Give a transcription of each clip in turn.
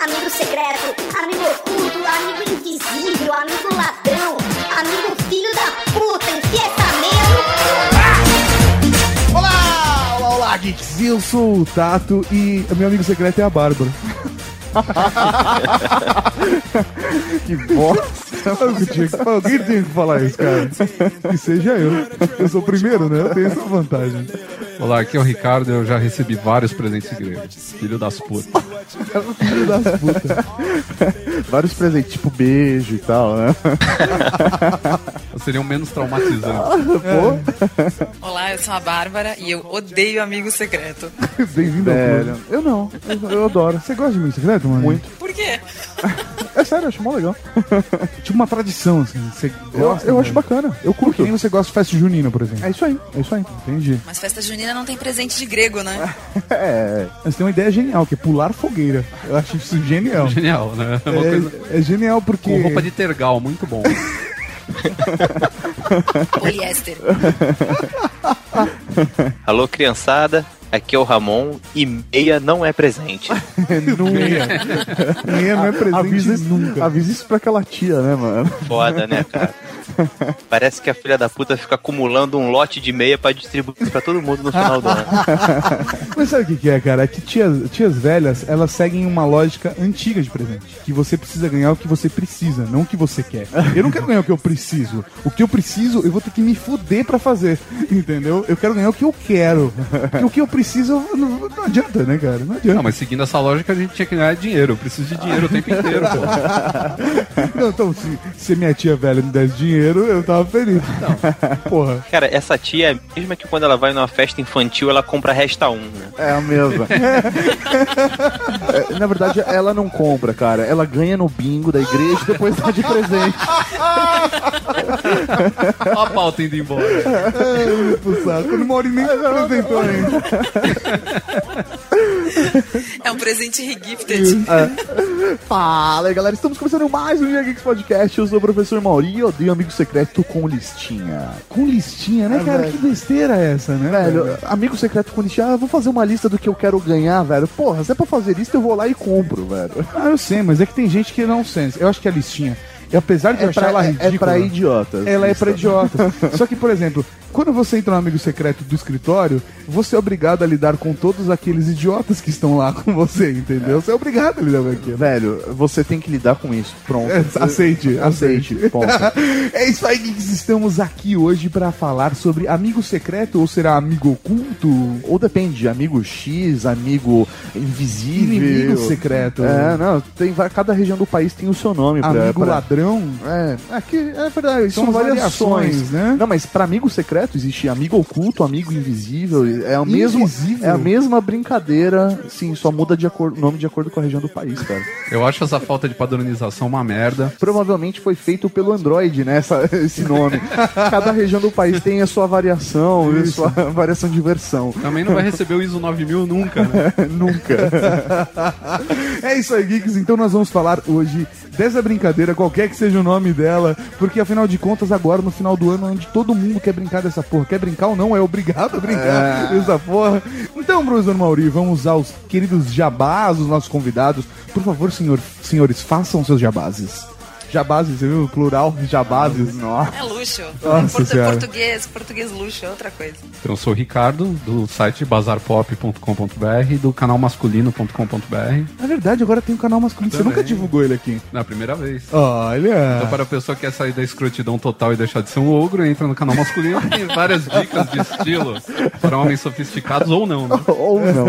amigo secreto, amigo oculto, amigo invisível, amigo ladrão, amigo filho da puta, enfia essa meia no cu. Olá! Olá, olá, geeks! Eu sou o Tato e meu amigo secreto é a Bárbara. que bosta! Alguém tinha, que, alguém tinha que falar isso, cara. Que seja eu. Eu sou o primeiro, né? Eu tenho essa vantagem. Olá, aqui é o Ricardo. Eu já recebi vários presentes grandes. Filho das putas. Filho das putas. vários presentes, tipo beijo e tal, né? Seriam menos traumatizantes. É. Olá, eu sou a Bárbara e eu odeio amigo secreto. Bem-vindo ao clube. Eu não. Eu, eu adoro. Você gosta de amigo secreto, mano? Muito. Por quê? É sério, eu acho mó legal. tipo uma tradição, assim. Você gosta? Eu, eu acho bacana. Eu curto. Que nem você gosta de festa junina, por exemplo. É isso aí, é isso aí. Entendi. Mas festa junina não tem presente de grego, né? é. Mas tem uma ideia genial, que é pular fogueira. Eu acho isso genial. Genial, né? É, é, é genial porque. Com roupa de tergal, muito bom. Poliéster. Alô, criançada. Aqui é o Ramon e meia não é presente. nunca. meia é. não é presente avisa isso, nunca. Avisa isso pra aquela tia, né, mano? Foda, né, cara? Parece que a filha da puta fica acumulando um lote de meia pra distribuir pra todo mundo no final do ano. Mas sabe o que, que é, cara? É que tias, tias velhas, elas seguem uma lógica antiga de presente. Que você precisa ganhar o que você precisa, não o que você quer. Eu não quero ganhar o que eu preciso. O que eu preciso, eu vou ter que me fuder pra fazer. Entendeu? Eu quero ganhar o que eu quero. Porque o que eu preciso, não, não adianta, né, cara? Não adianta. Não, mas seguindo essa lógica, a gente tinha que ganhar dinheiro. Eu preciso de dinheiro o tempo inteiro, pô. Não, então, se, se minha tia velha me desse dinheiro, eu tava feliz. Não. Porra. Cara, essa tia é a mesma que quando ela vai numa festa infantil, ela compra resta um. Né? É a mesma. é, na verdade, ela não compra, cara. Ela ganha no bingo da igreja e depois dá de presente. Ó a pauta indo embora. É, pro saco. Não moro nem apresentou ainda. É um presente regifted. É. Fala, galera. Estamos começando mais um Dia Geeks Podcast. Eu sou o professor Mauri e odeio amigo secreto com listinha. Com listinha, né, é, cara? Velho. Que besteira é essa, né? Velho, velho, amigo secreto com listinha. Ah, vou fazer uma lista do que eu quero ganhar, velho. Porra, se é pra fazer lista, eu vou lá e compro, velho. Ah, eu sei, mas é que tem gente que não sente. Eu acho que a listinha. E apesar de é eu achar pra, ela ridícula. É pra idiotas. Ela é pra idiotas. Só que, por exemplo, quando você entra no amigo secreto do escritório, você é obrigado a lidar com todos aqueles idiotas que estão lá com você, entendeu? Você é obrigado a lidar com aquilo. Velho, você tem que lidar com isso. Pronto. É, tá aceite, aceite. aceite. é isso aí, Geeks. Estamos aqui hoje para falar sobre amigo secreto ou será amigo oculto? Ou depende, amigo X, amigo invisível. Inimigo secreto. É, não. Tem, cada região do país tem o seu nome. Amigo pra, pra... ladrão. É, aqui é verdade. São, são variações, ações, né? Não, mas para amigo secreto existe amigo oculto, amigo invisível. É a mesma, invisível. é a mesma brincadeira, sim, só muda de acordo, nome de acordo com a região do país, cara. Eu acho essa falta de padronização uma merda. Provavelmente foi feito pelo Android, né? Essa, esse nome. Cada região do país tem a sua variação, Isso. a sua variação de versão. Também não vai receber o ISO 9000 nunca, né? nunca. é isso aí, Geeks. Então nós vamos falar hoje dessa brincadeira, qualquer que seja o nome dela, porque afinal de contas, agora no final do ano, onde todo mundo quer brincar dessa porra, quer brincar ou não, é obrigado a brincar é. dessa porra. Então, professor Mauri, vamos aos queridos jabás, os nossos convidados. Por favor, senhor, senhores, façam seus jabazes. Jabazes, viu? Plural, jabazes. Nossa. É luxo. Nossa Portu senhora. português, português luxo, é outra coisa. Então, Eu sou o Ricardo, do site bazarpop.com.br do canal masculino.com.br. Na verdade, agora tem um canal masculino. Também. é. Você nunca divulgou ele aqui? Na é primeira vez. Olha. Então, para a pessoa que quer sair da escrotidão total e deixar de ser um ogro, entra no canal masculino tem várias dicas de estilo para homens sofisticados ou não, né? ou não.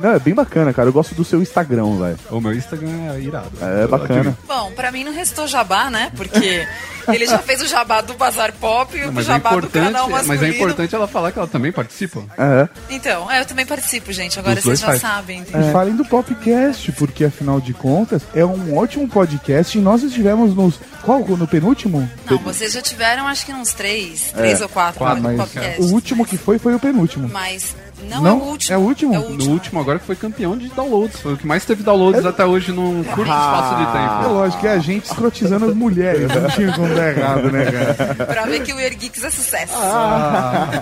não, é bem bacana, cara. Eu gosto do seu Instagram, velho. O meu Instagram é irado. É, é tá. bacana. Bom, para mim não restou jabá, né? Porque ele já fez o jabá do Bazar Pop e o jabá é do canal masculino. Mas é importante ela falar que ela também participa. É. Então, é, eu também participo, gente. Agora Os vocês já faz. sabem. É. Falem do podcast, porque afinal de contas é um ótimo podcast e nós estivemos nos... Qual? No penúltimo? Não, vocês já tiveram acho que uns três, três ou quatro, quatro mas podcasts. O último que foi, foi o penúltimo. Mas... Não, não, é o último. É o último? É o último. No último, agora que foi campeão de downloads. Foi o que mais teve downloads é... até hoje num curto espaço de tempo. É lógico, é a gente escrotizando as mulheres. Não tinha como dar errado, né, cara? pra ver que o Ergeeks é sucesso. Ah.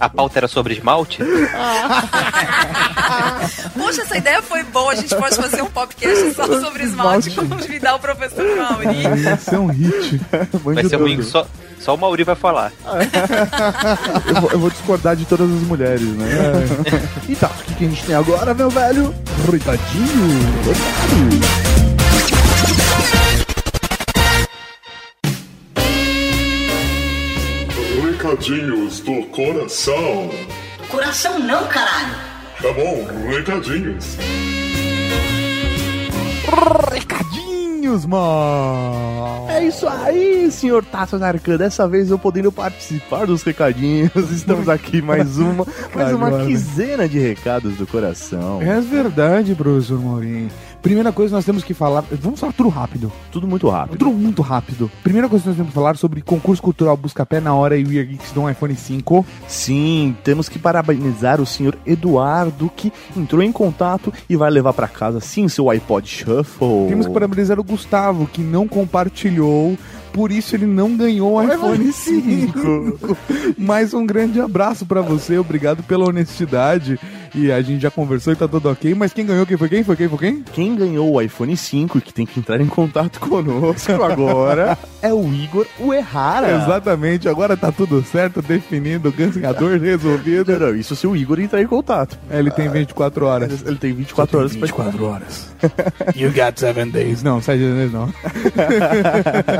a pauta era sobre esmalte? Poxa, essa ideia foi boa. A gente pode fazer um podcast só sobre esmalte, como convidar o professor Mauri. Isso é um hit. Vai um ser um ruim, só, só o Mauri vai falar. eu, vou, eu vou discordar de todas as mulheres, né? E tá, o que, que a gente tem agora, meu velho? Recadinho! Recado! Recadinhos do coração. Coração não, caralho. Tá bom, recadinhos. Recadinhos, mano! É isso aí, senhor Tato Narcan. Dessa vez eu podendo participar dos recadinhos. Estamos aqui mais uma, mais uma Agora. quinzena de recados do coração. É verdade, professor Maurinho. Primeira coisa nós temos que falar. Vamos falar tudo rápido. Tudo muito rápido. Tudo muito rápido. Primeira coisa que nós temos que falar sobre concurso cultural Buscapé na hora e o Year Geeks do iPhone 5. Sim, temos que parabenizar o senhor Eduardo que entrou em contato e vai levar pra casa sim seu iPod Shuffle. Temos que parabenizar o Gustavo, que não compartilhou, por isso ele não ganhou o iPhone 5. Mas um grande abraço pra você, obrigado pela honestidade. E a gente já conversou e tá tudo ok, mas quem ganhou, quem foi quem? Foi quem? Foi quem? Quem ganhou o iPhone 5 e que tem que entrar em contato conosco agora é o Igor Uehara. Exatamente, agora tá tudo certo, definido, ganhador resolvido. Não, não, isso se o Igor entrar em contato. É, ele tem 24 horas. Ele tem 24 horas pra entrar. horas. You got 7 days. Não, 7 days não.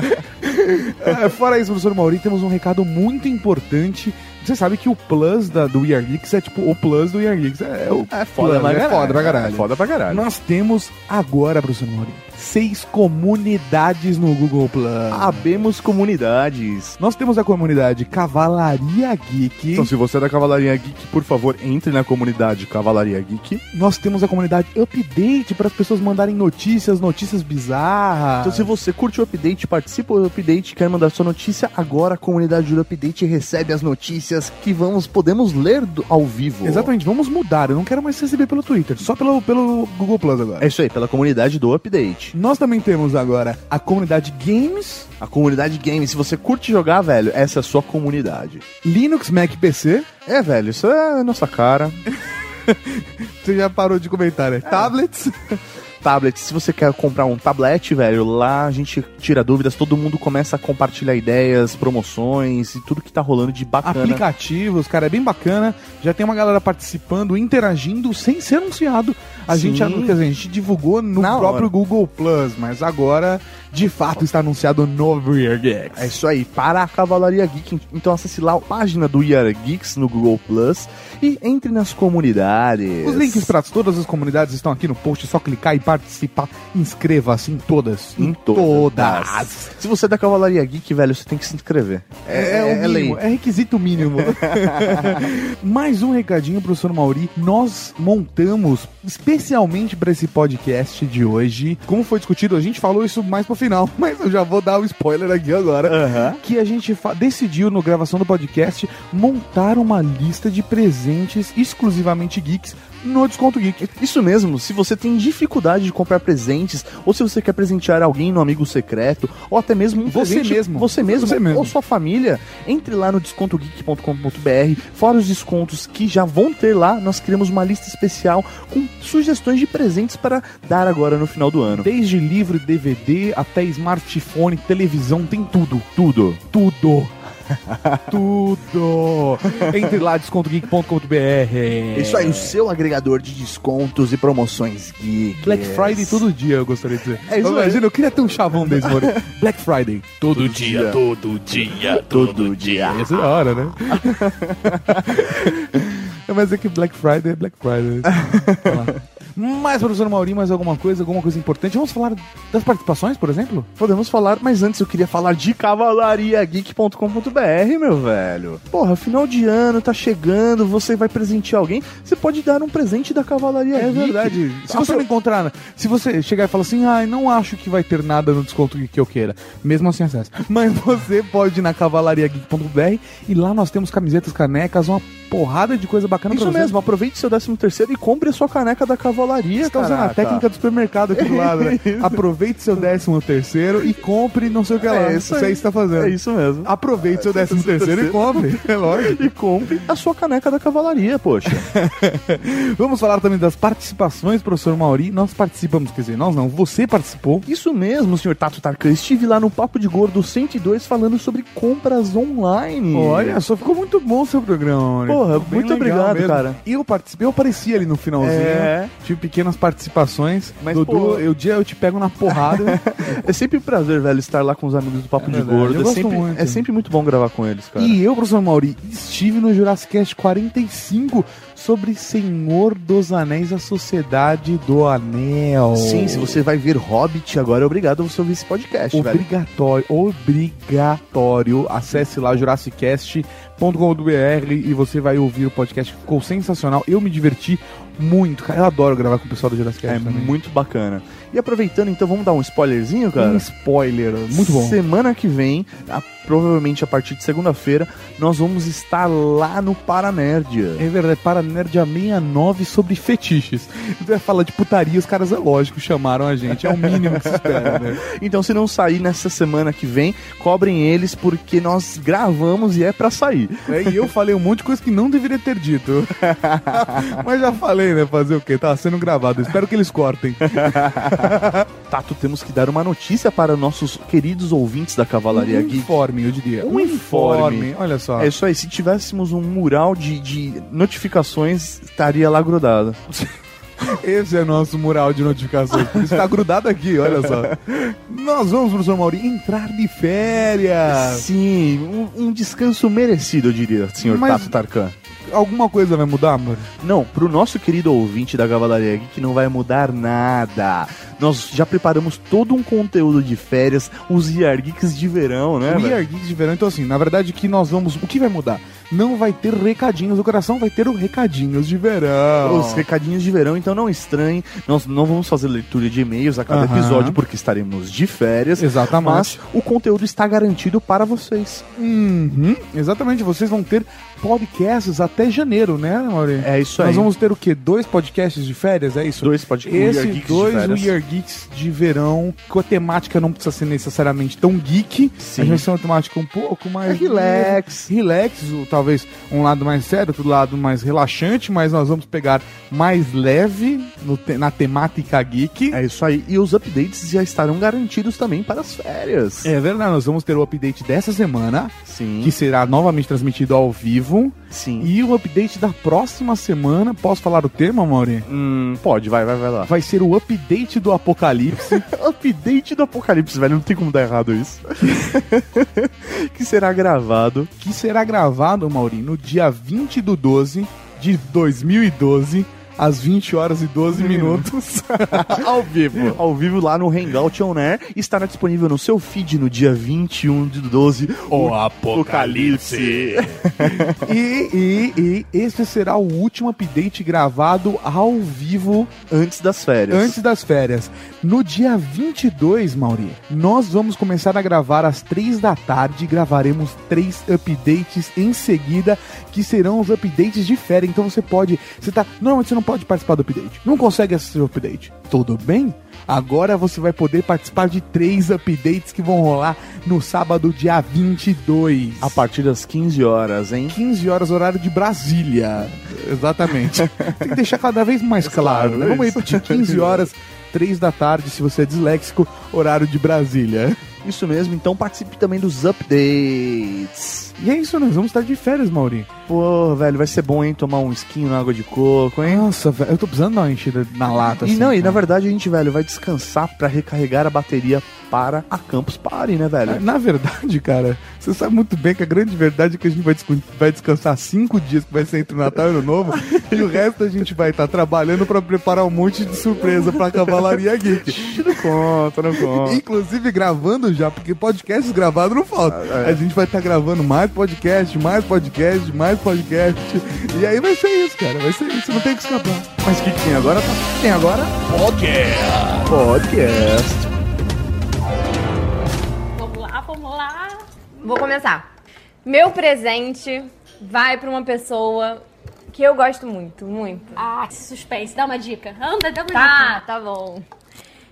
É, Fora isso, professor Mauri, temos um recado muito importante. Você sabe que o plus da, do We Are Geeks é tipo o plus do We Are Geeks. É, é o É foda, plus, pra é caralho. foda pra caralho. É foda pra caralho. Nós temos agora, professor Mauri, seis comunidades no Google Plus. Abemos comunidades. Nós temos a comunidade Cavalaria Geek. Então, se você é da Cavalaria Geek, por favor, entre na comunidade Cavalaria Geek. Nós temos a comunidade Update para as pessoas mandarem notícias, notícias bizarras. Então, se você curte o update, participa do update, quer mandar sua notícia, agora a comunidade do update recebe as notícias que vamos podemos ler do- ao vivo. Exatamente, vamos mudar. Eu não quero mais receber pelo Twitter, só pelo, pelo Google Plus agora. É isso aí, pela comunidade do update. Nós também temos agora a comunidade Games, A comunidade game, se você curte jogar, velho, essa é a sua comunidade. Linux, Mac, PC. É, velho, isso é a nossa cara. Você já parou de comentar, É, né? Tablets. Tablet, se você quer comprar um tablet, velho, lá a gente tira dúvidas, todo mundo começa a compartilhar ideias, promoções e tudo que tá rolando de bacana. aplicativos, cara, é bem bacana. Já tem uma galera participando, interagindo, sem ser anunciado. A Sim. gente, anu- quer dizer, a gente divulgou no Na próprio hora. Google Plus, mas agora, de fato, está anunciado o novo É EarGeeks. isso aí, para a Cavalaria Geek. Então acesse lá a página do IR Geeks no Google Plus e entre nas comunidades. Os links para todas as comunidades estão aqui no post, é só clicar e participar. Inscreva-se em todas. em todas. Se você é da Cavalaria Geek, velho, você tem que se inscrever. É, o mínimo, lei. é requisito mínimo. Mais um recadinho, professor Mauri. Nós montamos especialmente para esse podcast de hoje. Como foi discutido, a gente falou isso mais pro final, mas eu já vou dar o spoiler aqui agora. Aham. Que a gente fa- decidiu, no gravação do podcast, montar uma lista de presentes exclusivamente geeks no Desconto Geek. Isso mesmo, se você tem dificuldade de comprar presentes, ou se você quer presentear alguém no amigo secreto, ou até mesmo um Você presente- mesmo. você mesmo, Você mesmo. ou sua família, entre lá no descontogeek.com.br, fora os descontos que já vão ter lá, nós criamos uma lista especial com sugestões de presentes para dar agora no final do ano. Desde livro, DVD, até smartphone, televisão, tem tudo. Tudo. Tudo. Tudo. Entre lá, descontogeek.com.br. Isso aí, o seu agregador de descontos e promoções geek. Black Friday todo dia, eu gostaria de dizer. É isso aí. Imagina, eu queria ter um chavão desse, mano. Black Friday. Todo dia, todo dia, todo dia. Essa é a hora, né? É, Mas é que Black Friday é Black Friday. Sei lá. Mas, professor Maurinho, mais alguma coisa, alguma coisa importante? Vamos falar das participações, por exemplo? Podemos falar, mas antes eu queria falar de cavalariageek.com.br, meu velho. Porra, final de ano, tá chegando, você vai presentear alguém, você pode dar um presente da Cavalaria É Geek. verdade. Se você não encontrar, se você chegar e falar assim, ai, não acho que vai ter nada no desconto que eu queira, mesmo assim acesso. Mas você pode ir na cavalariageek.br e lá nós temos camisetas, canecas, uma porrada de coisa bacana Isso pra você. mesmo, aproveite seu 13 terceiro e compre a sua caneca da paularia, Você tá usando a caraca. técnica do supermercado aqui do lado, né? Isso. Aproveite seu décimo terceiro e compre não sei o que lá. É isso isso aí aí. que você tá fazendo. É isso É mesmo. Aproveite seu décimo terceiro e compre. É lógico. E compre a sua caneca da cavalaria, poxa. Vamos falar também das participações, professor Mauri. Nós participamos, quer dizer, nós não, você participou. Isso mesmo, senhor Tato Tarkan. Estive lá no Papo de Gordo 102 falando sobre compras online. Olha só, ficou muito bom o seu programa, Mauri. Porra, Ficou bem muito legal obrigado, cara. E eu participei, eu apareci ali no finalzinho. É. Tive pequenas participações. Mas, Dudu, pô- eu dia eu te pego na porrada. É sempre um prazer, velho, estar lá com os amigos do Papo de verdade, Gordo. eu É gosto sempre, muito. é sempre muito bom gravar com eles, cara. E eu, professor Mauri, estive no Jurassic Cast 45 sobre Senhor dos Anéis, a Sociedade do Anel. Sim, se você vai ver Hobbit agora, é obrigado a você ouvir esse podcast, velho. Obrigatório, obrigatório. Acesse lá jurassicast.com.br e você vai ouvir o podcast. Ficou sensacional. Eu me diverti muito, cara. Eu adoro gravar com o pessoal do Jurassic É Cast também. muito bacana. E aproveitando, então, vamos dar um spoilerzinho, cara? Um spoiler, muito bom. Semana que vem, a- provavelmente a partir de segunda-feira, nós vamos estar lá no Paranerdia. É verdade, para Nerd a 69 sobre fetiches. Você fala de putaria, os caras, é lógico, chamaram a gente. É o mínimo que se espera, né? Então, se não sair nessa semana que vem, cobrem eles porque nós gravamos e é pra sair. É, e eu falei um monte de coisa que não deveria ter dito. Mas já falei, né? Fazer o quê? Tá sendo gravado. Espero que eles cortem. Tato, temos que dar uma notícia para nossos queridos ouvintes da Cavalaria Uhum, Geek. Uniforme, eu diria. Um informe. Olha só. É isso aí, se tivéssemos um mural de, de notificações, estaria lá grudado. Esse é nosso mural de notificações. Por isso tá grudado aqui, olha só. Nós vamos, professor Mauri, entrar de férias. Sim, um, um descanso merecido, eu diria, senhor Mas- Tato Tarkan. Alguma coisa vai mudar, mano? Não, pro nosso querido ouvinte da Cavalaria Geek não vai mudar nada. Nós já preparamos todo um conteúdo de férias, os Year Geeks de verão, né? É, We velho? Are Geeks de verão. Então, assim, na verdade, o que nós vamos. O que vai mudar? Não vai ter recadinhos. O coração vai ter o recadinhos de verão. Os recadinhos de verão, então não estranhem. Nós não vamos fazer leitura de e-mails a cada Aham. episódio porque estaremos de férias. Exatamente. Mas o conteúdo está garantido para vocês. Uhum, exatamente, vocês vão ter podcasts até janeiro, né, Mauri? É isso aí. Nós vamos ter o quê? Dois podcasts de férias, é isso? dois podcasts. Esse, dois We Are Geeks de verão, com a temática não precisa ser necessariamente tão geek. Sim. É A gente vai ser uma temática um pouco mais... Relax. Relax, o- talvez um lado mais sério, outro lado mais relaxante, mas nós vamos pegar mais leve no te- na temática geek. É isso aí. E os updates já estarão garantidos também para as férias. É verdade, nós vamos ter o update dessa semana, Sim. que será novamente transmitido ao vivo. Sim. E o update da próxima semana, posso falar o tema, Mauri? Hum, pode, vai, vai, vai lá. Vai ser o update do Apocalipse. Update do Apocalipse, velho. Não tem como dar errado isso. que será gravado. que será gravado, Mauri, no dia 20 do 12 de 2012, às 20 horas e 12 minutos. ao vivo. Ao vivo lá no Hangout On Air. Estará disponível no seu feed no dia 21 de 12. O Apocalipse. e, e, e esse será o último update gravado ao vivo Antes das férias. Antes das férias. No dia 22, Mauri, nós vamos começar a gravar às 3 da tarde. Gravaremos três updates em seguida, que serão os updates de férias. Então você pode. Você tá. Normalmente você não pode participar do update. Não consegue assistir o update. Tudo bem? Agora você vai poder participar de três updates que vão rolar no sábado, dia 22. A partir das 15 horas, hein? 15 horas, horário de Brasília. Exatamente. Tem que deixar cada vez mais claro. né? claro, Vamos repetir: 15 horas, 3 da tarde, se você é disléxico, horário de Brasília. Isso mesmo. Então participe também dos updates. E é isso, nós vamos estar de férias, Mauri. Pô, velho, vai ser bom, hein? Tomar um esquinho na água de coco, hein? Nossa, velho, eu tô precisando dar uma enchida na lata. E assim, não, e na cara. verdade a gente, velho, vai descansar pra recarregar a bateria para a Campus Party, né, velho? Na verdade, cara, você sabe muito bem que a grande verdade é que a gente vai, descu- vai descansar cinco dias, que vai ser entre o Natal e o Ano Novo, e o resto a gente vai estar trabalhando pra preparar um monte de surpresa pra Cavalaria Geek. Não conta, não Inclusive gravando já, porque podcasts gravados não falta. A gente vai estar gravando mais podcast, mais podcast, mais podcast. E aí vai ser isso, cara. Vai ser isso. Não tem o que escapar. Mas o que que tem agora? Tá... o que Tem agora? Podcast. Vamos lá, vamos lá. Vou começar. Meu presente vai para uma pessoa que eu gosto muito, muito. Ah, que suspense. Dá uma dica. Anda, dá uma Tá, Ah, dica. tá bom.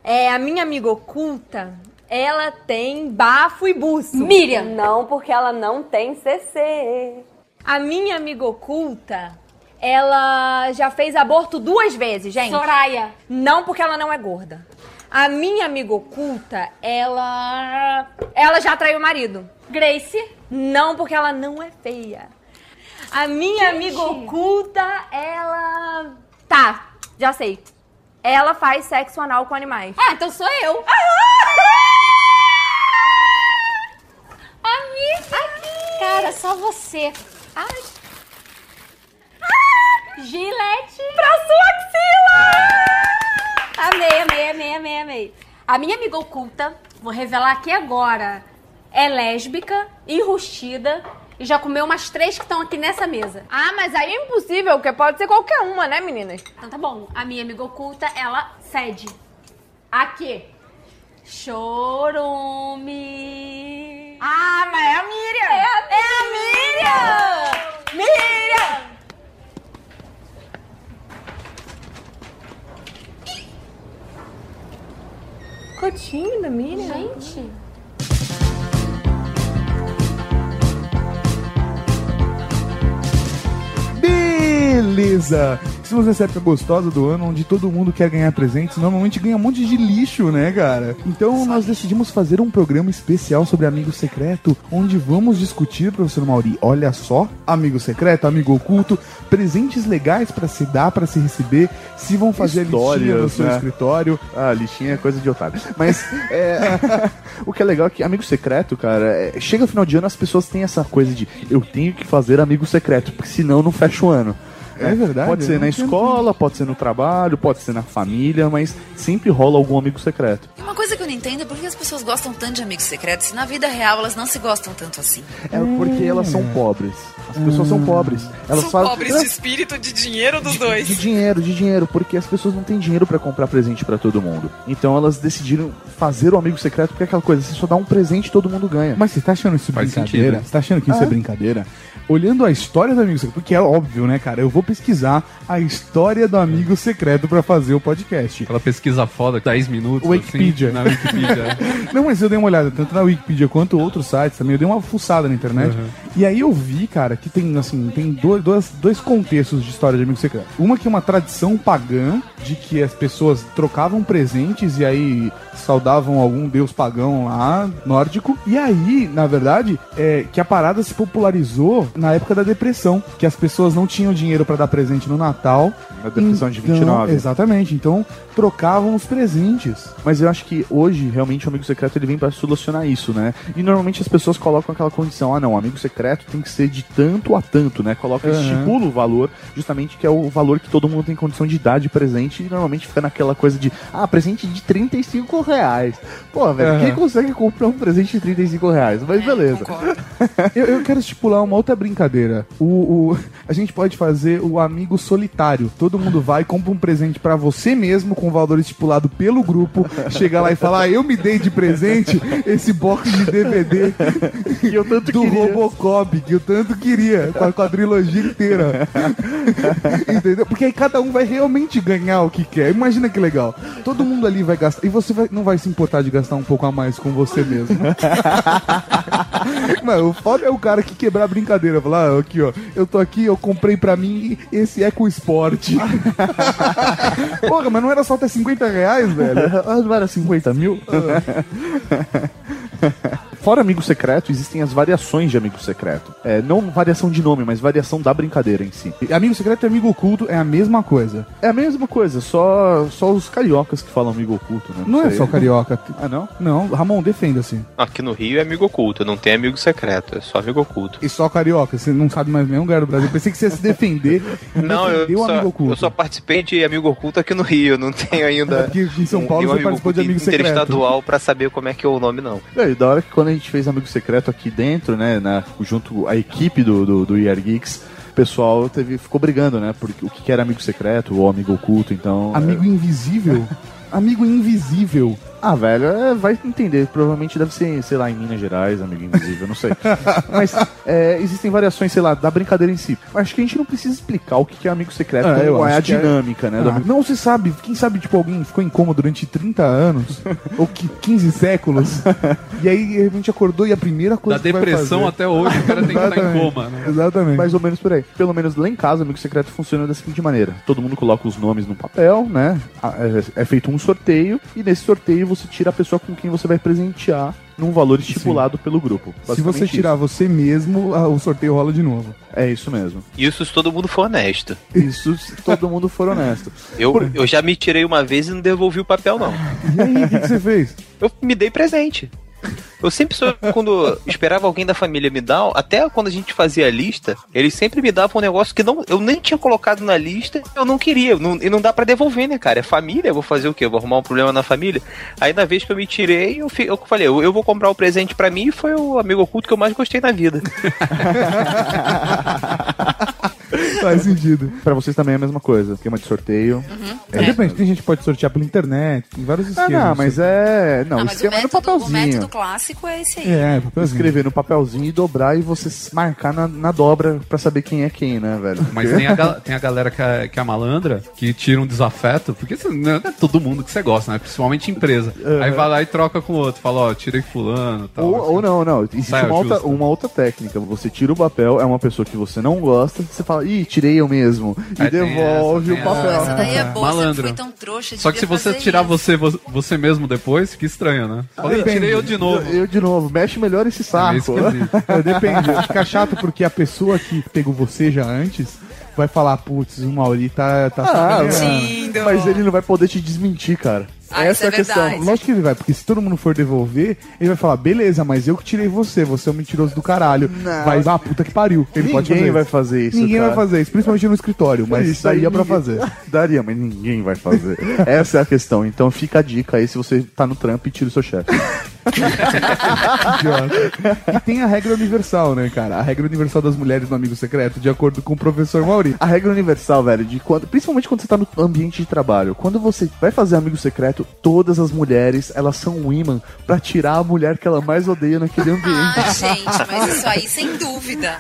É, a minha amiga oculta, ela tem bafo e buço. Miriam. Não, porque ela não tem CC. A minha amiga oculta, ela já fez aborto duas vezes, gente. Soraya. Não porque ela não é gorda. A minha amiga oculta, ela. Ela já traiu o marido. Grace. Não porque ela não é feia. A minha Gente. amiga oculta, ela. Tá, já sei. Ela faz sexo anal com animais. Ah, então sou eu. Amiga. Cara, só você. Ai. Ah! Gilete. Pra sua axila. Amei, amei, amei, amei, amei. A minha amiga oculta, vou revelar aqui agora, é lésbica, enrustida e já comeu umas três que estão aqui nessa mesa. Ah, mas aí é impossível, porque pode ser qualquer uma, né, meninas? Então tá bom. A minha amiga oculta, ela cede. Aqui. Chorume. Ah, mas é a Miriam! É a, Miriam! Miriam! Ficou tímida, Miriam? Gente. Beleza! Estamos nessa época é gostosa do ano onde todo mundo quer ganhar presentes, normalmente ganha um monte de lixo, né, cara? Então nós decidimos fazer um programa especial sobre Amigo Secreto, onde vamos discutir, professor Mauri, olha só, amigo secreto, amigo oculto, presentes legais pra se dar, pra se receber, se vão fazer a listinha no Histórias, seu né? escritório. Ah, lixinha é coisa de otário. Mas é, o que é legal é que amigo secreto, cara, é, chega o final de ano as pessoas têm essa coisa de eu tenho que fazer amigo secreto, porque senão não fecha o ano. É verdade, Pode eu ser né? na não tinha- escola, pode ser no trabalho, pode ser na família, mas sempre rola algum amigo secreto. E uma coisa que eu não entendo é por que as pessoas gostam tanto de amigos secretos se na vida real elas não se gostam tanto assim. É porque elas são pobres. As pessoas são pobres. Elas São fazem- pobres elas- de espírito, de dinheiro dos De dois. dinheiro, de dinheiro, porque as pessoas não têm dinheiro pra comprar presente pra todo mundo. Então elas decidiram fazer o amigo secreto, porque é aquela coisa, você só dá um presente e todo mundo ganha. Mas você tá achando isso Faz brincadeira? sentido, né? Você tá achando que isso é brincadeira? Olhando a história do amigo secreto, porque é óbvio, né, cara? Eu vou pesquisar a história do amigo secreto pra fazer o podcast. Aquela pesquisa foda, 10 minutos, Wikipedia. assim, na Wikipedia. Não, mas eu dei uma olhada tanto na Wikipedia quanto outros sites também. Eu dei uma fuçada na internet. Uhum. E aí eu vi, cara, que tem, assim, tem dois, dois, dois contextos de história de amigo secreto. Uma que é uma tradição pagã de que as pessoas trocavam presentes e aí saudavam algum deus pagão lá, nórdico. E aí, na verdade, é que a parada se popularizou na época da depressão, que as pessoas não tinham dinheiro pra dar presente no Natal. Na depressão de Então, 29. Exatamente. Então, trocavam os presentes. Mas eu acho que hoje, realmente, o amigo secreto ele vem pra solucionar isso, né? E normalmente as pessoas colocam aquela condição, ah não, o amigo secreto tem que ser de tanto a tanto, né? Coloca, Aham. estipula o valor, justamente que é o valor que todo mundo tem condição de dar de presente, e normalmente fica naquela coisa de, ah, presente de 35 reais. Pô, velho, Aham. quem consegue comprar um presente de 35 reais? Mas beleza. Concordo. Eu, eu quero estipular uma outra brincadeira. O, o- a gente pode fazer o amigo solitário. Todo mundo vai, compra um presente pra você mesmo com valor estipulado pelo grupo. Chega lá e fala: ah, Eu me dei de presente esse box de DVD E eu tanto do queria. Robocop que eu tanto queria, com a quadrilogia inteira. Entendeu? Porque aí cada um vai realmente ganhar o que quer. Imagina que legal. Todo mundo ali vai gastar. E você vai- não vai se importar de gastar um pouco a mais com você mesmo. Mano, o foda é o cara que quebrar a brincadeira. Falar, ah, aqui ó, eu tô aqui, eu comprei pra mim esse Eco Esporte. Porra, mas não era só ter 50 reais, velho? Ah, não era 50 mil? Ah. Fora amigo secreto, existem as variações de amigo secreto. É, não variação de nome, mas variação da brincadeira em si. Amigo secreto e amigo oculto é a mesma coisa. É a mesma coisa, só, só os cariocas que falam amigo oculto, né? Não é sei. só carioca. Ah, não? Não, Ramon, defenda-se. Aqui no Rio é amigo oculto, não tem amigo secreto, é só amigo oculto. E só carioca, você não sabe mais nenhum lugar do Brasil. Pensei que você ia se defender. Não, eu Defendeu o amigo só, oculto. É eu só participei de amigo oculto aqui no Rio, não tenho ainda. Aqui em São Paulo nenhum você participou de amigo secreto. interestadual pra saber como é que é o nome, não. É, e da hora que quando a gente fez amigo secreto aqui dentro, né, na, junto a equipe do, do, do IR Geeks, o pessoal teve, ficou brigando, né? Porque o que que era amigo secreto ou amigo oculto, então. Amigo invisível. Amigo invisível. Ah, velho, é, vai entender. Provavelmente deve ser, sei lá, em Minas Gerais, amigo invisível, não sei. Mas é, existem variações, sei lá, da brincadeira em si. Acho que a gente não precisa explicar o que que é amigo secreto, É, eu qual é acho a que é- dinâmica, né? do Ah, amigo- Não se sabe, quem sabe, tipo, alguém ficou em coma durante 30 anos, ou que 15 séculos, e aí de repente acordou e a primeira coisa Da que vai depressão fazer- até hoje, o cara tem que estar em Exatamente. coma, né? Exatamente. Mais ou menos por aí. Pelo menos lá em casa, amigo secreto funciona da seguinte maneira: todo mundo coloca os nomes num papel, né? A- É, é feito um sorteio, e nesse sorteio você tira a pessoa com quem você vai presentear num valor estipulado pelo grupo. Se você Basicamente tirar você mesmo, ah, o sorteio rola de novo. isso. É isso mesmo. Isso se todo mundo for honesto. Isso se todo mundo for honesto. Eu, eu já me tirei uma vez e não devolvi o papel, não. E aí, o que, que você fez? Eu me dei presente. Eu sempre sou, quando esperava alguém da família me dar, até quando a gente fazia a lista, eles sempre me davam um negócio que não, eu nem tinha colocado na lista, eu não queria, não- e não dá pra devolver, né, cara? É família, eu vou fazer o quê? Eu vou arrumar um problema na família? Aí na vez que eu me tirei, eu, fi- eu falei, eu, eu vou comprar o presente pra mim e foi o amigo oculto que eu mais gostei na vida. Faz sentido. Pra vocês também é a mesma coisa: esquema de sorteio. É, depende, tem gente que pode sortear pela internet, tem vários Ah, esquemas. não, mas é. Não, Ah, mas o esquema é no método, o papelzinho. método clássico é esse aí. É, papelzinho. Escrever no papelzinho e dobrar e você s- marcar na, na dobra pra saber quem é quem, né, velho? Mas tem a, gal- tem a galera que é, que é malandra, que tira um desafeto, porque você- não é todo mundo que você gosta, né? Principalmente empresa. Aí vai lá e troca com o outro, fala, ó, tirei fulano e tal. Ou, ou não, não. Existe Tá, é uma, outra, justo. uma outra técnica. Você tira o papel, é uma pessoa que você não gosta, você fala, ih, tirei eu mesmo. E Aí tem devolve essa, o Ah, tem essa. Pô, papel. essa daí é boa, você Malandro. foi tão trouxa. Só que se devia você fazer tirar isso. você, vo- você mesmo depois, que estranho, né? Fala, "Ih, tirei eu de novo. Eu de novo, mexe melhor esse É meio saco. esquisito. É, depende. Fica chato porque a pessoa que pegou você já antes vai falar, putz, o Mauri tá... tá Ah, sacaneando." Lindo. Mas ele não vai poder te desmentir, cara. Essa Ah, é a isso é questão. verdade. Lógico que ele vai, porque se todo mundo for devolver, ele vai falar, beleza, mas eu que tirei você, você é um mentiroso do caralho. Vai, ah, puta que pariu. Ele pode fazer Ninguém vai isso. fazer isso. Ninguém cara. vai fazer isso, principalmente no escritório, mas isso daria É aí pra ninguém- fazer. Daria, mas ninguém vai fazer. Essa é a questão. Então fica a dica aí se você tá no trampo e tira o seu chefe. Idiota. E tem a regra universal, né, cara? A regra universal das mulheres no Amigo Secreto, de acordo com o professor Mauri. A regra universal, velho, de quando, principalmente quando você tá no ambiente de trabalho, quando você vai fazer amigo secreto, todas as mulheres, elas são um imã pra tirar a mulher que ela mais odeia naquele ambiente. Ah, gente, mas isso aí sem dúvida.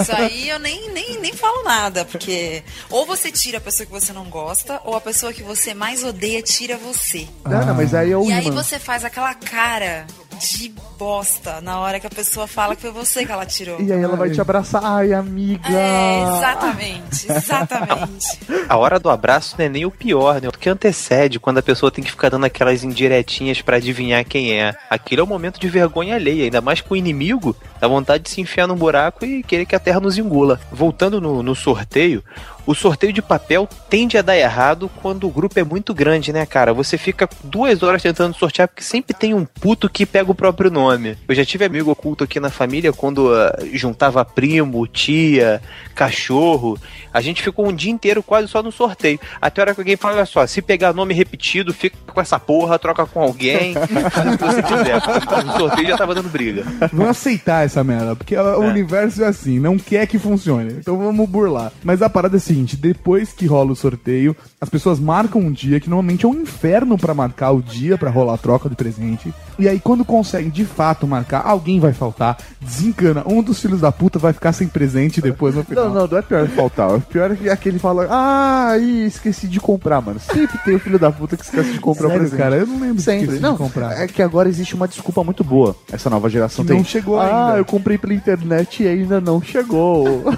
Isso aí eu nem, nem, nem falo nada, porque ou você tira a pessoa que você não gosta, ou a pessoa que você mais odeia tira você. Ah. Não, não, mas aí é o E aí imã. você faz aquela cara de bosta na hora que a pessoa fala que foi você que ela tirou. E aí ah. ela vai te abraçar, ai, amiga. É, exatamente, exatamente. A hora do abraço não é nem o pior, né? Porque antecede quando a pessoa tem que ficar dando aquelas indiretinhas pra adivinhar quem é. Aquilo é um momento de vergonha alheia, ainda mais com o inimigo, dá vontade de se enfiar num buraco e querer que a terra nos engula. Voltando no, no sorteio, o sorteio de papel tende a dar errado quando o grupo é muito grande, né, cara? Você fica duas horas tentando sortear porque sempre tem um puto que pega o próprio nome. Eu já tive amigo oculto aqui na família quando ah, juntava primo, tia, cachorro. A gente ficou um dia inteiro quase só no sorteio. Até a hora que alguém fala, olha só, se pegar nome repetido, fica com essa porra, troca com alguém, faz o que você quiser. Então, o sorteio já tava dando briga. Vamos aceitar essa merda, porque o universo é assim, não quer que funcione. Então vamos burlar. Mas a parada é a seguinte, depois que rola o sorteio, as pessoas marcam um dia, que normalmente é um inferno pra marcar o dia pra rolar a troca do presente. E aí quando conseguem de fato marcar, alguém vai faltar, desencana, um dos filhos da puta vai ficar sem presente depois no final. Não, não, não é pior que faltar. O pior é que aquele fala, ah, ih, esqueci de comprar, mano. Sempre tem o filho da puta que esquece de comprar Sério, presente. cara, eu não lembro Sempre. de Não, comprar. é que agora existe uma desculpa muito boa. Essa nova geração Que tem. não chegou ah, ainda." eu comprei pela internet e ainda não chegou.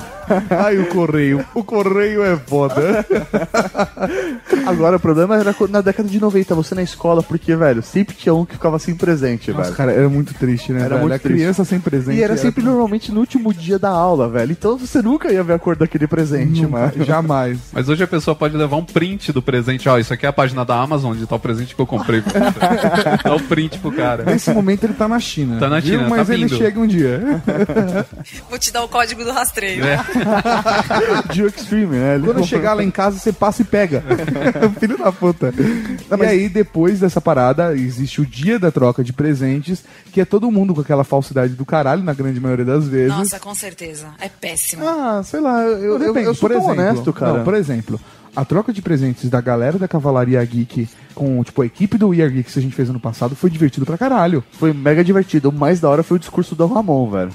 Ai, o correio. O correio é foda. agora, o problema era co- na década de 90, você na escola, porque, velho, sempre tinha um que ficava sem presente, Nossa, velho. cara, era muito triste, né? Era velho? muito a triste. criança sem presente. E era sempre normalmente no último dia da aula, velho. Então você nunca ia ver a cor daquele presente, Nunca, mano. Jamais. Mas hoje a pessoa pode levar um print do presente. Ó, isso aqui é a página da Amazon de tal presente que eu comprei. pra você. Dá o print pro cara. Nesse momento ele tá na China. Tá na China, Mas tá ele vindo. chega um dia. Vou te dar o código do rastreio. É. Dio Extreme, né? Quando chegar lá em casa, você passa e pega. Filho da puta. E aí, depois dessa parada, existe o dia da troca de presentes, que é todo mundo com aquela falsidade do caralho, na grande maioria das vezes. Nossa, com certeza. É péssimo. Ah, sei lá, eu, eu, Depende, eu sou por tão exemplo, honesto, cara. Não, por exemplo, a troca de presentes da galera da Cavalaria Geek com, tipo, a equipe do We Are Geeks que a gente fez ano passado foi divertido pra caralho. Foi mega divertido. O mais da hora foi o discurso do Ramon, velho.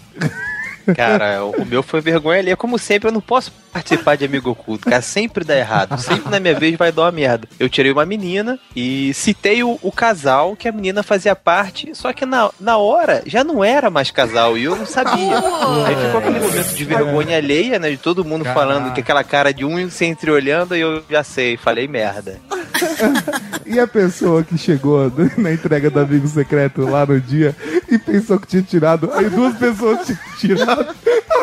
Cara, o meu foi vergonha ali. É Como sempre, eu não posso participar de amigo oculto, cara. Sempre dá errado. Sempre na minha vez vai dar uma merda. Eu tirei uma menina e citei o, o casal que a menina fazia parte, só que na, na hora já não era mais casal e eu não sabia. Aí ficou aquele momento de vergonha alheia, né? De todo mundo Caraca. falando que aquela cara de um se entreolhando e eu já sei, falei merda. E a pessoa que chegou na entrega do amigo secreto lá no dia e pensou que tinha tirado, aí duas pessoas tinham tirado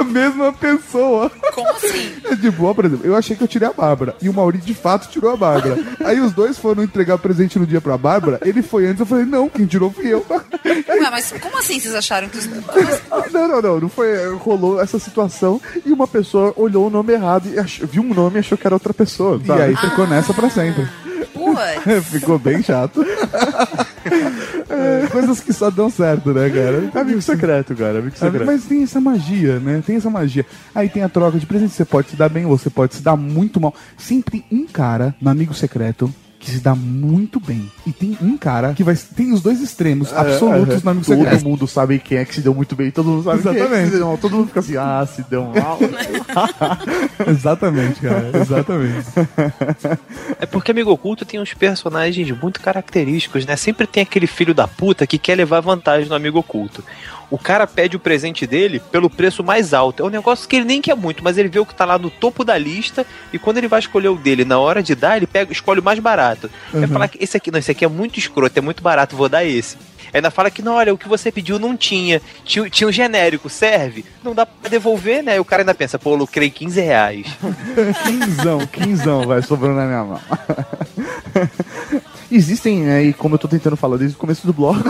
a mesma pessoa. É Como assim? De boa, por exemplo, eu achei que eu tirei a Bárbara. E o Mauri de fato tirou a Bárbara. Aí os dois foram entregar presente no dia pra Bárbara. Ele foi antes, eu falei, não, quem tirou fui eu. Ué, mas como assim vocês acharam que os. Não, não, não. Não foi. Rolou essa situação e uma pessoa olhou o nome errado e ach- viu um nome e achou que era outra pessoa. E sabe? aí ficou nessa pra sempre. É, Putz. Ficou bem chato. É, coisas que só dão certo, né, cara? É Amigo secreto, cara. Amigo Sabe? secreto. Mas tem essa magia, né? Tem essa magia. Aí tem a troca de presente. Você pode se dar bem ou você pode se dar muito mal. Sempre um cara no amigo secreto que se dá muito bem. E tem um cara que vai. Tem os dois extremos absolutos no amigo É, Todo secreto. mundo sabe quem é que se deu muito bem, todo mundo sabe quem é que Exatamente. se deu mal. Todo mundo fica assim, ah, se deu mal. Exatamente, cara. Exatamente. É porque Amigo Oculto tem uns personagens muito característicos, né? Sempre tem aquele filho da puta que quer levar vantagem no Amigo Oculto. O cara pede o presente dele pelo preço mais alto. É um negócio que ele nem quer muito, mas ele vê o que tá lá no topo da lista e quando ele vai escolher o dele, na hora de dar, ele pega, escolhe o mais barato. Vai falar que esse aqui, não, esse aqui é muito escroto, é muito barato, vou dar esse. Ainda fala que, não, olha, o que você pediu não tinha. Tinha, tinha um genérico, serve? Não dá pra devolver, né? E o cara ainda pensa, pô, eu lucrei 15 reais. quinzão, quinzão, vai sobrando na minha mão. Existem, né, e como eu tô tentando falar desde o começo do bloco,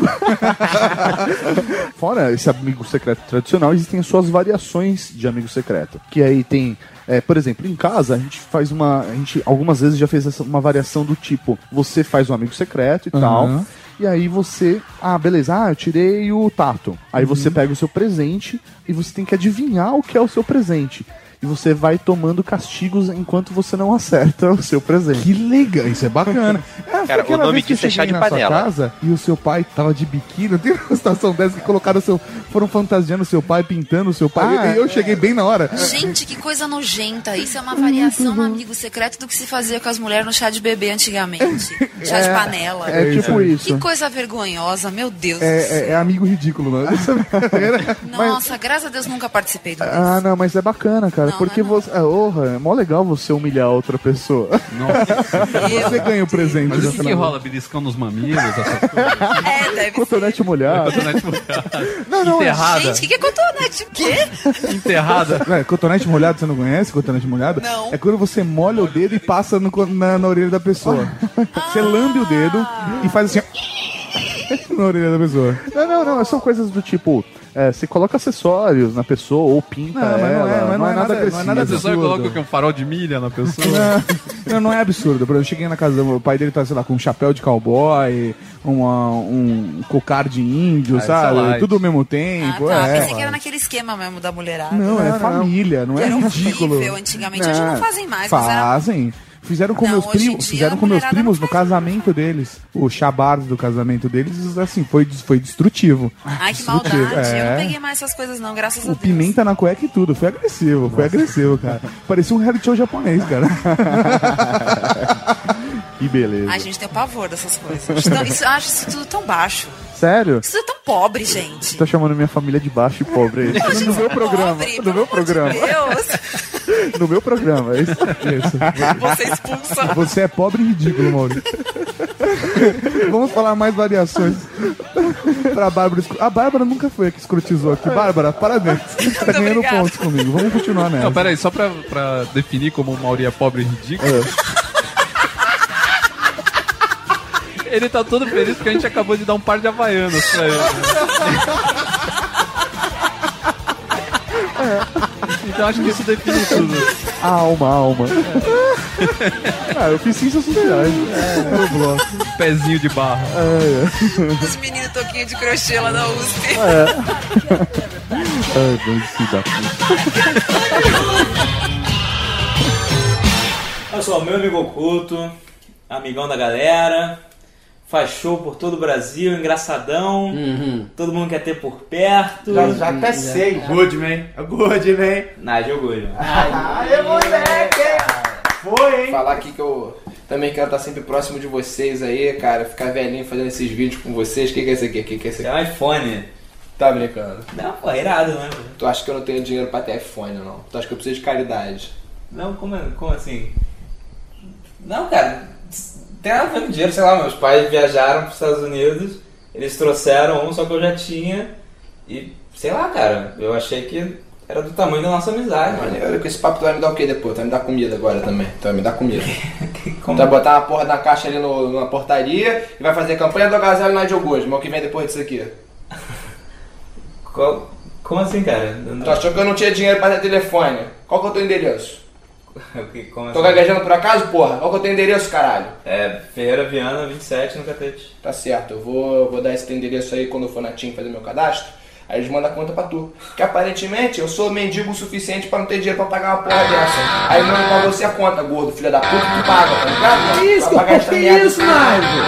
fora esse amigo secreto tradicional, existem as suas variações de amigo secreto. Que aí tem, é, por exemplo, em casa, a gente faz uma. A gente algumas vezes já fez essa- uma variação do tipo: você faz um amigo secreto e tal. Aham. E aí você. Ah, beleza, ah, eu tirei o tato. Aí Uhum. você pega o seu presente e você tem que adivinhar o que é o seu presente. E você vai tomando castigos enquanto você não acerta o seu presente. Que legal, isso é bacana. É, Cara, aquela o nome vez que eu disso é chá cheguei de na sua panela. casa e o seu pai tava de biquíni, tem uma situação dessa que colocaram o seu. Foram fantasiando o seu pai, pintando o seu pai. Ah, e eu cheguei bem na hora. Gente, que coisa nojenta. Isso é uma variação no amigo secreto do que se fazia com as mulheres no chá de bebê antigamente. Chá de panela. É tipo isso. Que coisa vergonhosa, meu Deus. do céu. É, é- é amigo ridículo, mano. Nossa, graças a Deus nunca participei do Ah, não, mas é bacana, cara. Não, porque não é você. É, orra, é mó legal você humilhar outra pessoa. Você ganha o presente. Mas no o que, que final. rola? Beliscão nos mamilos, essas coisas? É, deve ser. Cotonete molhado. Cotonete não, não, enterrada. Gente, o que, que é cotonete? O quê? Enterrada. É, cotonete molhado, você não conhece cotonete molhado? Não. É quando você molha o dedo e passa no co- na, na orelha da pessoa. Ah. Você lambe o dedo e faz assim. ó, na orelha da pessoa. Não, não, não. São coisas do tipo. é, você coloca acessórios na pessoa ou pinta Não, mas não é, ela, mas não é nada- agressivo. não é nada Você só Absurdo. coloca o quê? um farol de milha na pessoa? Não, não é absurdo. Por exemplo, Eu cheguei na casa do meu pai dele, tá, sei lá, com um chapéu de cowboy, uma- um cocar de índio, Ah, sabe? isso é light. Tudo ao mesmo Ah, tempo. tá. é. Pensei que era naquele esquema mesmo da mulherada. Não, é família, não é Ah, Era um ridículo. Né? horrível antigamente. Hoje não fazem mais, mas era- Fazem. Fizeram com Não, meus hoje em primos, dia fizeram a com meus mulherada primos não no casamento deles. O chabar do casamento deles, assim, foi, foi destrutivo. Ai, que maldade. Destrutivo, Eu não é. peguei mais essas coisas, não, graças a O Deus. pimenta na cueca e tudo, foi agressivo, foi agressivo, cara. Parecia um reality show japonês, cara. Que beleza. Ai, gente, tem pavor dessas coisas. Acho tão- isso, acho isso tudo tão baixo. Sério? Isso é tão pobre, Você gente. tá chamando minha família de baixo e é pobre aí. Não, gente, no meu pobre, programa. tá pelo No amor meu de programa. Deus, No meu programa. É isso. você expulsa. Você é pobre e ridículo, Maurício. Vamos falar mais variações pra Bárbara. escro- A Bárbara nunca foi a que escrotizou aqui. Bárbara, parabéns. Você tá ganhando obrigada. pontos comigo. Vamos continuar Não, nessa. peraí, só pra, pra definir como o Mauri é pobre e ridículo. É. Ele tá todo feliz porque a gente acabou de dar um par de havaianas né? pra ele. É. Então acho que isso define tudo. A alma, a alma. ah, eu fiz ciências sociais. É, meu bloco. Pezinho de barra. Os meninos toquinho de crochê lá na USP. Ai, Deus, se dá. Eu sou o meu amigo oculto, amigão da galera, faz show por todo o Brasil, engraçadão, todo mundo quer ter por perto. Já- já até sei. Goodman, Goodman. Nigel Goodman. Aê, moleque! Foi, hein? Falar aqui que eu também quero estar sempre próximo de vocês aí, cara. Ficar velhinho fazendo esses vídeos com vocês. O que, que é isso aqui? O que, que é isso aqui? É um iPhone. Tá brincando? Não, pô, é irado, né? Tu acha que eu não tenho dinheiro pra ter iPhone, não? Tu acha que eu preciso de caridade? Não, como, como assim? Não, cara, Tem nada a ver com dinheiro, sei lá, meus pais viajaram para os Estados Unidos, eles trouxeram um só que eu já tinha e sei lá, cara, eu achei que era do tamanho da nossa amizade. Mano, olha com esse papo tu vai me dar o que depois? Tu vai me dar comida agora também. Tu vai me dar comida. Tu vai botar uma porra da caixa ali no, na portaria e vai fazer campanha do agasalho na Nigel Goodman. O que vem depois disso aqui? Qual, como assim, cara? Tu achou que eu não tinha dinheiro pra ter telefone? Qual que é o teu endereço? Como Tô assim? gaguejando por acaso, porra? Qual que é o teu endereço, caralho? É, Ferreira Viana, 27 no catete. Tá certo, eu vou, eu vou dar esse teu endereço aí quando eu for na TIM fazer meu cadastro. Aí eles mandam a conta pra tu. Que aparentemente eu sou mendigo o suficiente pra não ter dinheiro pra pagar uma porra dessa. Aí manda pra você a conta, gordo, filha da puta, que tu paga, tá ligado? Que isso, Pra pagar que essa que merda. isso, Nigel?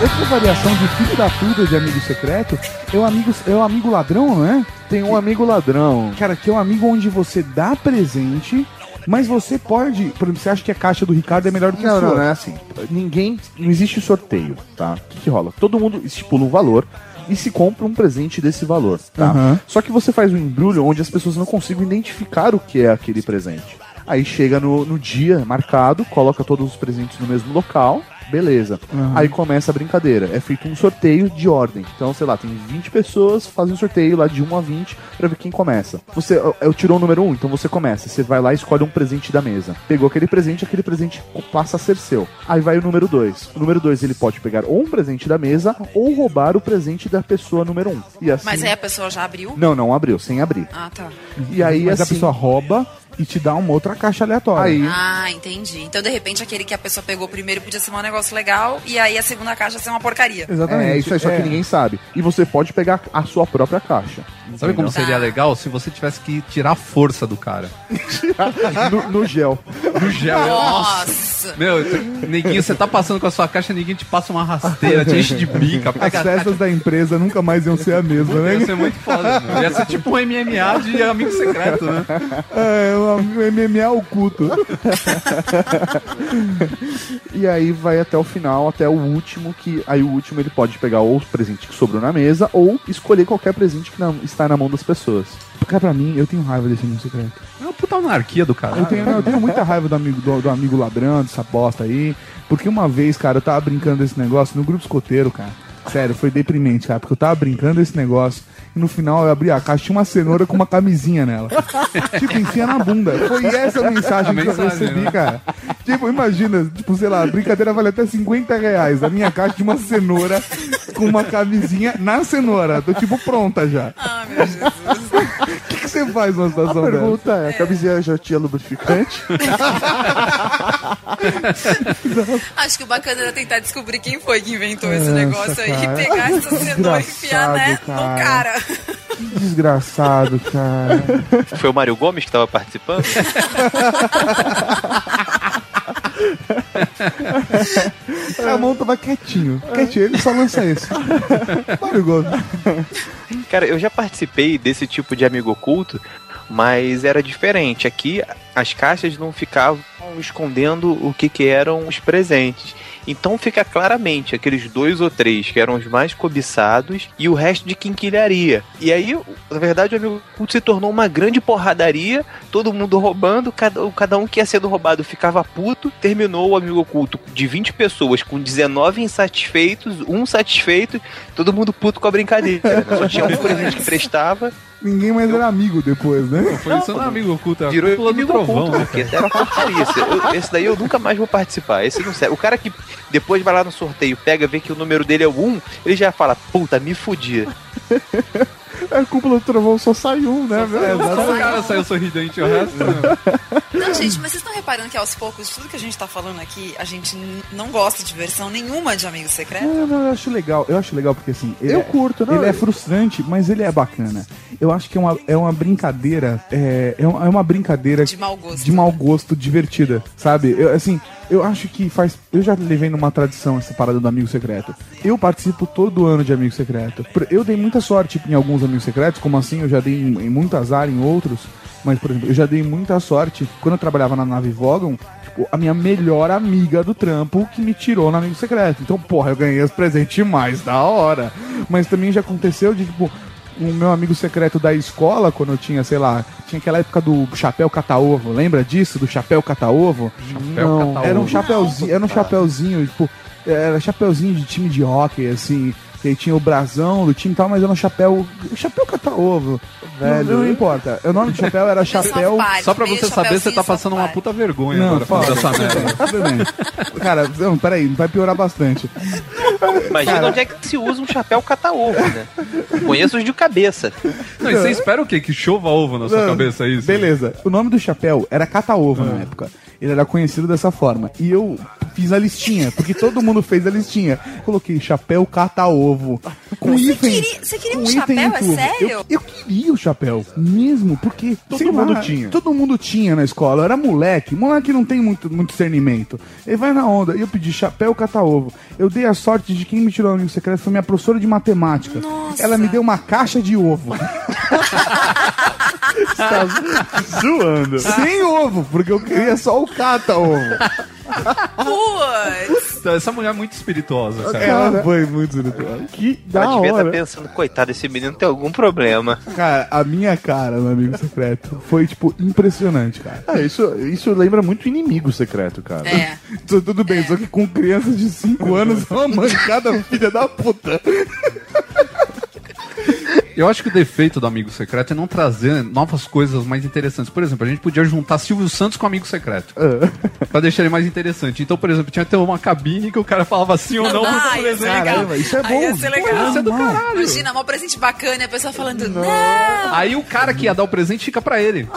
Outra variação de filho da puta de amigo secreto é o amigo, é o amigo ladrão, não é? Tem um amigo ladrão. Cara, que é um amigo onde você dá presente, mas você pode. Por exemplo, você acha que a caixa do Ricardo é melhor do que a Não, sua? não, não é assim. Ninguém. Não existe sorteio, tá? O que, que rola? Todo mundo estipula um valor e se compra um presente desse valor, tá? Aham. Só que você faz um embrulho onde as pessoas não conseguem identificar o que é aquele presente. Aí chega no, no dia marcado, coloca todos os presentes no mesmo local, beleza. Aham. Aí começa a brincadeira. É feito um sorteio de ordem. Então, sei lá, tem 20 pessoas, fazem um sorteio lá de 1 a 20 pra ver quem começa. Você eu- eu tirou o número 1, então você começa. Você vai lá e escolhe um presente da mesa. Pegou aquele presente, aquele presente passa a ser seu. Aí vai o número 2. O número 2 ele pode pegar ou um presente da mesa ou roubar o presente da pessoa número 1. E assim Mas aí a pessoa já abriu? Não, não abriu, sem abrir. Ah, tá. E aí Mas assim- a pessoa rouba e te dá uma outra caixa aleatória. Ah, entendi. Então, de repente, aquele que a pessoa pegou primeiro podia ser um negócio legal e aí a segunda caixa ser uma porcaria. É isso aí, só que ninguém sabe. E você pode pegar a sua própria caixa. Sabe como Entendeu? seria legal se você tivesse que tirar a força do cara? no, no gel. No gel. Meu, neguinho, você tá passando com a sua caixa, ninguém te passa uma rasteira, te enche de bica, As pega festas da empresa nunca mais iam ser a mesma, né? Ia ser muito foda, meu. Ia ser tipo um MMA de amigo secreto, né? É, um MMA oculto. e aí vai até o final, até o último, que aí o último ele pode pegar ou o presente que sobrou na mesa, ou escolher qualquer presente que na- está na mão das pessoas. Cara, pra mim, eu tenho raiva desse amigo secreto. É uma puta anarquia do cara. Eu tenho, não, eu tenho muita raiva do amigo, do, do amigo ladrão, dessa bosta aí. Porque uma vez, cara, eu tava brincando desse negócio no grupo escoteiro, cara. Sério, foi deprimente, cara, porque eu tava brincando desse negócio e no final eu abri a caixa tinha uma cenoura com uma camisinha nela. tipo, enfia na bunda. Foi essa a mensagem que eu Mensagem, recebi, né? cara. Tipo, imagina, tipo, sei lá, a brincadeira vale até 50 reais. A minha caixa de uma cenoura com uma camisinha na cenoura. Tô tipo pronta já. Ah, meu Jesus. O que que você faz numa situação A dessa? pergunta é, a camisinha já tinha lubrificante? Acho que o bacana era tentar descobrir quem foi que inventou esse Essa, negócio aí e cara. pegar essa cenoura e enfiar, né, Desgraçado, no cara. Que desgraçado, cara. Foi o Mário Gomes que tava participando? É. A mão tava quietinho. Quietinho, ele só lança esse. Mário Gomes. Cara, eu já participei desse tipo de amigo oculto, mas era diferente. Aqui as caixas não ficavam escondendo o que, que eram os presentes. Então fica claramente aqueles dois ou três que eram os mais cobiçados e o resto de quinquilharia. E aí, na verdade, o amigo oculto se tornou uma grande porradaria, todo mundo roubando, cada, cada um que ia sendo roubado ficava puto. Terminou o amigo oculto de 20 pessoas com 19 insatisfeitos, um satisfeito, todo mundo puto com a brincadeira. Só tinha um presente que prestava. Ninguém mais era amigo depois, né? Foi isso no amigo oculto. é Virou pulando inimigo trovão, oculto, né, porque era uma porcaria. Esse, eu- esse daí eu nunca mais vou participar. Esse não serve. O cara que depois um, vai lá no sorteio, pega, vê que o número dele é o 1, ele já fala, puta, me fudia. É culpa do trovão, só sai um, né? velho? Só o cara saiu sorridente, o resto. né? Não, gente, mas vocês estão reparando que aos poucos tudo que a gente tá falando aqui, a gente n- não gosta de versão nenhuma de Amigo Secreto? Não, não, eu acho legal. Eu acho legal porque assim. ele Eu é- curto, né? Ele é frustrante, mas ele é bacana. Eu acho que é uma, é uma brincadeira. É, é uma é uma brincadeira. De mau gosto. De mau gosto divertida, sabe? Eu, assim, eu acho que faz. Eu já levei numa tradição essa parada do Amigo Secreto. Eu participo todo ano de Amigo Secreto. Por- Eu dei muita sorte em alguns Amigos Secretos, como assim eu já dei em, em muito azar em outros. Mas, por exemplo, eu já dei muita sorte quando eu trabalhava na nave Vogon. tipo, A minha melhor amiga do trampo que me tirou no amigo secreto. Então, porra, eu ganhei os presentes mais da hora. Mas também já aconteceu de, tipo, o meu amigo secreto da escola, quando eu tinha, sei lá, tinha aquela época do chapéu cata-ovo, lembra disso? Do chapéu cata-ovo? Não, cata-ovo. era um chapéuzinho, era um chapéuzinho, tipo, era chapéuzinho de time de hockey, assim, que aí tinha o brasão do time e tal, mas era um chapéu, chapéu cata-ovo, velho. Não, não importa, o nome do chapéu era chapéu... Só pra você saber, você tá passando uma puta vergonha Não, agora fala. falando dessa merda. Tudo bem. Cara, não, peraí, vai piorar bastante. Imagina Cara. onde é que se usa um chapéu cata-ovo, né? Conheço os de cabeça. Não, e você espera o quê? Que chova ovo na sua Não, cabeça, é isso? Ah. Beleza. O nome do chapéu era cata-ovo na época. Ele era conhecido dessa forma. E eu fiz a listinha, porque todo mundo fez a listinha. Coloquei chapéu cata-ovo. Com Você item. queria- você queria um com item chapéu? em É tudo. sério? Eu, eu queria o chapéu, mesmo, porque Todo sei lá, mundo tinha. Todo mundo tinha na escola. Eu era moleque. Moleque não tem muito, muito discernimento. Ele vai na onda. E eu pedi chapéu cata-ovo. Eu dei a sorte de quem me tirou o amigo secreto foi minha professora de matemática. Ela me deu uma caixa de ovo. Tá zo- zoando. Sem ovo, porque eu queria só o cata-ovo. Putz! Então, Essa mulher é muito espirituosa, cara. Ela foi muito espiritual. Que da Ela devia hora. estar pensando, coitado, esse menino tem algum problema. Cara, a minha cara no Amigo Secreto foi, tipo, impressionante, cara. É, isso, isso lembra muito inimigo secreto, cara. É. Tu- Tudo bem, só que com crianças de 5 anos é uma mancada filha da puta. Eu acho que o defeito do Amigo Secreto é não trazer novas coisas mais interessantes. Por exemplo, a gente podia juntar Silvio Santos com Amigo Secreto. É. Pra deixar ele mais interessante. Então, por exemplo, tinha até uma cabine que o cara falava sim ou não Ah, pro ia ser desenho. legal. Caramba, isso é Aí ia ser legal. Isso é do caralho. Imagina, mó presente bacana e a pessoa falando, não! Aí o cara que ia dar o presente fica pra ele.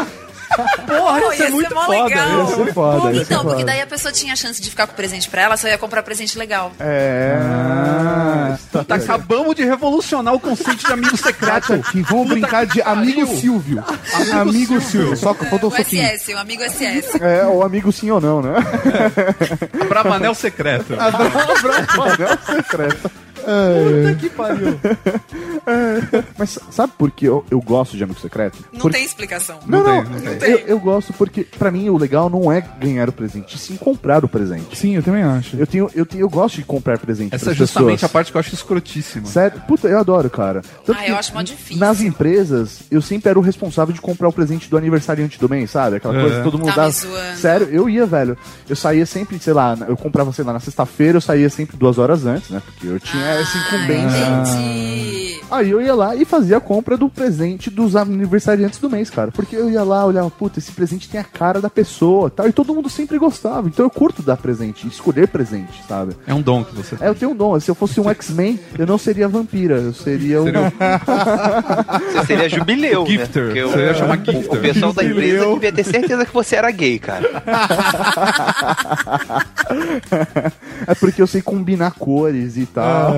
Porra, isso Pô, é ia ser muito mó foda, legal. ia ser foda, Pô, ia ser então, foda. porque daí a pessoa tinha a chance de ficar com o presente pra ela, só ia comprar presente legal. É. Ah. Puta, acabamos de revolucionar o conceito de amigo secreto. aqui, vamos brincar de amigo Silvio. Amigo, Silvio. só que faltou O o soquinho. SS, o amigo SS. É, ou amigo sim ou não, né? Bravanel secreto. Ah, Bravanel é secreto. Puta que pariu. É. Mas sabe por que eu, eu gosto de Amigo Secreto? Não Por- tem explicação. Não, não, Eu, eu gosto porque, pra mim, o legal não é ganhar o presente, e sim comprar o presente. um Sim, eu também acho. Eu, tenho, eu, tenho, eu gosto de comprar presente Essa é pras justamente pessoas. a parte que eu acho escrotíssima. Sério, puta, eu adoro, cara. Ah, que eu acho mó difícil. Nas empresas, eu sempre era o responsável de comprar o presente do aniversariante do mês, sabe? Aquela É. coisa que todo mundo Tá dá. me zoando. Sério, eu ia, velho. Eu saía sempre, sei lá, eu comprava, sei lá, na sexta-feira, eu saía sempre duas horas antes, né? Porque eu tinha essa incumbência. Ah, Entendi. Aí eu ia lá e fazia a compra do presente dos aniversariantes do mês, cara. Porque eu ia lá, olhava, puta, esse presente tem a cara da pessoa tal. E todo mundo sempre gostava. Então eu curto dar presente, escolher presente, sabe? É um dom que você É, eu tenho um dom. Se eu fosse um X-Men, eu não seria vampira. Eu seria um. Seria Você seria jubileu, né? Gifter. Porque Você ia o, chamar o- Gifter. o pessoal da empresa Jubileu. devia ter certeza que você era gay, cara. é porque eu sei combinar cores e É. Ah. tal.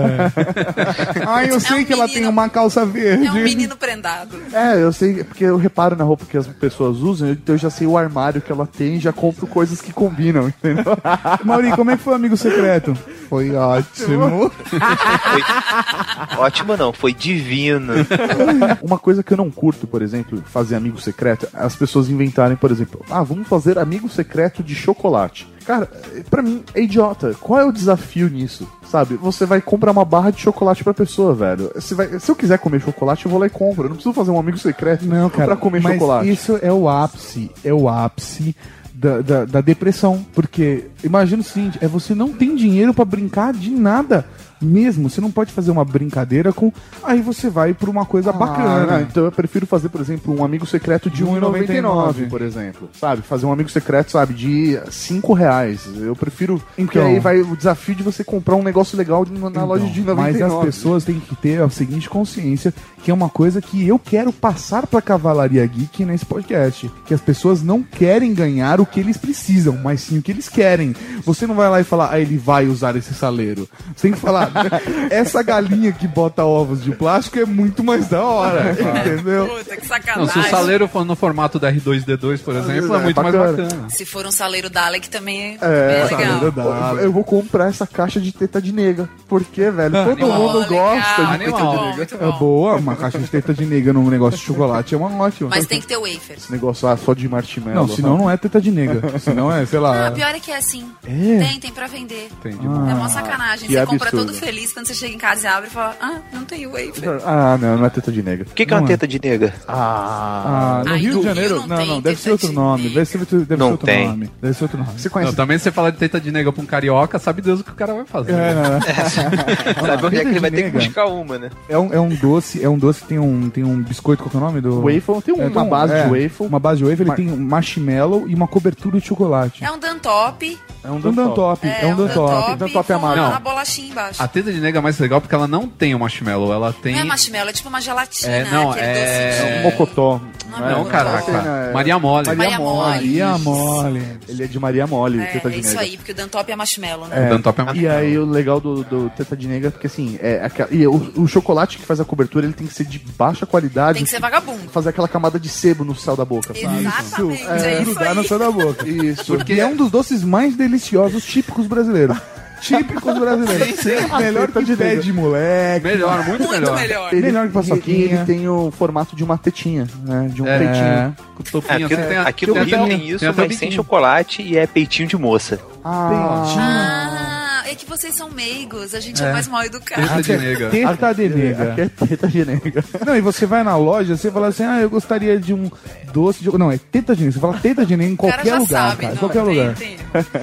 Ai, eu sei um que ela menino. tem uma calça verde. É um menino prendado. É, eu sei, é porque eu reparo na roupa que as pessoas usam, então eu já sei o armário que ela tem e já compro coisas que combinam, entendeu? Mauri, como é que foi o amigo secreto? Foi ótimo. Ótimo não, foi divino. Uma coisa que eu não curto, por exemplo, fazer amigo secreto, é as pessoas inventarem, por exemplo, ah, vamos fazer amigo secreto de chocolate. Cara, pra mim é idiota. Qual é o desafio nisso? Sabe? Você vai comprar uma barra de chocolate pra pessoa, velho. Se, vai- se eu quiser comer chocolate, eu vou lá e compro. Eu não preciso fazer um amigo secreto Não, cara, pra comer mas chocolate. isso é o ápice, é o ápice da, da, da depressão. Porque imagina o seguinte, é você não tem dinheiro pra brincar de nada. mesmo, você não pode fazer uma brincadeira com. Aí você vai pra uma Ah, coisa bacana. não, então eu prefiro fazer, por exemplo, um amigo secreto de De 1,99, por exemplo. Sabe? Fazer um amigo secreto, sabe, de 5 reais. Eu prefiro. Porque Então. aí vai o desafio de você comprar um negócio legal na Então, loja de 99. Mas as pessoas têm que ter a seguinte consciência, que é uma coisa que eu quero passar pra Cavalaria Geek nesse podcast, que as pessoas não querem ganhar o que eles precisam, mas sim o que eles querem. Você não vai lá e falar, ah, ele vai usar esse saleiro. Você tem que falar, "Né, essa galinha que bota ovos de plástico é muito mais da hora, É entendeu? Puta, que Não, se o sacanagem. saleiro for no formato da R2D2, Ah, por exemplo, é, é muito mais bacana. bacana. Se for um saleiro Dalek também é, É, legal. eu, eu vou comprar essa caixa de teta de nega. Porque, velho, todo Animal. mundo gosta de Animal, teta de bom, nega. É boa, uma caixa de teta de nega num negócio de chocolate é uma ótima. Mas tem que ter wafer. Esse negócio ah, só de marshmallow. Não, senão não é teta de nega. Senão é, sei lá. Ah, pior é que é assim. É? Tem, tem pra vender. Entendi. é uma Ah, sacanagem. que Você compra absurdo. todo feliz, quando você chega em casa e abre e fala, ah, não tem wafer. Ah, não, não é teta de nega. O que, que é uma teta de nega? Ah, Ah, no Rio de Janeiro? Não, não, deve ser outro nome. Deve ser, outro- deve Não ser outro tem. nome. Deve ser outro nome. Você Não, também se você falar de teta de nega pra um carioca, sabe Deus o que o cara vai fazer. né? É, não, Sabe onde é que ele vai ter que Nega. buscar uma, né? É um, é um doce, é um doce que tem um, tem um biscoito, qual que é um- o nome do... Waffle, tem uma base de waffle. Uma base de waffle, Mar- ele tem um marshmallow e uma cobertura de chocolate. É um Dantop. É um Dantop, é um Dantop. Dantop com amargo. uma Não. bolachinha embaixo. A teta de nega é mais legal porque ela não tem o marshmallow, ela tem. Não é marshmallow, é tipo uma gelatina. É, não, aquele é. docinho. Mocotó. Não, é Não, mocotó. né? caraca. Maria Mole. Maria Mole. Maria Mole. Ele é de Maria Mole, É, teta de é isso nega. aí, porque o Dantop é marshmallow, né? É, Dantop é e aí o legal do, do teta de nega é porque assim, é aquela- e o, o chocolate que faz a cobertura, ele tem que ser de baixa qualidade. Tem que ser vagabundo. Fazer aquela camada de sebo no céu da boca, sabe? Exatamente, É, é isso grudar aí. na sua da boca. Isso. Porque é um dos doces mais deliciosos, típicos brasileiros. Típicos brasileiros. Melhor que de pé de moleque. Melhor, muito Muito é melhor. melhor. Melhor, que paçoquinha. E ele tem o formato de uma tetinha, né? De um É. peitinho. Com É, topinha. aqui, assim, tem a- aqui no tem até Rio um- tem isso, até um mas sem biquinho. chocolate e é peitinho de moça. Ah, é que vocês são meigos, a gente é, É. mais mal Teta educado. de nega. Ah. Teta de nega. Aqui é teta de nega. Não, e você vai na loja, você fala assim, ah, eu gostaria de um doce de... Não, é teta de nega. Você fala teta de nega em O cara qualquer já lugar, sabe, cara. não, qualquer tem- lugar. tem.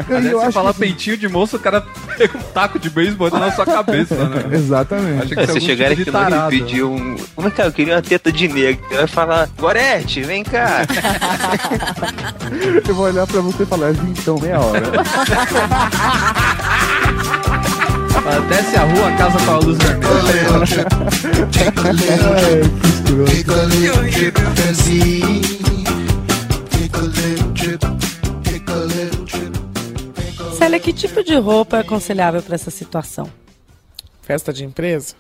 Eu- Aliás, eu você acho falar que- peitinho de moço, o cara pega um taco de beisebol na sua cabeça, né? Exatamente. Acho que isso É, é se algum chegar tipo aqui de no Rio e tarado. pedir um. Como é que é? Eu queria uma teta de nega. Ele vai falar, Gorete, vem cá. Eu vou olhar pra você e falar, é então meia hora. Ela Desce a rua, a casa com a luz vermelha. Take a little trip and see. Take a little trip. Take a little trip. Célia, que tipo de roupa é aconselhável para essa situação? Festa de empresa?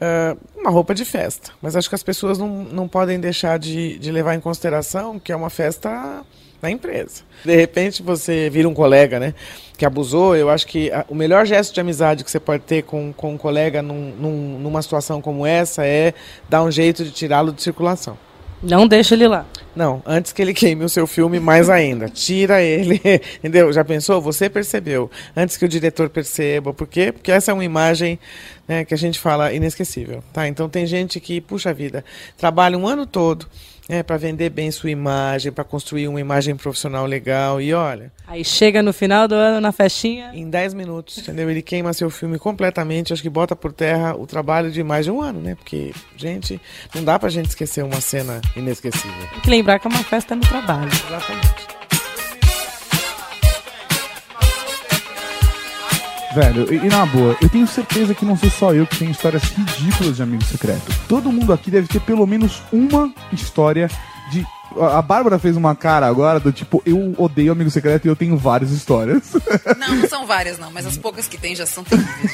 Ah, uma roupa de festa. Mas acho que as pessoas não, não podem deixar de, de levar em consideração que é uma festa na empresa. De repente você vira um colega, né? Que abusou. Eu acho que a- o melhor gesto de amizade que você pode ter com, com um colega num- num- numa situação como essa é dar um jeito de tirá-lo de circulação. Não deixa ele lá. Não, antes que ele queime o seu filme, mais ainda. Tira ele, entendeu? Já pensou? Você percebeu. Antes que o diretor perceba. Por quê? Porque essa é uma imagem né, que a gente fala inesquecível. Tá? Então tem gente que, puxa vida, trabalha um ano todo né, para vender bem sua imagem, para construir uma imagem profissional legal. E olha, Aí chega no final do ano, na festinha. em 10 minutos, entendeu? Ele queima seu filme completamente, acho que bota por terra o trabalho de mais de um ano, né? Porque, gente, não dá pra gente esquecer uma cena inesquecível. Tem que lembrar que é uma festa no trabalho. Velho, e e na boa, eu tenho certeza que não sou só eu que tenho histórias ridículas de amigo secreto. Todo mundo aqui deve ter pelo menos uma história de. A a Bárbara fez uma cara agora do tipo, eu odeio amigo secreto e eu tenho várias histórias. Não, não são várias não, mas as poucas que tem já são terríveis.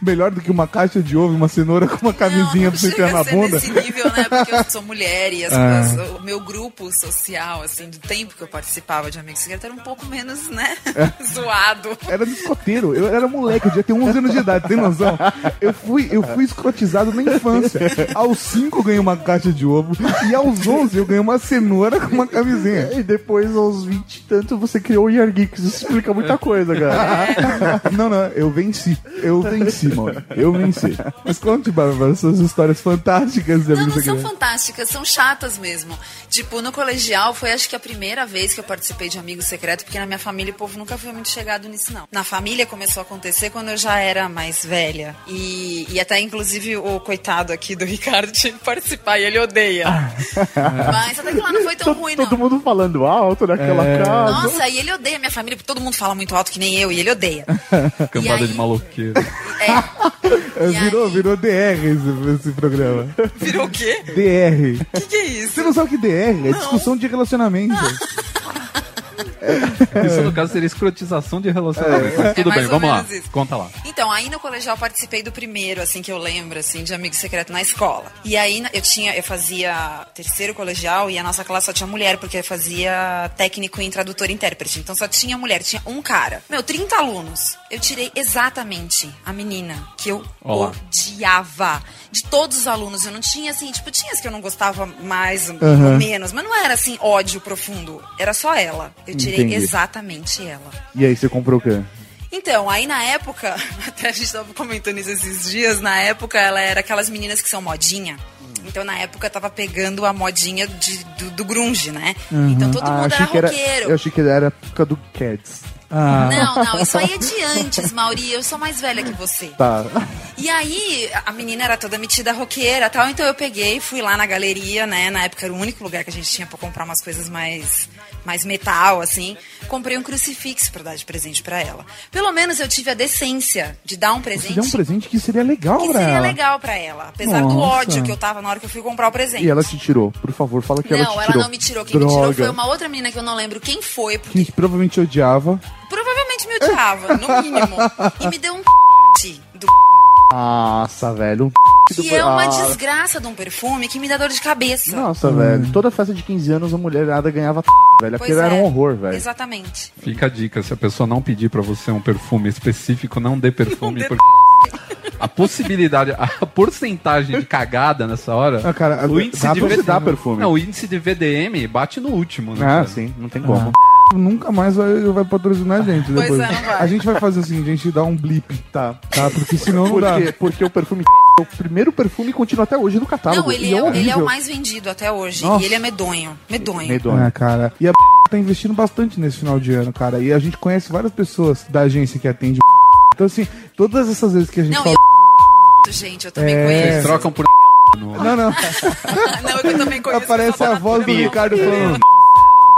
Melhor do que uma caixa de ovo, e uma cenoura com uma camisinha pra você enfiar Chega na a ser bunda. nesse nível, né? Porque eu sou mulher e as- Ah. as- o meu grupo social, assim, do tempo que eu participava de Amigo Secreto era um pouco menos, né? É. Zoado. Era discoteiro, eu era moleque, eu devia ter 11 anos de idade, tem noção? Eu fui, eu fui escrotizado na infância. Aos 5 eu ganhei uma caixa de ovo e aos 11 11, eu ganhei uma cenoura com uma camisinha. E depois, aos 20 e tanto, você criou o Year Geeks. Isso explica muita coisa, cara. Não, não, eu venci. Eu venci, mano. Eu venci. Mas conte, Bárbara, suas histórias fantásticas de Não, não Amigo são Secreto. fantásticas, são chatas mesmo. Tipo, no colegial foi acho que a primeira vez que eu participei de Amigo Secreto, porque na minha família o povo nunca foi muito chegado nisso, não. Na família começou a acontecer quando eu já era mais velha. E, e até, inclusive, o coitado aqui do Ricardo tinha que participar e ele odeia. Mas até que lá não foi tão ruim, não. Todo mundo falando alto naquela É. casa. Nossa, e ele odeia minha família, porque todo mundo fala muito alto que nem eu, e ele odeia. Cambada de maloqueiro. É, virou, virou DR esse, esse programa. Virou o quê? DR. O que, é isso? Você não sabe o que DR é? Discussão de relacionamento. Ah. Isso, no caso, seria escrotização de relacionamento. É. Mas tudo É mais bem, ou vamos lá. menos isso. Conta lá. Então, aí no colegial eu participei do primeiro, assim, que eu lembro, assim, de amigo secreto na escola. E aí na- eu tinha, eu fazia terceiro colegial e a nossa classe só tinha mulher, porque eu fazia técnico em tradutor e intérprete. Então só tinha mulher, tinha um cara. Meu, 30 alunos. Eu tirei exatamente a menina que eu Olá. odiava. De todos os alunos, eu não tinha, assim, tipo, tinha as que eu não gostava mais ou Aham. menos, mas não era, assim, ódio profundo. Era só ela. Eu tirei Entendi. exatamente ela. E aí, você comprou o quê? Então, aí na época, até a gente tava comentando isso esses dias, na época ela era aquelas meninas que são modinha. Então, na época, tava pegando a modinha de- do, do grunge, né? Então, todo Ah, mundo achei era que era- roqueiro. eu achei que era a época do Cats. Não, não, isso aí é de antes, Mauri. Eu sou mais velha que você. Tá. E aí, a menina era toda metida roqueira e tal, então eu peguei, fui lá na galeria, né? Na época era o único lugar que a gente tinha pra comprar umas coisas mais, mais metal, assim. Comprei um crucifixo pra dar de presente pra ela. Pelo menos eu tive a decência de dar um Você presente deu um presente que seria legal que pra seria ela. legal pra ela. Apesar do Nossa. ódio que eu tava na hora que eu fui comprar o presente. E ela te tirou. Por favor, fala que ela te Não, tirou. ela não me tirou. Quem me tirou Droga. foi uma outra menina que eu não lembro quem foi, porque Que provavelmente odiava. provavelmente me odiava, no mínimo. E me deu um do Nossa, velho. um que é uma Ah, desgraça de um perfume que me dá dor de cabeça. Nossa, Hum. velho. Toda festa de 15 anos a mulherada ganhava t- velho. Pois Aquilo era é. um horror, velho. Exatamente. Fica a dica, se a pessoa não pedir pra você um perfume específico, não dê perfume. porque a possibilidade, a porcentagem de cagada nessa hora, Ah, cara, o índice dá de pra você VDM, dar perfume. Não, o índice de VDM bate no último, né? Ah, cara? sim, não tem como. Ah. Nunca mais vai, vai patrocinar a Ah, gente Pois depois. é, não vai. A gente vai fazer o seguinte, a gente dá um blip. Tá. Tá, porque senão não dá. Porque, porque o perfume é o primeiro perfume e continua até hoje no catálogo. Não, ele e é, é, o- ele é horrível. o mais vendido até hoje. Nossa. E ele é medonho. Medonho. Ah, cara. E a p... tá investindo bastante nesse final de ano, cara. E a gente conhece várias pessoas da agência que atende p***. Então, assim, todas essas vezes que a gente Não, fala. e o gente, eu também É. conheço. Vocês trocam por Não, não. não, é eu também conheço. Aparece a voz do Ricardo falando.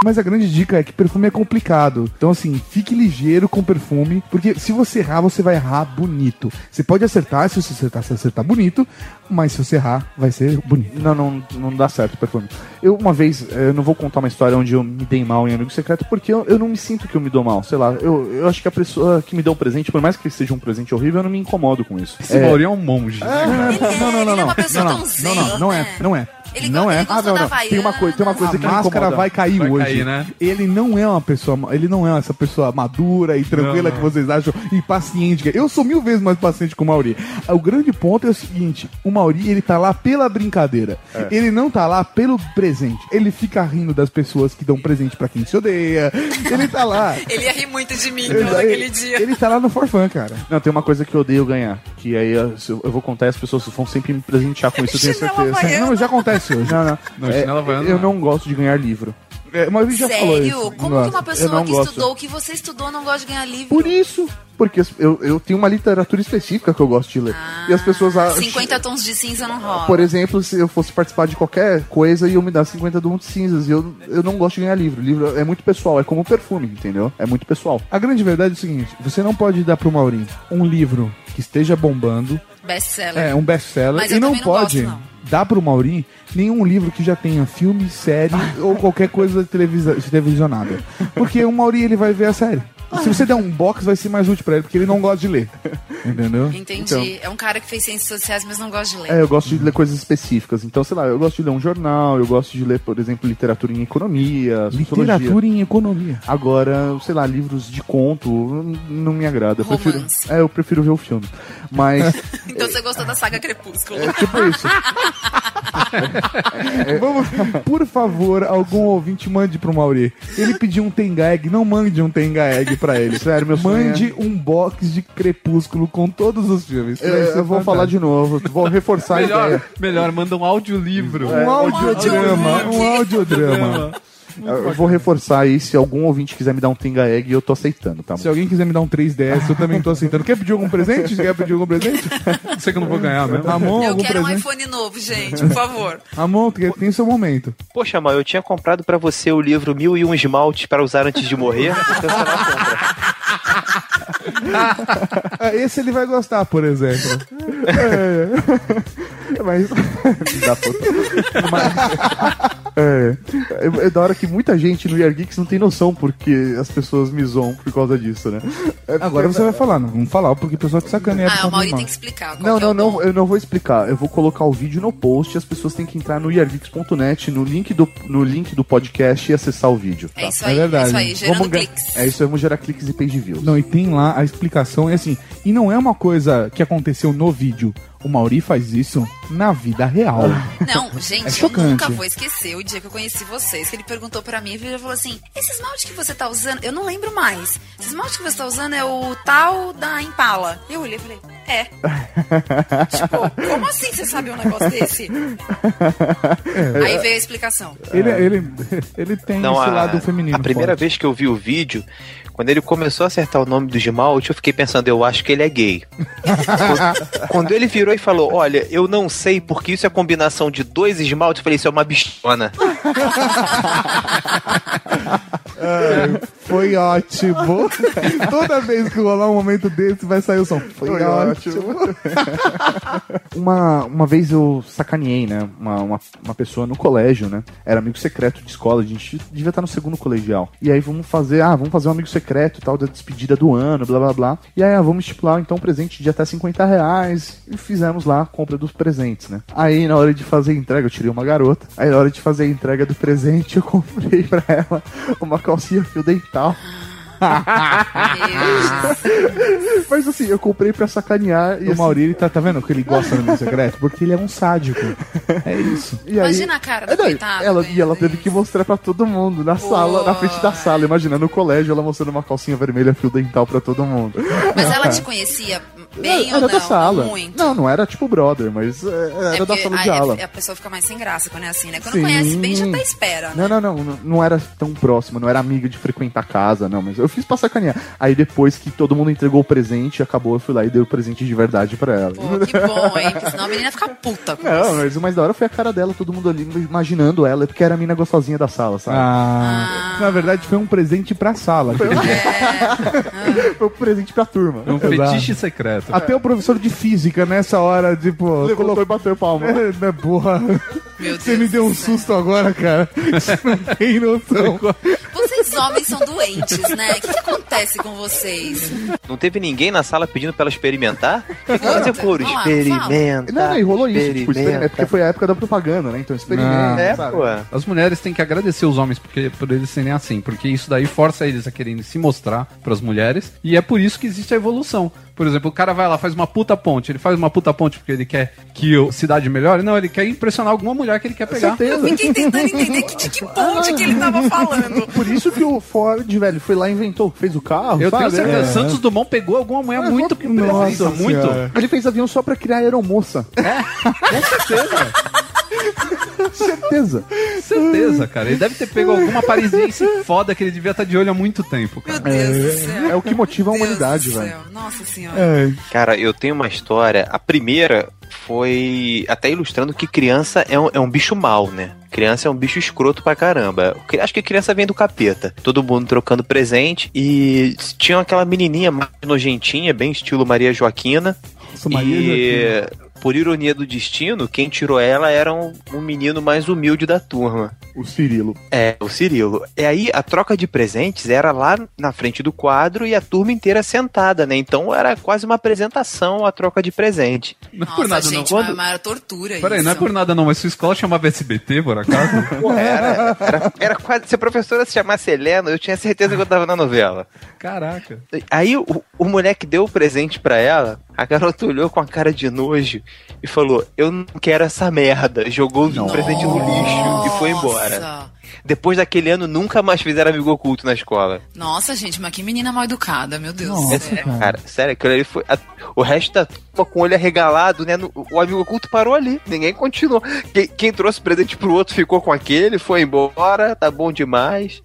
Mas a grande dica é que perfume é complicado. Então, assim, fique ligeiro com perfume, porque se você errar, você vai errar bonito. Você pode acertar, se você acertar, você acertar bonito, mas se você errar, vai ser bonito. Não, não, não dá certo o perfume. Eu, uma vez, eh, eu não vou contar uma história onde eu me dei mal em Amigo Secreto, porque eu, eu não me sinto que eu me dou mal. Sei lá, eu, eu acho que a pessoa que me deu um presente, por mais que seja um presente horrível, eu não me incomodo com isso. Esse Mauri é um monge. é, Não, não, não, não. pessoa não, tão não, não, zen, não, não é, não é. Ele não go- é. ele gostou da Havaiana. Tem uma coisa, tem uma coisa A que me máscara incomoda. vai cair vai hoje. Cair, né? Ele não é uma pessoa, ma- ele não é essa pessoa madura e tranquila Não, não. que vocês acham e paciente. é. Eu sou mil vezes mais paciente que o Mauri. O grande ponto é o seguinte: o Mauri ele tá lá pela brincadeira. É. Ele não tá lá pelo presente. Ele fica rindo das pessoas que dão presente pra quem se odeia. Ele tá lá. é. Ele ia rir muito de mim Ele- naquele dia. Ele tá lá no forfã, cara. Não, tem uma coisa que eu odeio ganhar. Que aí eu, se eu- eu vou contar e as pessoas vão sempre me presentear com isso, eu tenho Chinela certeza. havaiana. Não, já acontece hoje. Não, não. Não, É, chinela havaiana eu não não gosto de ganhar livro. É, mas a gente já falou isso. Sério? Como Não que uma gosto. Eu pessoa não que gosto. estudou o que você estudou não gosta de ganhar livro? Por isso. Porque as- eu, eu tenho uma literatura específica que eu gosto de ler. Ah. e as pessoas acham. 50 tons de cinza não rola. Por exemplo, se eu fosse participar de qualquer coisa e eu me dar 50 dons de cinzas, e eu, eu não gosto de ganhar livro. Livro é muito pessoal, é como perfume, entendeu? É muito pessoal. A grande verdade é o seguinte: você não pode dar pro Maurinho um livro que esteja bombando, Best-seller. é um best-seller, Mas e eu não também não pode gosto, dar pro Maurinho nenhum livro que já tenha filme, série ou qualquer coisa televisa- televisionada. Porque o Maurinho ele vai ver a série. E se você der um box, vai ser mais útil pra ele, porque ele não gosta de ler. Entendeu? Entendi. É um cara que fez ciências sociais, mas não gosta de ler. É, eu gosto de ler coisas específicas. Então, sei lá, eu gosto de ler um jornal, eu gosto de ler, por exemplo, literatura em economia, sociologia. Literatura em economia. Agora, sei lá, livros de conto n- não me agrada. Eu prefiro, Romance. é, eu prefiro ver o filme. Mas Então você gostou da saga Crepúsculo. é tipo isso. Vamos, por favor, algum ouvinte mande pro Mauri. Ele pediu um Tenga Egg, não mande um Tenga Egg pra ele. Sério, meu sonho é- Mande um box de Crepúsculo com todos os filmes. Eu- eu vou falar de novo, vou reforçar é. Melhor, melhor, manda um audiolivro. Um audiodrama, um audiodrama. Eu vou reforçar aí, se algum ouvinte quiser me dar um Tinga Egg, eu tô aceitando, tá? Se alguém quiser me dar um 3DS, eu também tô aceitando. Quer pedir algum presente? Quer pedir algum presente? Sei que eu não vou ganhar né? É. mesmo. Ramon, Eu algum quero um presente? iPhone novo, gente, por favor. Ramon, tem- tem seu momento. Poxa, Mal, eu tinha comprado pra você o livro Mil e Um Esmaltes para usar antes de morrer. Você só não compra. Ah, Esse ele vai gostar, por exemplo. É. Mas. Filho da puta. Mas- É, é, é da hora que muita gente no Year Geeks não tem noção porque as pessoas me zoam por causa disso, né? É Agora você vai falar, não vamos falar, porque o pessoal tá né? que sacaneia. Ah, por o Mauri conta tem do que é explicar. Não, não, não, eu não vou explicar. Eu vou colocar o vídeo no post, as pessoas têm que entrar no yargeeks.net, no link do no link do podcast e acessar o vídeo. tá? É isso aí, é isso aí, gerando Vamos ga- cliques. É isso, aí, vamos gerar cliques e page views. Não, e tem lá a explicação, é assim, e não é uma coisa que aconteceu no vídeo. O Mauri faz isso na vida real. Ah. Não, gente, É eu chocante. nunca vou esquecer o dia que eu conheci vocês, que ele perguntou pra mim, e ele falou assim, esse esmalte que você tá usando, eu não lembro mais, esse esmalte que você tá usando é o tal da Impala. Eu olhei e falei, é, tipo, como assim você sabe um negócio desse? Aí veio a explicação. Ele, ele, ele tem Não, esse Então, a, lado feminino. a primeira forte. vez que eu vi o vídeo, quando ele começou a acertar o nome do esmalte, eu fiquei pensando, eu acho que ele é gay. Quando- quando ele virou e falou, olha, eu não sei porque isso é combinação de dois esmaltes, eu falei, isso é uma bichona. É, foi ótimo. Toda vez que rolar um momento desse, vai sair o som. Foi, Foi ótimo. Uma, uma vez eu sacaneei, né? Uma, uma, uma pessoa no colégio, né? Era amigo secreto de escola, a gente devia estar no segundo colegial. E aí vamos fazer, ah, vamos fazer um amigo secreto e tal, da despedida do ano, blá blá blá. E aí ah, vamos estipular então um presente de até 50 reais. E fizemos lá a compra dos presentes, né? Aí na hora de fazer a entrega, eu tirei uma garota. Aí na hora de fazer a entrega do presente, eu comprei pra ela uma calcinha fio dental. Mas assim, eu comprei pra sacanear e O assim, Mauri, ele tá, tá vendo que ele gosta do meu secreto? Porque ele é um sádico. É isso. E aí- Imagina a cara do É, não, coitado, né? Ela, e ela teve que mostrar pra todo mundo, na sala, na frente da sala. Imagina, no colégio, ela mostrando uma calcinha vermelha fio dental pra todo mundo. Mas ela te conhecia bem Era ou não? da sala. Muito. Não, não era tipo brother, mas é, era da porque sala a- de aula. A, a pessoa fica mais sem graça quando é assim, né? Quando Sim. conhece bem, já tá à espera, né? Não, não, não, não, não era tão próximo, não era amigo de frequentar casa, não, mas eu fiz pra sacanear. Aí depois que todo mundo entregou o presente, acabou, eu fui lá e dei o presente de verdade pra ela. Que bom, hein? Porque senão a menina fica puta. com Não, né? mas o mais da hora foi a cara dela, todo mundo ali imaginando ela, é porque era a mina gostosinha da sala, sabe? Ah, Na verdade, foi um presente pra sala. É. Foi um presente pra turma. É um fetiche secreto. Até o professor de física, nessa hora, tipo. Levantou e bateu palma. É, né, porra. Você me deu um susto agora, cara. Você não tem noção. Vocês homens são doentes, né? O que, que acontece com vocês? Não teve ninguém na sala pedindo pra ela experimentar? Tem que fazer coro, Vamos lá, vamos lá. experimenta. Não, não, e rolou isso, tipo, experimenta. experimenta, porque foi a época da propaganda, né? Então experimenta. Ah. É, sabe? pô. As mulheres têm que agradecer os homens porque, por eles serem assim, porque isso daí força eles a quererem se mostrar pras mulheres, e é por isso que existe a evolução. Por exemplo, o cara vai lá, faz uma puta ponte, ele faz uma puta ponte porque ele quer que a cidade melhore, não, ele quer impressionar alguma mulher que ele quer pegar. certeza. Eu fiquei tentando entender que, de que ponte que ele tava falando. Por isso que o Ford, velho, foi lá e inventou, fez o carro. Eu tenho sabe? certeza, É. Santos Dumont pegou alguma mulher Ah, muito vou- nossa, muito. Senhora. Ele fez avião só pra criar aeromoça. com certeza. certeza. Certeza, cara. Ele deve ter pego alguma parisiense foda que ele devia estar de olho há muito tempo, cara. É, é o que motiva a humanidade, É. velho. Nossa senhora. Cara, eu tenho uma história. A primeira foi até ilustrando que criança é um, é um bicho mau, né? Criança é um bicho escroto pra caramba. Cri- Acho que criança vem do capeta. Todo mundo trocando presente. E tinha aquela menininha mais nojentinha, bem estilo Maria Joaquina. Maria e... Por ironia do destino, quem tirou ela era um, um menino mais humilde da turma. O Cirilo. É, o Cirilo. E aí a troca de presentes era lá na frente do quadro e a turma inteira sentada, né? Então era quase uma apresentação a troca de presente. Não é Nossa, por nada, gente, não. uma, uma tortura Peraí, isso. não é por nada, não, mas sua escola chamava SBT, por acaso? Pô, era, era, era quase. Se a professora se chamasse Helena, eu tinha certeza que eu tava na novela. Caraca. Aí o, o moleque deu o presente pra ela, a garota olhou com a cara de nojo e falou: Eu não quero essa merda. Jogou o presente no lixo e foi embora. Depois daquele ano, nunca mais fizeram amigo oculto na escola. Nossa, gente, mas que menina mal educada, meu Deus. É sério, cara, sério, aquilo ali foi. a- o resto da turma com o olho arregalado, né? no- o amigo oculto parou ali, ninguém continuou. Quem, quem trouxe presente pro outro ficou com aquele, foi embora, tá bom demais.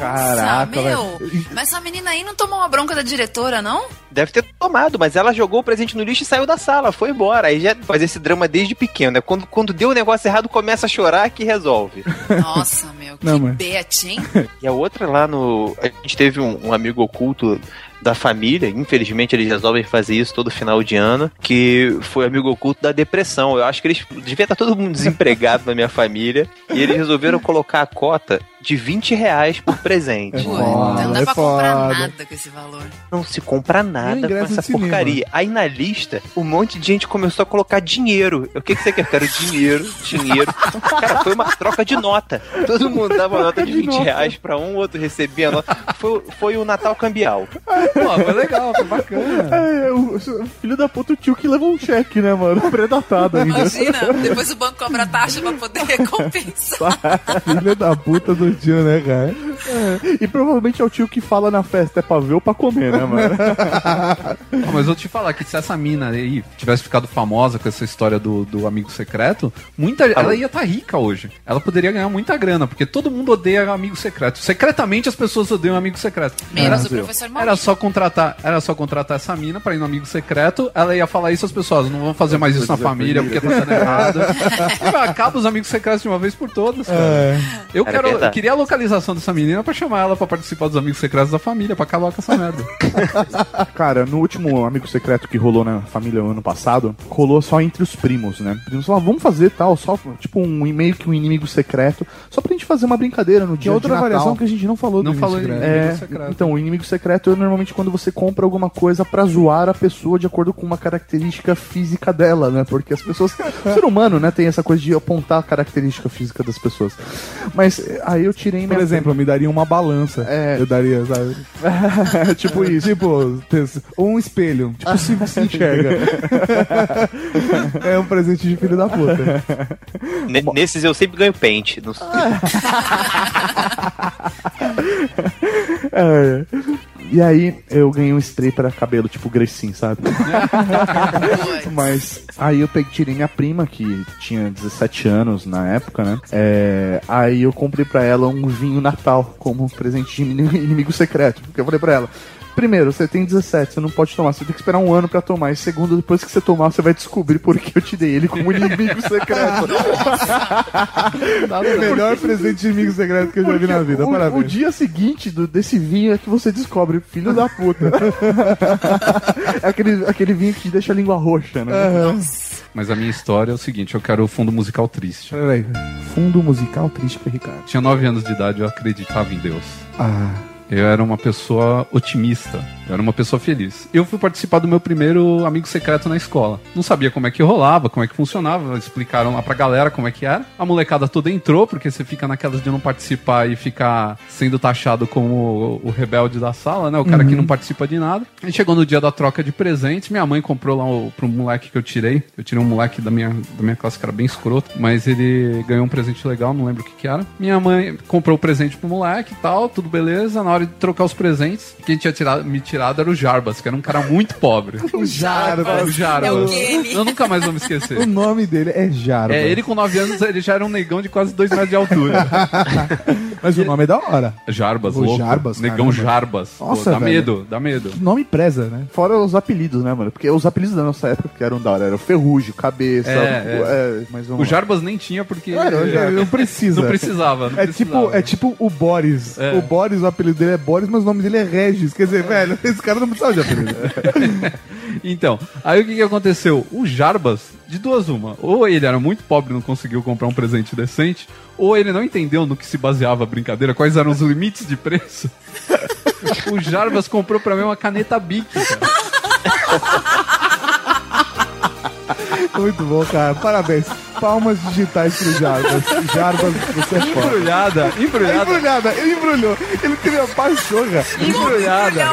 Caraca, meu. Mas essa menina aí não tomou uma bronca da diretora, não? Deve ter tomado, mas ela jogou o presente no lixo e saiu da sala, foi embora. Aí já faz esse drama desde pequeno, né? Quando, quando deu o negócio errado, começa a chorar que resolve. Nossa, meu, que Não, mas- bet, hein? E a outra lá no. A gente teve um, um amigo oculto da família, infelizmente eles resolvem fazer isso todo final de ano, que foi amigo oculto da depressão. Eu acho que eles. Devia estar todo mundo desempregado na minha família. E eles resolveram colocar a cota de 20 reais por É presente. não dá pra comprar nada com esse valor. Não se compra nada com ingresso essa de cinema. porcaria. Aí na lista, um monte de gente começou a colocar dinheiro. O que, que você quer? Eu Quero dinheiro, dinheiro. Cara, foi uma troca de nota. Todo mundo dava uma nota de 20 reais pra um, outro recebia a nota. Foi, foi o Natal cambial. Pô, foi legal, foi bacana. É, o, o filho da puta, o tio que levou um cheque, né, mano? Predatado ainda. Imagina, depois o banco cobra taxa pra poder recompensar. Filho da puta do tio, né, cara? E provavelmente é o tio que fala na festa, é pra ver ou pra comer, né, mano? Não, mas eu te falar que se essa mina aí tivesse ficado famosa com essa história do, do amigo secreto, muita, ela ia estar rica hoje. Ela poderia ganhar muita grana, porque todo mundo odeia amigo secreto. Secretamente as pessoas odeiam amigo secreto. Menos Era- o professor Maurício. Era só contratar, era só contratar essa mina pra ir no amigo secreto. Ela ia falar isso às pessoas, não vão fazer mais isso na família porque tá dando errado. Acaba os amigos secretos de uma vez por todas, cara. Eu Era quero, verdade. queria a localização dessa menina pra chamar ela pra participar dos amigos secretos da família, pra acabar com essa merda. Cara, no último amigo secreto que rolou na família ano passado, rolou só entre os primos, né? Primos falaram, vamos fazer tal, só tipo um e-mail que um inimigo secreto, só pra gente fazer uma brincadeira no Que dia é outra de Natal. variação que é a gente não falou Não do falou Instagram. em inimigo secreto. Então, o inimigo secreto é normalmente quando você compra alguma coisa pra zoar a pessoa de acordo com uma característica física dela, né? Porque as pessoas. O ser humano, né, tem essa coisa de apontar a característica física das pessoas. Mas eh, aí eu tirei é, Por exemplo, me daria uma balança. Eu daria, sabe? tipo isso. Tipo, tes- ou um espelho. Tipo, se, se enxerga. é um presente de filho da puta. Ne- Nesses eu sempre ganho pente. Não sei. É. E aí eu ganhei um spray pra cabelo, tipo Grecin, sabe? Mas aí eu peguei, tirei minha prima, que tinha 17 anos na época, né? É, aí eu comprei pra ela um vinho natal como presente de inimigo inimigo secreto. Porque eu falei pra ela. Primeiro, você tem 17, você não pode tomar, você tem que esperar um ano pra tomar. E segundo, depois que você tomar, você vai descobrir por que eu te dei ele como inimigo secreto. O melhor presente de inimigo secreto que eu já vi na vida. O- O, Parabéns. dia seguinte do- desse vinho é que você descobre, filho da puta. é aquele, aquele vinho que te deixa a língua roxa, né? Mas a minha história é o seguinte: eu quero o fundo musical triste. Peraí. Fundo musical triste pra Ricardo. Tinha 9 anos de idade, eu acreditava em Deus. Ah. Eu era uma pessoa otimista, eu era uma pessoa feliz. Eu fui participar do meu primeiro amigo secreto na escola. Não sabia como é que rolava, como é que funcionava, explicaram lá pra galera como é que era. A molecada toda entrou, porque você fica naquelas de não participar e ficar sendo taxado como o- o rebelde da sala, né? O cara que Uhum. não participa de nada. E chegou no dia da troca de presentes, minha mãe comprou lá o, pro moleque que eu tirei. Eu tirei um moleque da minha, da minha classe que era bem escroto, mas ele ganhou um presente legal, não lembro o que que era. Minha mãe comprou o presente pro moleque e tal, tudo beleza. Na hora de trocar os presentes, quem tinha tirado, me tirado era o Jarbas, que era um cara muito pobre. O Jarbas. É o Jarbas. É o Kenny. Eu nunca mais vou me esquecer. O nome dele é Jaro. É, ele com 9 anos, ele já era um negão de quase 2 metros de altura. Mas o nome é da hora. Jarbas, O louco. Jarbas, Negão caramba. Jarbas. Pô, Nossa, dá velho. medo, dá medo. Nome preza, né? Fora os apelidos, né, mano? Porque os apelidos da nossa época que eram da hora. Era o Ferrugem, o Cabeça. o, é, mas vamos o lá. Jarbas nem tinha porque. Cara, É. não precisa. Não precisava. Não é, precisava. Tipo, é tipo o Boris. É. O Boris, o apelido dele é Boris, mas o nome dele é Regis. Quer dizer, velho, esse cara não precisava de apelido. Então, aí o que, que aconteceu? O Jarbas de duas uma. Ou ele era muito pobre e não conseguiu comprar um presente decente, ou ele não entendeu no que se baseava a brincadeira, quais eram os limites de preço. o Jarvas comprou pra mim uma caneta Bic. Muito bom, cara. Parabéns. Palmas digitais pro Jarbas. Jarbas, você é foda. Embrulhada, embrulhada. Embrulhada, ele embrulhou. Ele teve a pachorra. Embrulhada.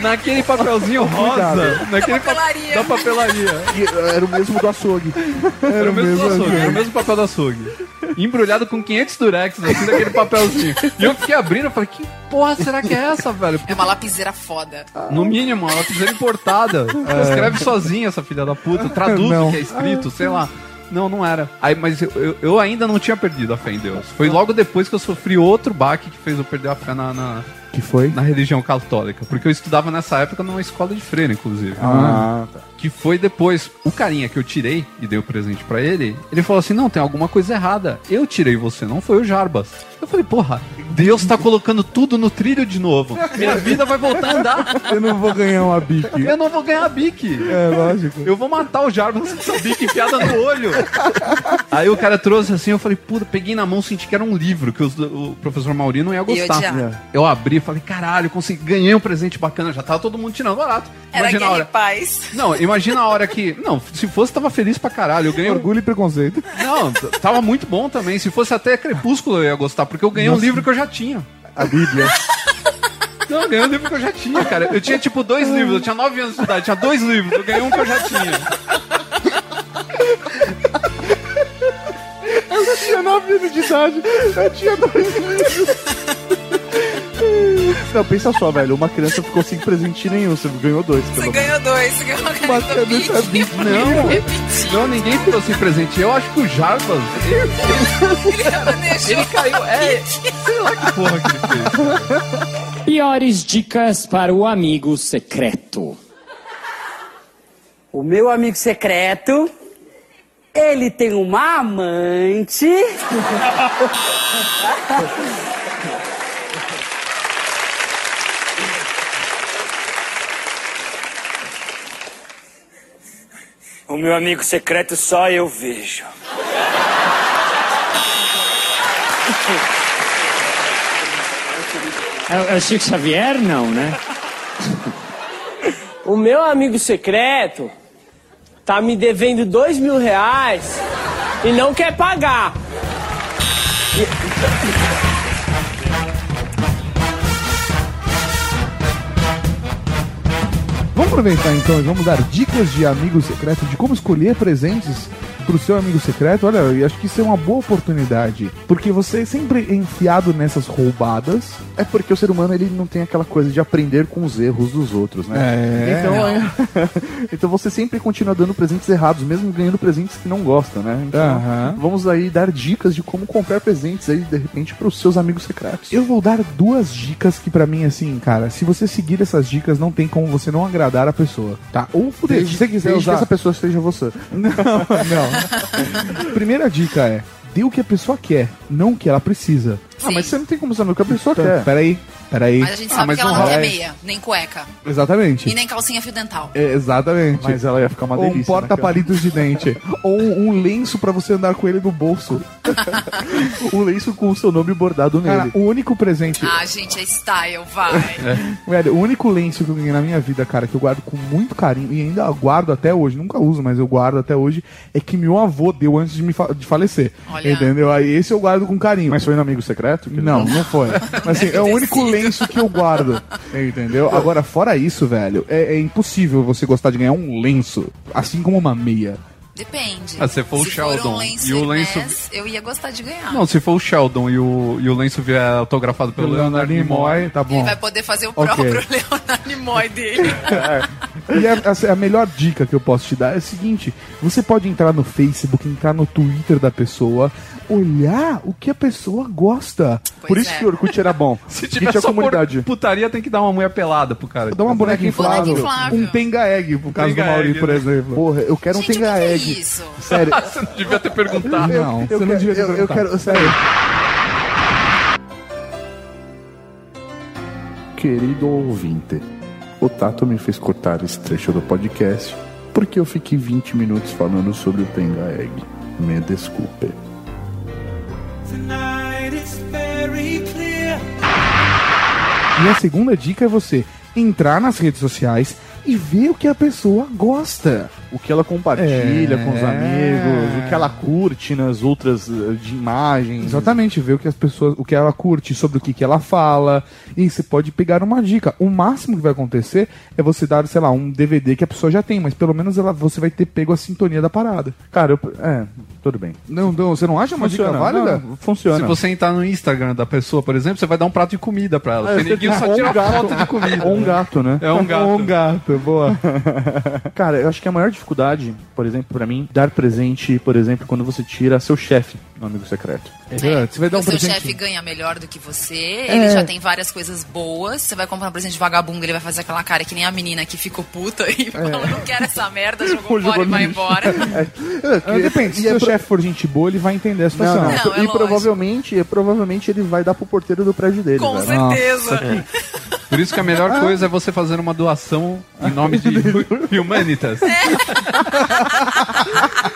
Naquele papelzinho rosa. Cuidado. Naquele pa- Da papelaria. E era o mesmo do açougue. Era o mesmo do açougue, era o mesmo papel do açougue. Embrulhado com 500 durex, assim, daquele papelzinho. E eu fiquei abrindo e falei, que porra será que é essa, velho? É uma lapiseira foda. No mínimo, ela precisa importada. Ela Escreve sozinha essa filha da puta, traduz Não. o que é escrito, sei lá. Não, não era. Aí, mas eu, eu- eu ainda não tinha perdido a fé em Deus. Foi logo depois que eu sofri outro baque que fez eu perder a fé na, na, Que foi? na religião católica. Porque eu estudava nessa época numa escola de freira, inclusive. Ah, tá. Que foi depois. O carinha que eu tirei e dei o presente pra ele, ele falou assim: não, tem alguma coisa errada. Eu tirei você, não foi o Jarbas. Eu falei, porra, Deus tá colocando tudo no trilho de novo. Minha vida vai voltar a andar. Eu não vou ganhar um uma bique. Eu não vou ganhar a bique. É, lógico. Eu vou matar o Jarvis com essa bique enfiada no olho. Aí o cara trouxe assim, eu falei, puta, peguei na mão, senti que era um livro, que os- o professor Maurino ia gostar. odiar. É. Eu abri e falei, caralho, consegui, ganhei um presente bacana, já tava todo mundo tirando barato. Era Imagina a Guerra e hora. Paz. Não, imagina a hora que. Não, se fosse, tava feliz pra caralho. Eu ganhei. um- Orgulho e preconceito. Não, t- tava muito bom também. Se fosse até Crepúsculo, eu ia gostar, porque eu ganhei um Nossa. livro que eu já tinha. A Bíblia. Não, eu ganhei um livro que eu já tinha, cara. Eu tinha tipo dois livros, eu tinha nove anos de idade, tinha dois livros, eu ganhei um que eu já tinha. Eu já tinha 9 anos de idade. Eu tinha 2 Não, pensa só, velho. Uma criança ficou sem presente nenhum. Você ganhou dois. Você ganhou dois, você ganhou uma caneta Bacana essa Bic. bique. Não, não, ninguém ficou sem presente. Eu acho que o Jarbas, ele, Ele caiu, é, sei lá que porra que ele fez. Piores dicas para o amigo secreto. O meu amigo secreto, ele tem uma amante. O meu amigo secreto só eu vejo. É, é o Chico Xavier? Não, né? O meu amigo secreto tá me devendo dois mil reais e não quer pagar. Vamos aproveitar então e vamos dar dicas de amigo secreto, de como escolher presentes pro seu amigo secreto. Olha, eu acho que isso é uma boa oportunidade, porque você é sempre enfiado nessas roubadas. É porque o ser humano ele não tem aquela coisa de aprender com os erros dos outros, né? É. então, Não. é- então você sempre continua dando presentes errados, mesmo ganhando presentes que não gosta, né? Então Aham. vamos aí dar dicas de como comprar presentes aí de repente para os seus amigos secretos. Eu vou dar duas dicas que pra mim assim, cara, se você seguir essas dicas não tem como você não agradar a pessoa, tá? Ou fuder, Desde- se você quiser desde usar que essa pessoa seja você. Não, não. Primeira dica é: dê o que a pessoa quer, não o que ela precisa. Ah, mas você não tem como saber o que a pessoa Então, quer. Peraí, peraí. Mas a gente sabe que ela não quer meia, nem cueca. Exatamente. E nem calcinha fio dental. É, exatamente. Mas ela ia ficar uma Ou um delícia, né, cara? porta-palitos de dente. Ou um um lenço pra você andar com ele no bolso. Um o lenço com o seu nome bordado Cara, nele. o único presente. Ah, gente, é style, vai. É. Velho, o único lenço que eu ganhei na minha vida, cara, que eu guardo com muito carinho e ainda guardo até hoje, nunca uso, mas eu guardo até hoje, é que meu avô deu antes de me fa- de falecer. Olha. Entendeu? Aí esse eu guardo com carinho. Mas foi no amigo secreto? Não, não foi. Mas assim, é o único lenço que eu guardo. Entendeu? Agora, fora isso, velho, é, é impossível você gostar de ganhar um lenço, assim como uma meia. Depende. Ah, se for o Sheldon um lenço e o Hermes, lenço- eu ia gostar de ganhar. Não, se for o Sheldon e o, e o lenço vier autografado pelo Leonardo Nimoy, tá Ele É, vai poder fazer o próprio Leonardo Nimoy dele. E é, a, a- a melhor dica que eu posso te dar é o seguinte: você pode entrar no Facebook, entrar no Twitter da pessoa, olhar o que a pessoa gosta. Por isso que o Orkut era bom. Se Que tiver tinha só comunidade. por putaria, tem que dar uma mulher pelada pro cara. Dá uma boneca É um inflável, Boneca inflável. um tenga egg, por causa Tenga do Mauri, egg, por né? exemplo. Porra, eu quero um tenga egg. é Isso. Sério. você não devia ter perguntado. Ah, Não, você não devia ter eu, eu perguntado. quero, sério. Querido ouvinte, o Tato me fez cortar esse trecho do podcast porque eu fiquei 20 minutos falando sobre o Penga Egg. Me desculpe. Tonight it's very clear. E a segunda dica é você entrar nas redes sociais e ver o que a pessoa gosta. O que ela compartilha É. com os amigos, o que ela curte nas outras eh, de imagens. Exatamente, ver o que as pessoas, o que ela curte, sobre o que, que ela fala. E você pode pegar uma dica. O máximo que vai acontecer é você dar, sei lá, um DVD que a pessoa já tem, mas pelo menos ela, você vai ter pego a sintonia da parada. Cara, eu, é, tudo bem. Não, não, você não acha uma dica válida? Se você entrar no Instagram da pessoa, por exemplo, você vai dar um prato de comida pra ela. É, Ah, Você eu sei ninguém que- só ou um tira gato- foto de comida. Ou um gato, né? É um gato. um gato, boa. Cara, eu acho que a maior dificuldade, por exemplo, pra mim, dar presente, por exemplo, quando você tira seu chefe no amigo secreto. É, Você um vai um o seu chefe ganha melhor do que você, É. ele já tem várias coisas boas. Você vai comprar um presente de vagabundo, ele vai fazer aquela cara que nem a menina que ficou puta e É. falou: não quero essa merda, jogou fora e vai embora. Ah, Depende, se E é seu pro- chefe for gente boa, ele vai entender a situação. Não, é não. Então, e provavelmente, provavelmente ele vai dar pro porteiro do prédio dele. Com certeza. Nossa, um. Por isso que a Ah. melhor coisa é você fazer uma doação em nome de Humanitas.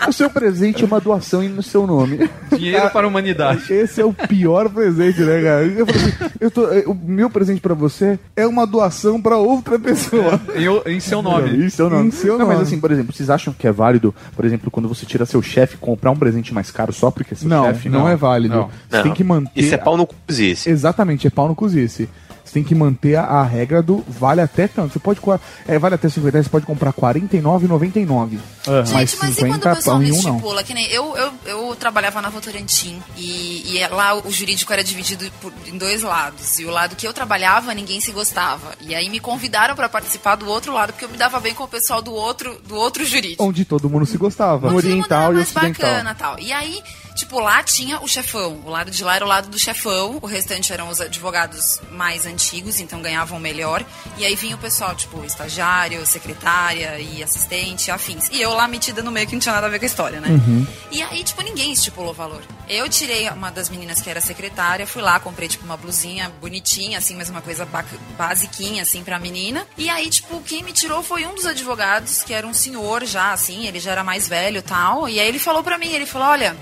O seu presente é uma doação no seu nome. Dinheiro para a humanidade. Esse é o pior presente, né, cara? Eu falo assim, eu tô- eh, o meu presente pra você é uma doação pra outra pessoa. É. Em, em seu nome. Em seu nome. Em seu não, nome. mas assim, por exemplo, vocês acham que é válido, por exemplo, quando você tira seu chefe, comprar um presente mais caro só porque é seu Não, chefe? não, é válido. Você Não. tem que manter. Isso é pau no cuzice. Exatamente, é pau no cuzice. Você tem que manter a, a regra do vale até tanto. Você pode. co- É, vale até 50 reais, você pode comprar 49,99. Mas Gente, mas e quando o 50 pessoal pau não nenhum, não. estipula? Que nem eu, eu, eu trabalhava na Votorantim e, e lá o jurídico era dividido por- em dois lados. E o lado que eu trabalhava, ninguém se gostava. E aí me convidaram pra participar do outro lado, porque eu me dava bem com o pessoal do outro, do outro jurídico. Onde todo mundo se gostava. Onde todo mundo oriental era mais bacana tal. E aí, tipo, lá tinha o chefão. O lado de lá era o lado do chefão. O restante eram os advogados mais antigos, então ganhavam melhor. E aí vinha o pessoal, tipo, estagiário, secretária e assistente, afins. E eu lá metida no meio que não tinha nada a ver com a história, né? Uhum. E aí, tipo, ninguém estipulou valor. Eu tirei uma das meninas que era secretária, fui lá, comprei, tipo, uma blusinha bonitinha, assim, mas uma coisa bac- basiquinha, assim, pra menina. E aí, tipo, quem me tirou foi um dos advogados, que era um senhor já, assim, ele já era mais velho e tal. E aí ele falou pra mim, ele falou, olha...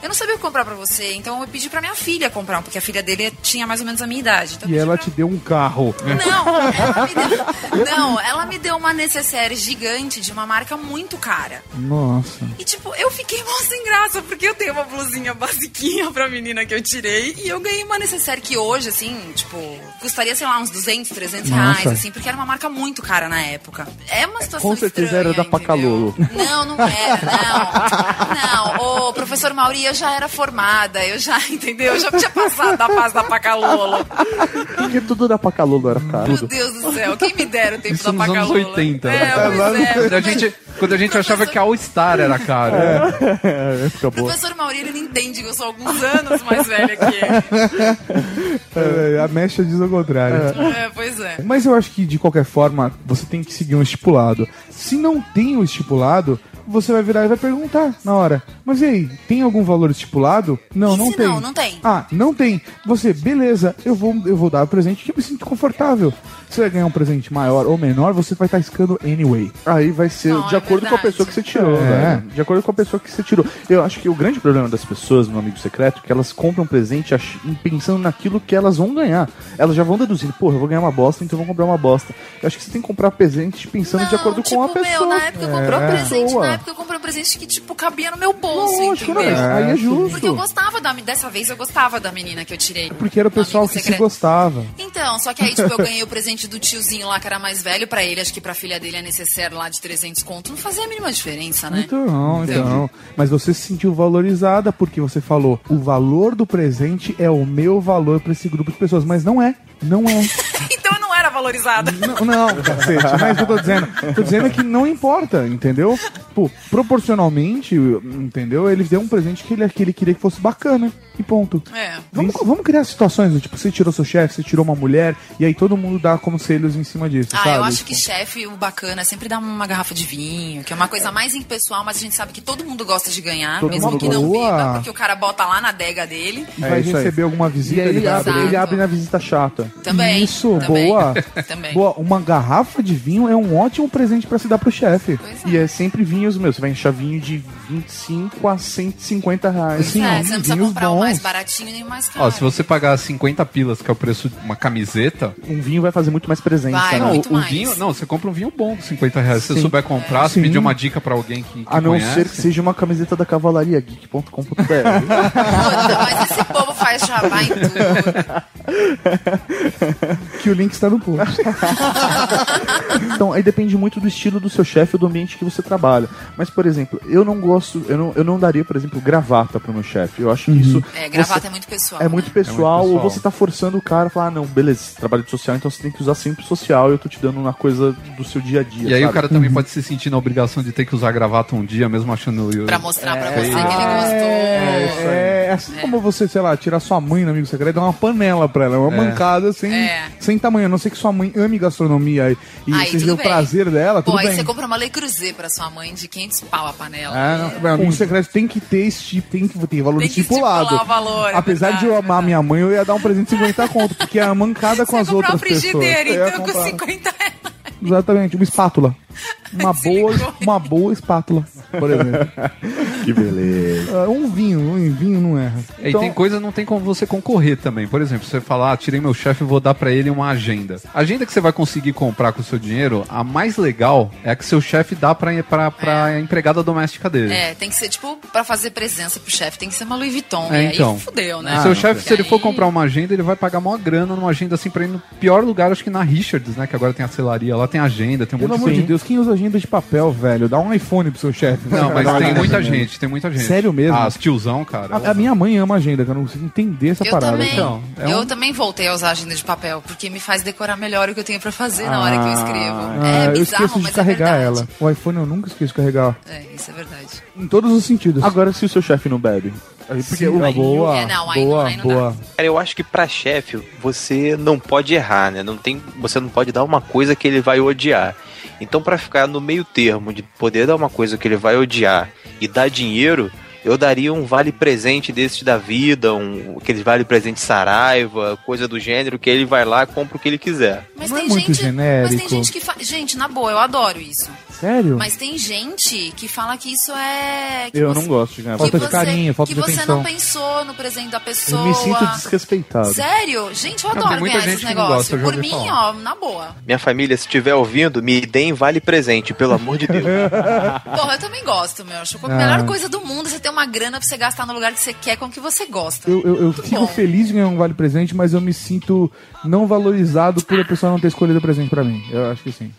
Eu não sabia o que comprar pra você, então eu pedi pra minha filha comprar, porque a filha dele tinha mais ou menos a minha idade. Então, E ela te deu um carro. não, ela me deu, não, ela me deu uma necessaire gigante de uma marca muito cara. Nossa. E tipo, eu fiquei mó sem graça, porque eu dei uma blusinha basiquinha pra menina que eu tirei. E eu ganhei uma necessaire que hoje, assim, tipo, custaria, sei lá, uns 200, 300 reais, Nossa. assim, porque era uma marca muito cara na época. É uma situação Com certeza era da Pacalolo. não, não era, não. Não, o professor Mauri, eu já era formada, eu já, entendeu? Eu já tinha passado da fase da Pacalolo. Porque tudo da Pacalolo era caro. Meu Deus do céu, quem me dera o tempo Isso da nos anos Pacalolo. 80. É, pois é. Quando a gente, quando a gente achava que a All Star era cara. É, época O boa. professor Mauri, ele não entende que eu sou alguns anos mais velha que ele. É, a mecha diz o contrário. É, pois é. Mas eu acho que, de qualquer forma, você tem que seguir um estipulado. Se não tem o estipulado, você vai virar e vai perguntar na hora. Mas e aí, tem algum valor estipulado? Não, não se tem. não? Não tem. Ah, não tem. Você, beleza, eu vou, eu vou dar o presente que eu me sinto confortável. Você vai ganhar um presente maior ou menor, você vai tá estar escando anyway. Aí vai ser de é acordo com a pessoa que você tirou, É. velho. De acordo com a pessoa que você tirou. Eu acho que o grande problema das pessoas no amigo secreto é que elas compram presente ach- pensando naquilo que elas vão ganhar. Elas já vão deduzindo, porra, eu vou ganhar uma bosta, então eu vou comprar uma bosta. Eu acho que você tem que comprar presente pensando de acordo com a pessoa. tipo, Meu, na época eu comprei um É. presente, Pessoa. na época eu comprei um presente que, tipo, cabia no meu bolso, Lógico, né? entendeu? não, mas aí é justo. então Porque eu gostava da, dessa vez eu gostava da menina que eu tirei. Porque era o pessoal que se gostava. Então, só que aí, tipo, eu ganhei o presente do tiozinho lá, que era mais velho pra ele, acho que pra filha dele é necessário lá de 300 conto. Não fazia a mínima diferença, né? Então, Entendi. então. Mas você se sentiu valorizada porque você falou: o valor do presente é o meu valor pra esse grupo de pessoas. Mas não é. Não é. Então eu não era valorizada. Não, não, cacete, não é isso que eu tô dizendo. Tô dizendo é que não importa, entendeu? Pô, proporcionalmente, entendeu? Ele deu um presente que ele, que ele queria que fosse bacana. E ponto. É. Vamos, vamos criar situações, do tipo, você tirou seu chefe, você tirou uma mulher, e aí todo mundo dá conselhos em cima disso, Ah, sabe? eu acho que chefe, o bacana é sempre dar uma garrafa de vinho, que é uma coisa mais impessoal, mas a gente sabe que todo mundo gosta de ganhar, Todo mesmo mundo que não gosta. beba, porque o cara bota lá na adega dele. E vai receber alguma visita, E aí ele, ele abre, abre. ele abre na visita chata. Também, Isso, também, boa. também. Boa, uma garrafa de vinho é um ótimo presente pra se dar pro chefe. E é sempre vinhos, meu. Você vai encher vinho de 25 a 150 reais. Pois é, você não precisa comprar o mais baratinho nem o mais caro. Ó, se você pagar 50 pilas, que é o preço de uma camiseta, Um vinho vai fazer muito mais presença, Vai, né? não, Muito o mais. vinho, não, você compra um vinho bom com 50 reais. Se Sim. você souber comprar, se Sim. pedir uma dica pra alguém que, que A não conhece. ser que seja uma camiseta da cavalaria geek.com.br. Mas esse povo faz jabá em tudo. Que o link está no post. então, aí depende muito do estilo do seu chefe ou do ambiente que você trabalha. Mas, por exemplo, eu não gosto, eu não, eu não daria, por exemplo, gravata pro meu chefe. Eu acho que isso. É, gravata você- é muito pessoal. É muito né? pessoal, ou você tá forçando o cara a falar, ah, não, beleza, esse trabalho de social, então você tem que usar sempre o social, eu tô te dando uma coisa do seu dia a dia. E aí o sabe? Uhum. cara também pode se sentir na obrigação de ter que usar gravata um dia, mesmo achando. Pra mostrar pra feio. você que ele É, gostou. é assim como você, sei lá, tirar sua mãe no amigo secreto, dá uma panela pra ela, é uma É. mancada sem, É. sem tamanho. A não ser que sua mãe ame gastronomia e, e Aí, seja tudo o bem. prazer dela, Pô, tudo aí bem. você compra uma lei cruzê pra sua mãe de 500 pau a panela. É, não, amigo secreto tem que ter esse tipo, tem que ter valor Tem que estipulado. estipular o valor, é Apesar de eu amar minha mãe, eu ia dar um presente de 50 conto, porque é a mancada com as Comprar uma outras pessoas. frigideira, Eu ia então, com comprar. 50 Exatamente, uma espátula. Uma boa, uma boa espátula, por exemplo. Que beleza. Ah, Um vinho, um vinho não erra. Então, E tem coisa não tem como você concorrer também. Por exemplo, você falar, ah, tirei meu chefe e vou dar pra ele uma agenda. A agenda que você vai conseguir comprar com o seu dinheiro, a mais legal é a que seu chefe dá pra, pra, pra empregada doméstica dele. É, tem que ser, tipo, pra fazer presença pro chefe, tem que ser uma Louis Vuitton. É, e então. aí fudeu, né? Ah, seu chefe, se ele for comprar uma agenda, ele vai pagar maior grana numa agenda assim pra ir no pior lugar, acho que na Richards, né? Que agora tem a selaria, lá tem agenda, tem um Pelo monte amor de Deus, quem usa agenda de papel, velho? Dá um iPhone pro seu chefe. Não, mas Dá uma tem agenda muita mesmo. gente, tem muita gente. Sério mesmo? Ah, os tiozão, cara. A, a minha mãe ama agenda, que eu não consigo entender essa Eu parada. também. Então, é um- Eu também voltei a usar agenda de papel, porque me faz decorar melhor o que eu tenho pra fazer na hora que eu escrevo. Ah, é eu bizarro, esqueço de mas é carregar verdade. ela. O iPhone eu nunca esqueço de carregar. É, isso é verdade. Em todos os sentidos. Agora, se o seu chefe não bebe. Aí, Porque o vinho- É, não, aí não, aí não dá. Cara, eu acho que pra chefe você não pode errar, né? Não tem, você não pode dar uma coisa que ele vai odiar. Então, pra ficar no meio termo de poder dar uma coisa que ele vai odiar e dar dinheiro, eu daria um vale presente desses da vida, um aqueles vale presente Saraiva, coisa do gênero que ele vai lá, compra o que ele quiser. Mas Não é tem muito gente. Mas tem genérico. Hum. gente que faz. Gente, na boa, eu adoro isso. Sério? Mas tem gente que fala que isso é. que Eu você- não gosto de ganhar. que Falta de você- carinho, falta Que de você atenção. não pensou no presente da pessoa. Eu me sinto desrespeitado. Sério? Gente, eu Não, adoro tem muita ganhar gente esses que não gosta, eu negócios. já Por ouvi mim, falar. ó, na boa. Minha família, se estiver ouvindo, me deem vale presente, pelo amor de Deus. Porra, eu também gosto, meu. Acho que a Ah. melhor coisa do mundo é você ter uma grana pra você gastar no lugar que você quer com o que você gosta. Eu, eu, eu fico feliz de ganhar um vale presente, mas eu me sinto não valorizado por a pessoa não ter escolhido o presente pra mim. Eu acho que sim.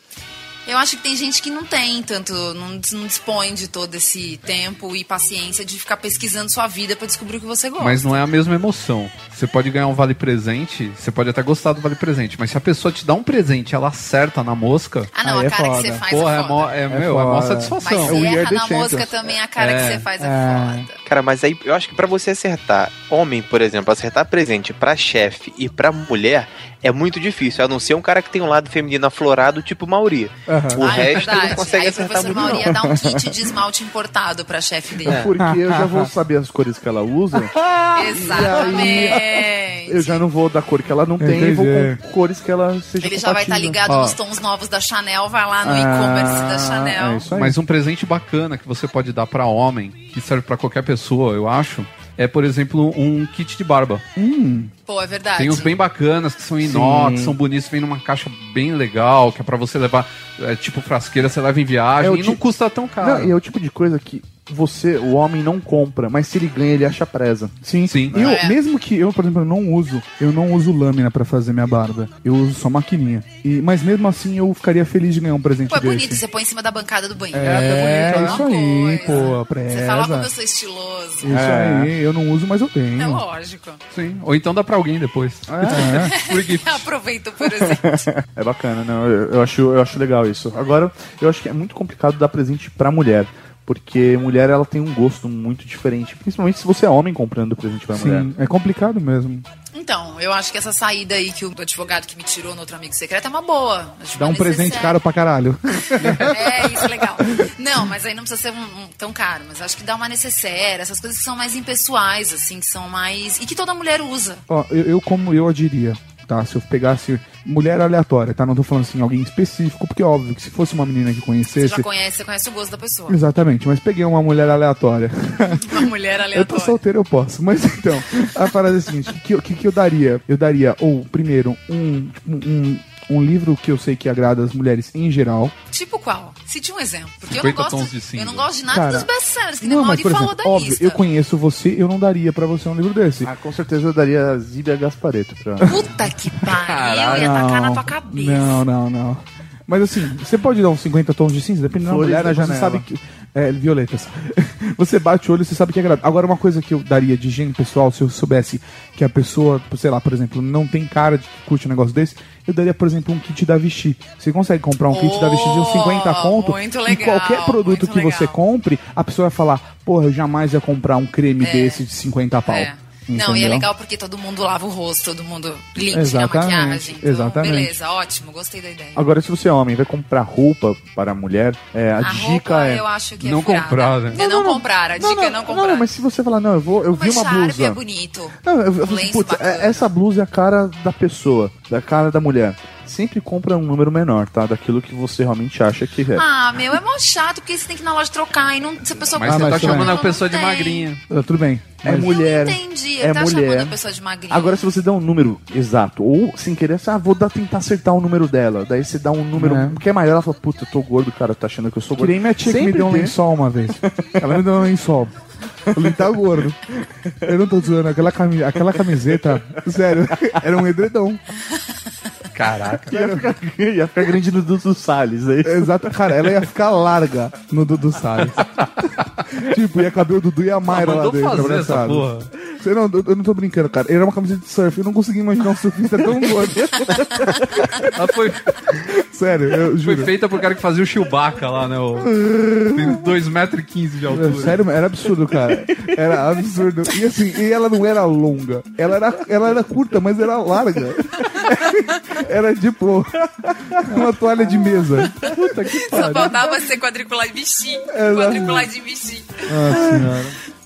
Eu acho que tem gente que não tem tanto, não, dis- não dispõe de todo esse tempo e paciência de ficar pesquisando sua vida pra descobrir o que você gosta. Mas não é a mesma emoção. Você pode ganhar um vale presente, você pode até gostar do vale presente, mas se a pessoa te dá um presente e ela acerta na mosca. Ah, não, Aí a é cara que foda. você faz é Porra, é, mó, é, meu, é mó foda. satisfação. Mas erra na mosca também a cara que você faz. É. Cara, mas aí eu acho que pra você acertar homem, por exemplo, acertar presente pra chefe e pra mulher é muito difícil, a não ser um cara que tem um lado feminino aflorado, tipo Mauri. O Ah, é resto verdade. não consegue Aí o acertar professor muito. Mauri não. ia dar um kit de esmalte importado pra chefe dele. É porque eu já vou saber as cores que ela usa. Exatamente. Eu já não vou da cor que ela não tem e Entendi. vou com cores que ela seja Ele já vai estar compatível. ligado Ó. nos tons novos da Chanel, vai lá no e-commerce Ah, da Chanel. Mas um presente bacana que você pode dar pra homem, que serve pra qualquer pessoa, eu acho, é, por exemplo, um kit de barba. Pô, é um verdade. Tem uns bem bacanas que são inox, Sim. são bonitos, vem numa caixa bem legal, que é pra você levar, é, tipo frasqueira, você leva em É viagem o e ti- não custa tão caro. Não, e é o tipo de coisa que você, o homem, não compra, mas se ele ganha, ele acha presa. Sim. Sim. Ah, Eu, é. mesmo que eu, por exemplo, eu não uso, eu não uso lâmina pra fazer minha barba. Eu uso só maquininha. E, mas mesmo assim eu ficaria feliz de ganhar um presente Pô, é bonito, desse. você põe em cima da bancada do banheiro. É, Uma isso aí, pô, É. preza. Você fala como eu sou estiloso. Isso aí, eu não uso, mas eu tenho. É lógico. Sim. Ou então dá pra alguém depois. É. Aproveito por exemplo. é bacana, não. Eu, eu acho, eu acho legal isso. Agora, eu acho que é muito complicado dar presente pra mulher. Porque mulher, ela tem um gosto muito diferente. Principalmente se você é homem comprando presente pra mulher. Sim, é complicado mesmo. Então, eu acho que essa saída aí que o do advogado que me tirou no outro amigo secreto é uma boa. Acho Dá um uma presente necessária. caro pra caralho. É, isso é legal. Não, mas aí não precisa ser um- um tão caro. Mas acho que dá uma necessaire, essas coisas que são mais impessoais, assim, que são mais. E que toda mulher usa. Ó, eu, eu como eu agiria, tá? Se eu pegasse mulher aleatória, tá? Não tô falando assim, alguém específico, porque é óbvio que se fosse uma menina que Você conhecesse. já conhece, você conhece o gosto da pessoa. Exatamente, mas peguei uma mulher aleatória. Uma mulher Eu tô aleatória. solteiro, eu posso. Mas então, a parada é a seguinte: o que, eu- que, que eu daria? Eu daria, ou, primeiro, um, tipo, um, um livro que eu sei que agrada as mulheres em geral. Tipo qual? Cite um exemplo. Porque eu não 50 gosto. tons de cinza. eu não gosto de nada Cara, dos best-sellers, que nem o Mauri falou da óbvio, lista. eu conheço você, eu não daria pra você um livro desse. Ah, com certeza eu daria Zíbia Gaspareto pra. Puta que pariu, ia tacar na tua cabeça. Não, não, não. Mas assim, você pode dar uns 50 tons de cinza, dependendo Flores da mulher, na você janela. sabe que. É, violetas. você bate o olho e você sabe que é grave. Agora, uma coisa que eu daria de higiene pessoal, se eu soubesse que a pessoa, sei lá, por exemplo, não tem cara de que curte um negócio desse, eu daria, por exemplo, um kit da Vichy. Você consegue comprar um kit da Vichy de uns 50 conto? Oh, muito e legal, qualquer produto que você compre, a pessoa vai falar, porra, eu jamais ia comprar um creme É. desse de 50 pau. É. Não, e é Entendeu? legal porque todo mundo lava o rosto, todo mundo limpa a Exatamente, maquiagem. Então, exatamente. Beleza, ótimo, gostei da ideia. Agora, se você é homem e vai comprar roupa para mulher, é, a, A dica roupa, é. eu acho que é furada. né? É não, comprar, a dica é não comprar. Não, mas se você falar, não, eu vou, eu vi uma Charme é blusa. bonito. Não, eu, eu, Um assim, lenço putz, é- essa blusa é a cara da pessoa, da cara da mulher. Sempre compra um número menor, tá? Daquilo que você realmente acha que é. Ah, meu, é mó chato, porque você tem que ir na loja trocar e não. Se a pessoa Mas compra, você tá não, chamando não a pessoa de tem. magrinha. Ah, tudo bem. É Mas- mulher. Entendi, ele é tá mulher. chamando a pessoa de magrinha. Agora, se você dá um número exato, ou sem querer, você, ah, vou dar, tentar acertar o número dela. Daí você dá um número que é maior, ela fala, puta, eu tô gordo, cara, tá achando que eu sou Que gordo. nem minha tia que Sempre me deu um tem. lençol uma vez. Ela me deu um lençol. Eu falei, tá gordo. Eu não tô zoando, aquela, cami- aquela camiseta, sério, era um edredom. Caraca. Ia ficar, ia ficar grande no Dudu Salles, aí. Exato, cara, ela ia ficar larga no Dudu Salles. tipo, ia caber o Dudu e a Mayra Ah, lá mandou dentro, fazer essa abraçados. porra. Você não, eu eu não tô brincando, cara. Era uma camiseta de surf, eu não consegui imaginar um surfista tão gordo. Ela foi, Sério, eu foi juro. feita pro cara que fazia o Chewbacca lá, né? O, tem 2,15m de altura. É, Sério, era absurdo, cara. Era absurdo. E assim, e ela não era longa. Ela era, ela era curta, mas era larga. Era tipo uma toalha de mesa. Puta que Só pariu. faltava ser quadricular de bichinho. Exato. Quadricular de bichinho.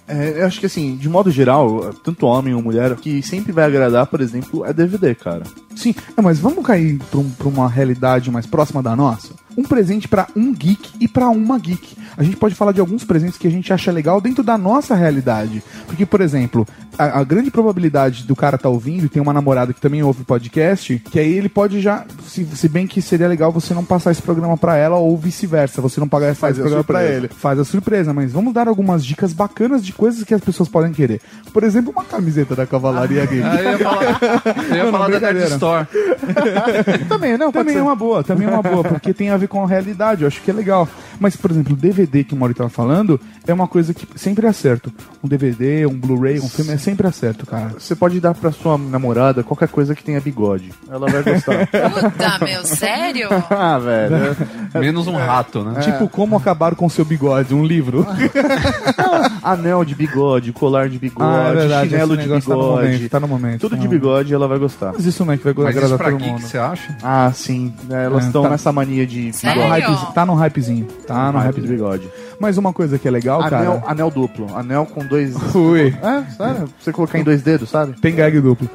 É, eu acho que assim, de modo geral, tanto homem ou mulher, o que sempre vai agradar, por exemplo, é DVD, cara. Sim, é, mas vamos cair pra, um- pra uma realidade mais próxima da nossa? Um presente pra um geek e pra uma geek. A gente pode falar de alguns presentes que a gente acha legal dentro da nossa realidade. Porque, por exemplo, a, a grande probabilidade do cara tá ouvindo e tem uma namorada que também ouve o podcast, que aí ele pode já. Se, se bem que seria legal você não passar esse programa pra ela ou vice-versa, você não pagar esse Faz a programa pra surpresa. ele. Faz a surpresa, mas vamos dar algumas dicas bacanas de coisas que as pessoas podem querer. Por exemplo, uma camiseta da Cavalaria Geek. Aí eu ia falar, eu ia Não, não, falar da Nerd brincadeira. Store. também, não, também é uma boa, também é uma boa, porque tem a ver com a realidade, eu acho que é legal. Mas, por exemplo, o DVD que o Mauri tava falando é uma coisa que sempre é certo. Um DVD, um Blu-ray, um filme é sempre acerto, cara. Você pode dar pra sua namorada qualquer coisa que tenha bigode. Ela vai gostar. Tá, meu, sério? ah, velho. Menos um rato, né? Tipo, como acabar com seu bigode? Um livro. Anel de bigode, colar de bigode, Ah, é verdade, chinelo esse de negócio bigode. tá no momento, tá no momento, Tudo tá no de momento. bigode ela vai gostar. Mas isso não é que vai Mas isso agradar pra todo geek, mundo. Você acha? Ah, sim. né, elas É, estão tá- nessa mania de Tá no, hypezinho, tá no hypezinho. Tá no hype de hypezinho. bigode. Mas uma coisa que é legal, Anel, cara. anel duplo. Anel com dois. Ui. É, sério. Pra Você colocar em dois dedos, sabe? Tem gag duplo.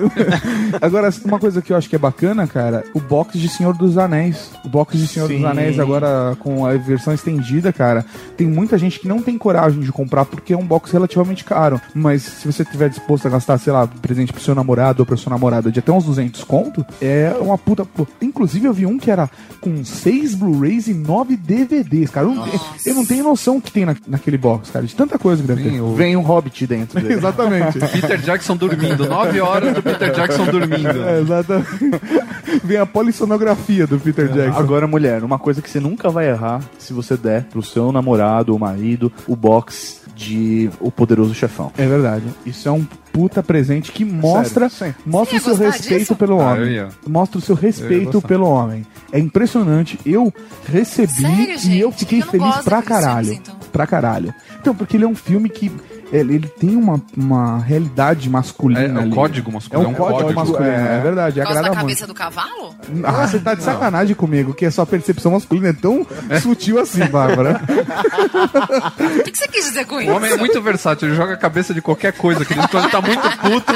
agora, uma coisa que eu acho que é bacana, cara, o box de Senhor dos Anéis. O box de Senhor dos Sim. Anéis, agora com a versão estendida, cara, tem muita gente que não tem coragem de comprar porque é um box relativamente caro. Mas se você tiver disposto a gastar, sei lá, presente pro seu namorado ou pra sua namorada de até uns 200 conto, é uma puta. pô, Inclusive, eu vi um que era com seis Blu-rays e nove DVDs, cara. Eu não, tenho- eu não tenho noção o que tem na- naquele box, cara, de tanta coisa que deve ter. Vem um hobbit dentro dele. Exatamente. Peter Jackson dormindo. 9 horas do Peter Jackson dormindo. É, exatamente. Vem a polissonografia do Peter Jackson. Agora, mulher, uma coisa que você nunca vai errar se você der pro seu namorado ou marido o box de O Poderoso Chefão. É verdade. Isso é um puta presente que mostra, Sério, sim. mostra o Você ia seu é gostar respeito disso? pelo Ah, eu homem. ia. mostra o seu Eu ia respeito gostar. pelo homem. É impressionante. Eu recebi Sério, e eu gente? fiquei Eu não feliz gosto pra desses filmes, caralho. então. pra caralho. Então, porque ele é um filme que é, ele tem uma, uma realidade masculina. É, é um ali. código masculino, É um código, masculino, é, verdade. Por causa da Agrada muito. cabeça do cavalo? Ah, você tá de sacanagem comigo, que a sua percepção masculina é tão sutil assim, Bárbara. É. O que, que você quis dizer com O isso? homem é muito versátil, ele joga a cabeça de qualquer coisa, que ele quando tá muito puto.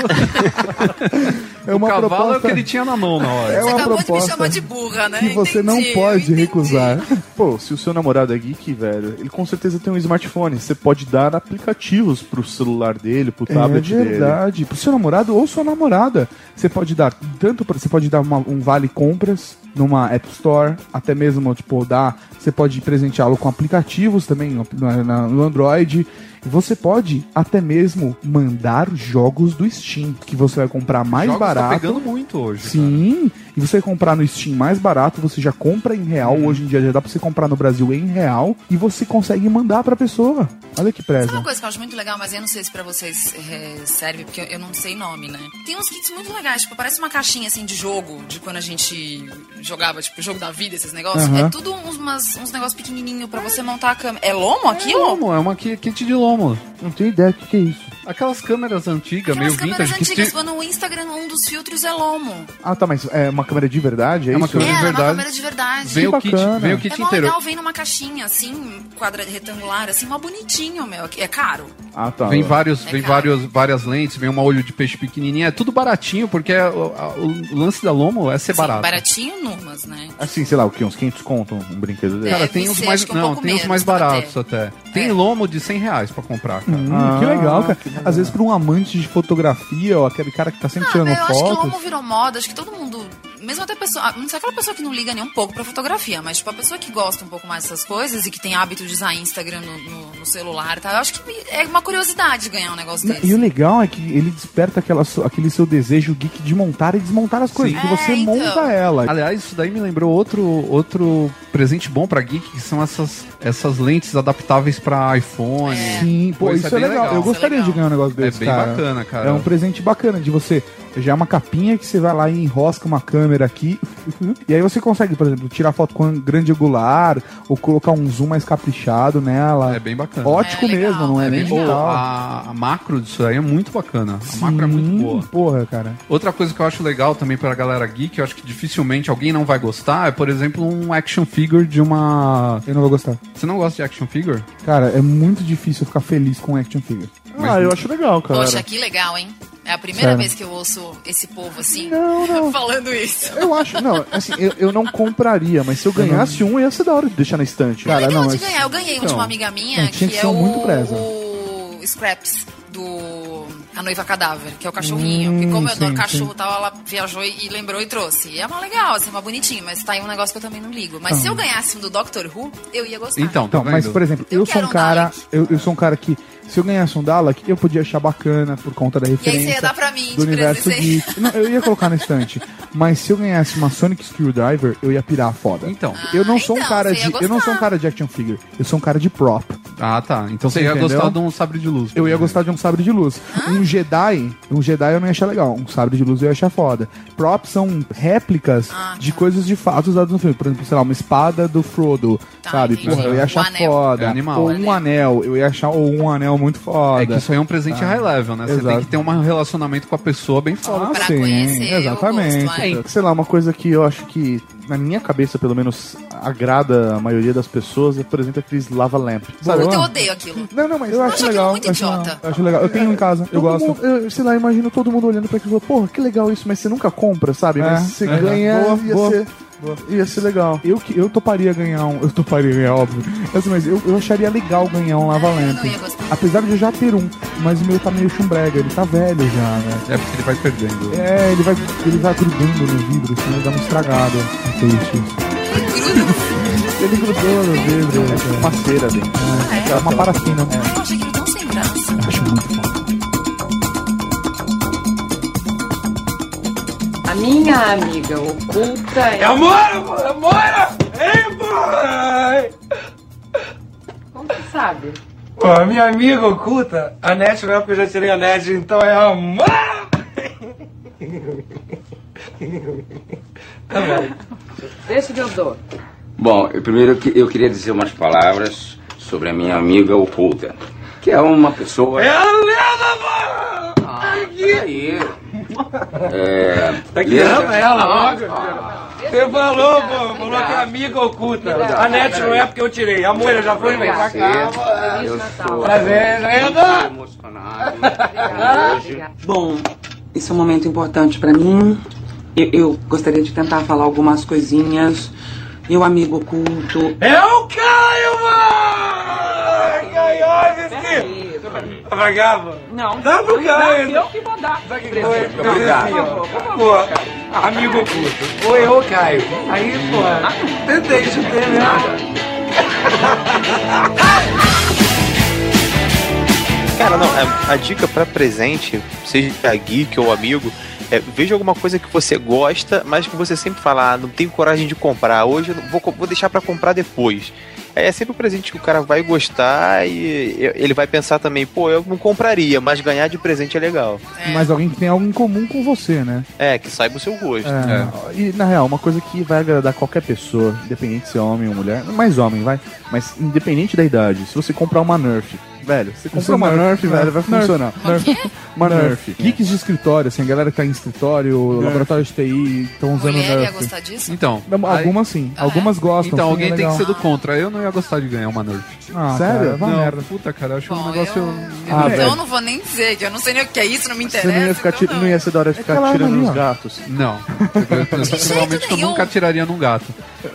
o cavalo é o que ele Ah, tinha na mão na hora. É uma Me proposta chama de burra, né? que você não Entendi. pode recusar. Pô, se o seu namorado é geek, velho, ele com certeza tem um smartphone. Você pode dar aplicativos pro celular dele, pro tablet é dele. verdade. Pro seu namorado ou sua namorada. Você pode dar tanto pra, você pode dar uma- um vale compras numa App Store, até mesmo tipo dar, você pode presenteá-lo com aplicativos também no, na- no Android. Você pode até mesmo mandar jogos do Steam, que você vai comprar mais Jogos barato. Tá pegando muito hoje. Sim, e você comprar no Steam mais barato, você já compra em real. Hoje em dia já dá pra você comprar no Brasil em real e você consegue mandar pra pessoa. Olha que Sabe preza. uma coisa que eu acho muito legal, mas eu não sei se pra vocês eh, serve, porque eu- eu não sei nome, né? Tem uns kits muito legais, tipo, parece uma caixinha assim de jogo, de quando a gente jogava, tipo, jogo da vida, esses negócios. Aham. É tudo uns, umas- uns negócios pequenininhos pra você montar a câmera. É lomo É aquilo? lomo, é uma ki- kit de lomo. Não tenho ideia do que, é isso. Aquelas câmeras antigas, É Aquelas meio câmeras vintage, que antigas, te- quando o Instagram, um dos filtros é lomo. Ah, tá, mas é uma câmera de verdade? É, uma isso? câmera de É, uma verdade. câmera de verdade. Vem o kit- bacana. vem o é kit mó inteiro. legal, vem numa caixinha, assim, quadra retangular, assim, mó bonitinho, meu. É caro. Ah, tá. Vem, Ó. vários, É vem caro. vários, várias lentes, vem uma olho de peixe pequenininha. É tudo baratinho, porque é- o, a- o lance da Lomo é ser barato. Baratinho numas, né? Assim, sei lá, o que? Uns 500 conto um brinquedo dele? É, Cara, tem uns ser, mais, acho que um não, pouco tem uns menos, mais até. baratos assim, até. É. Tem Lomo de 100 reais pra comprar, cara. Hum, que legal, cara. Às vezes, pra um amante de fotografia, ó, aquele cara que tá sempre Ah, tirando eu acho que o Lomo fotos. virou moda, acho que todo mundo. Mesmo até pessoa. ah, Não sei aquela pessoa que não liga nem um pouco pra fotografia, mas tipo, a pessoa que gosta um pouco mais dessas coisas e que tem hábito de usar Instagram no, no- no celular e tal, eu acho que é uma curiosidade ganhar um negócio desse. E o legal é que ele desperta aquela su- aquele seu desejo geek de montar e desmontar as coisas, que É, você então. monta ela. Aliás, isso daí me lembrou outro, outro presente bom pra geek, que são essas, essas lentes adaptáveis pra iPhone. Sim, pô, isso, é bem legal. Eu gostaria de ganhar um negócio desse, É bem cara. bacana, cara. É um presente bacana de você. Já é uma capinha que você vai lá e enrosca uma câmera aqui. e aí você consegue, por exemplo, tirar foto com grande angular ou colocar um zoom mais caprichado nela. É bem bacana. Ótico mesmo, não é, nem bem- Pô, digital. a, a macro disso daí é muito bacana. A macro é muito boa. Porra, cara. Outra coisa que eu acho legal também pra galera geek, eu acho que dificilmente alguém não vai gostar, é, por exemplo, um action figure de uma. Eu não vou gostar. Você não gosta de action figure? Cara, é muito difícil eu ficar feliz com action figure. Ah, eu acho legal, Poxa, que legal, hein? É a primeira Sério. vez que eu ouço esse povo assim não. falando isso. Eu acho, não, assim, eu, eu não compraria, mas se eu ganhasse um, ia ser da hora de deixar na estante. Cara, não, de ganhar. Eu ganhei um de Então, uma amiga minha, que, tinha que é ser o, muito presa. o Scraps, do A Noiva Cadáver, que é o cachorrinho. Porque como sim, eu adoro sim. cachorro e tal, ela viajou e, e lembrou e trouxe. E é uma legal, assim, uma bonitinha, mas tá aí um negócio que eu também não ligo. Mas Ah. se eu ganhasse um do Doctor Who, eu ia gostar. Tá então mas por exemplo, eu, sou um cara, eu, eu sou um cara que se eu ganhasse um Dalek, eu podia achar bacana por conta da E aí referência você ia dar pra mim do de universo presente. geek. Não, eu ia colocar na estante, mas se eu ganhasse uma Sonic Screwdriver, eu ia pirar foda. Então, eu Ah, não sou um cara você ia de, eu não sou um cara de action figure, eu sou um cara de prop. Ah, tá. Então você, Você ia entendeu? gostar de um sabre de luz. Eu ia gostar de um sabre de luz. Um Jedi, um Jedi eu não ia achar legal. Um sabre de luz eu ia achar foda. Props são réplicas Ah, de tá. coisas de fato usadas no filme. Por exemplo, sei lá, uma espada do Frodo, Tá. sabe? entendi. Porra, eu ia Um achar anel. foda. É animal. Ou um anel, eu ia achar ou um anel muito foda. É que isso aí é um presente Ah. high level, né? Você tem Exato. que ter um relacionamento com a pessoa bem Ah, forte. sim, exatamente. É, Sei lá, uma coisa que eu acho que, na minha cabeça, pelo menos, agrada a maioria das pessoas é, por exemplo, aqueles lava lamp. Sabe? Puta, eu odeio aquilo. Não, não, mas eu assim, acho legal. muito idiota. Eu acho legal. Eu tenho um em casa, eu Todo gosto. mundo- eu, sei lá, imagino todo mundo olhando pra aquilo e falando, porra, que legal isso, mas você nunca compra, sabe? Mas É, você é. ganha Boa, ia boa. ser. Ia ser legal. Eu, que- eu toparia ganhar um. Eu toparia ganhar, óbvio. Assim, mas eu, eu acharia legal ganhar um Lava Lamp. Apesar de eu já ter um, mas o meu tá meio chumbrega, ele tá velho já, né? É porque ele vai perdendo. É, ele vai, ele vai grudando no vidro, assim, ele dá uma estragada. É triste isso. ele grudou no vidro. É tipo uma cera dentro. É, uma parafina. Eu achei que ele tão sem graça. Acho muito foda. A minha amiga oculta é. Eu moro, pô, eu moro! Ei, mãe! Como você sabe? Pô, a minha amiga oculta, a net não é porque eu já tirei a net, então é a mãe! Tá bom. Deixa que eu dou. Bom, eu primeiro que- eu queria dizer umas palavras sobre a minha amiga oculta, que é uma pessoa. Aqui. É, Tá lesa- criando ela logo. Você falou, pô, falou que é amiga oculta. A net não é porque eu tirei. A mulher já foi vem pra cá. Eu sou Prazer, Brenda. Bom, esse é um momento importante pra mim. Eu, eu gostaria de tentar falar algumas coisinhas. Meu amigo oculto. Eu caio, mano! Ai, ai, Vicky! Tá pra cá, mano? Não. Dá pro Caio. Eu que vou dar. Sabe que Oi, Pô, amigo oculto. Oi, ô Caio. Aí, pô, tentei, chutei mesmo. Cara, não, a, a dica pra presente, seja a geek ou amigo, é veja alguma coisa que você gosta, mas que você sempre fala, ah, não tenho coragem de comprar, hoje eu não- vou, co- vou deixar pra comprar depois. É sempre o presente que o cara vai gostar e e- ele vai pensar também, pô, eu não compraria, mas ganhar de presente é legal. Mas alguém que tem algo em comum com você, né? É, que saiba o seu gosto. É, E na real, uma coisa que vai agradar qualquer pessoa, independente se é homem ou mulher, mais homem, vai, mas independente da idade, se você comprar uma Nerf, velho, você comprar uma é Nerf, velho, vai funcionar. Nerf. Uma Uma Nerf. Nerf. Geeks de escritório, assim, a galera que tá em escritório, laboratório de TI, estão usando Mulher ia Nerf. gostar disso? Então, Não, aí- algumas sim. algumas gostam. Então, sim, alguém é tem que legal. ser do contra. Eu não ia gostar de ganhar uma Nerf. Ah, Sério? cara, vai não, merda. puta, cara, eu acho um negócio... Ah, Ah, velho. velho. Então eu não vou nem dizer, eu não sei nem o que é isso, não me Você não ia, interessa. ficar então tir- não ia ser da hora de ficar aquela tirando arma ali, nos ó. gatos. Não. Eu, eu, Principalmente eu nenhum. nunca atiraria num gato.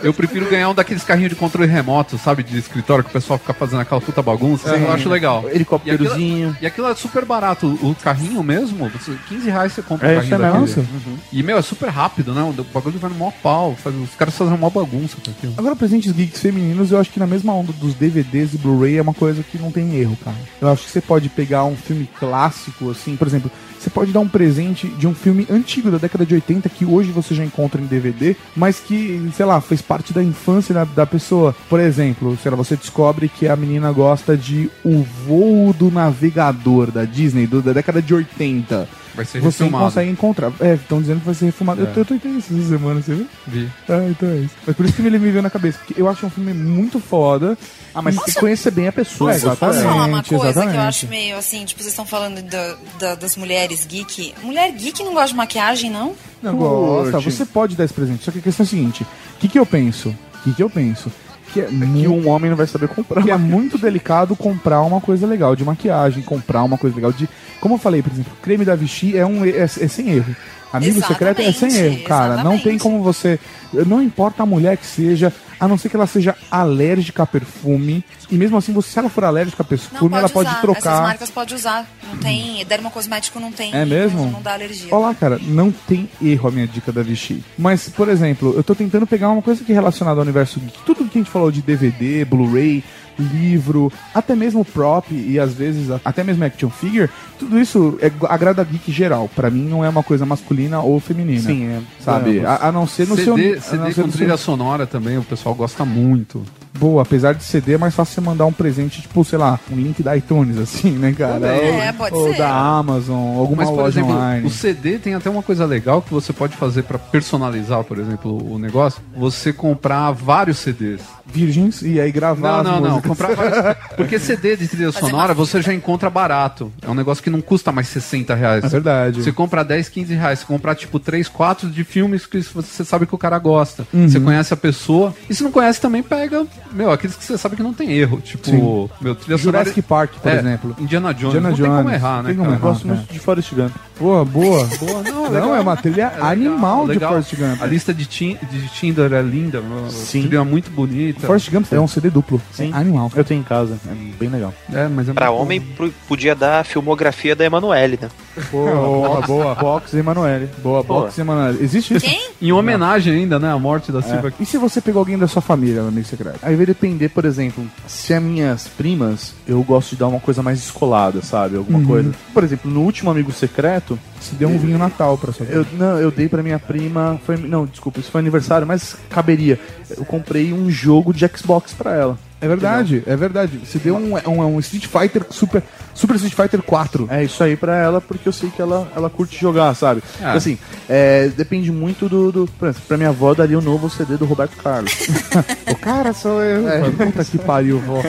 Eu prefiro ganhar um daqueles carrinhos de controle remoto, sabe? De escritório que o pessoal fica fazendo aquela puta bagunça. assim, Sim. Eu acho legal. Helicópterozinho. E aquilo, e aquilo é super barato. O carrinho mesmo, você- 15 reais você compra É, o isso carrinho é daquele. mesmo? Uhum. E, meu, é super rápido, né? O bagulho vai no maior pau. faz- os caras fazem uma bagunça com aquilo. Agora, presentes geeks femininos, eu acho que na mesma onda dos DVDs e Blu-ray é uma coisa que não tem erro, cara. Eu acho que você pode pegar um filme clássico, assim, por exemplo, você pode dar um presente de um filme antigo da década de 80 que hoje você já encontra em DVD, mas que, sei lá, fez parte da infância da, da pessoa. Por exemplo, sei lá, você descobre que a menina gosta de O Voo do Navegador da Disney, do- da década de 80. Vai ser Você refilmado. consegue encontrar. É, estão dizendo que vai ser refumado. É. Eu, eu tô entendendo isso essa semana, você viu? Vi. Ah, então é isso. Mas por isso que ele me veio na cabeça, porque eu acho um filme muito foda. Ah, mas você tem que conhecer bem a pessoa, é, exatamente. exatamente. Posso falar uma coisa que eu exatamente. acho meio assim, tipo, vocês estão falando da- da- das mulheres geek. Mulher geek não gosta de maquiagem, não? Não gosta, você pode dar esse presente. Só que a questão é a seguinte: o que, que eu penso? O que, que eu penso? Que, é que um homem não vai saber comprar. Que é muito delicado comprar uma coisa legal de maquiagem, comprar uma coisa legal de. Como eu falei, por exemplo, creme da Vichy é, um, é, é sem erro. Amigo secreto é sem erro, cara. Não tem como você. Não importa a mulher que seja, a não ser que ela seja alérgica a perfume. E mesmo assim, você- se ela for alérgica a perfume, ela pode usar. Essas trocar. marcas pode usar. Não tem. Dermocosmético não tem. É mesmo? Não dá alergia. Olha lá, cara, não tem erro a minha dica da Vichy. Mas, por exemplo, eu tô tentando pegar uma coisa que é relacionada ao universo geek. Tudo que a gente falou de DVD, Blu-ray, livro, até mesmo prop e às vezes a- até mesmo action figure, tudo isso é, agrada geek geral. Pra mim não é uma coisa masculina ou feminina. Sim, é. Sabe? É, A, a não ser no CD, seu... a não CD ser com no seu- trilha sonora também, o pessoal gosta muito. Boa, apesar de CD, é mais fácil você mandar um presente, tipo, sei lá, um link da iTunes, assim, né, cara? É, ou, pode ou ser. da Amazon, alguma Mas, por loja exemplo, online. o CD tem até uma coisa legal que você pode fazer pra personalizar, por exemplo, o negócio. Você comprar vários CDs. Virgens e aí gravar Não, as não, não. músicas. Comprar vários... Porque CD de trilha sonora você já encontra barato. É um negócio que não custa mais 60 reais. É verdade. Você compra 10, 15 reais. Você comprar, tipo, 3, 4 de filmes que você sabe que o cara gosta. Uhum. Você conhece a pessoa. E se não conhece também, pega, meu, aqueles que você sabe que não tem erro. Tipo, Sim. meu, trilha Jurassic sonora... Park, por É, exemplo. Indiana Jones. Indiana não tem como Jones. errar, Não né, tem como cara? errar, Gosto muito cara. De Forrest Gump. Boa, boa. Boa, não, não, legal. é uma trilha animal Legal. de Forrest Gump. A lista de, Tin- de Tinder é linda, uma trilha muito bonita. Forrest Gump é um CD duplo. Sim. É animal. Eu tenho em casa, é bem legal. É, mas Pra homem, pro- podia dar a filmografia da Emanuele, né? Boa, boa. Box Emanuele. Boa, Box Emanuele. Existe isso? Em homenagem ainda, né? A morte É. da Silva. E se você pegou alguém da sua família, meu amigo secreto? Aí vai depender, por exemplo, se é minhas primas, eu gosto de dar uma coisa mais descolada, sabe? Alguma Uhum. coisa. Por exemplo, no último Amigo Secreto. Se deu um vinho Natal pra sua Eu, não, eu dei pra minha prima. Foi, não, desculpa, isso foi aniversário, mas caberia. Eu comprei um jogo de Xbox pra ela. É verdade, é verdade. Você deu um, um, um Street Fighter Super, Super Street Fighter 4. É isso aí pra ela, porque eu sei que ela, ela curte jogar, sabe? Ah. Assim, é, depende muito do, do. Por exemplo, pra minha avó daria o novo CD do Roberto Carlos. o cara sou eu. Puta que pariu, vó.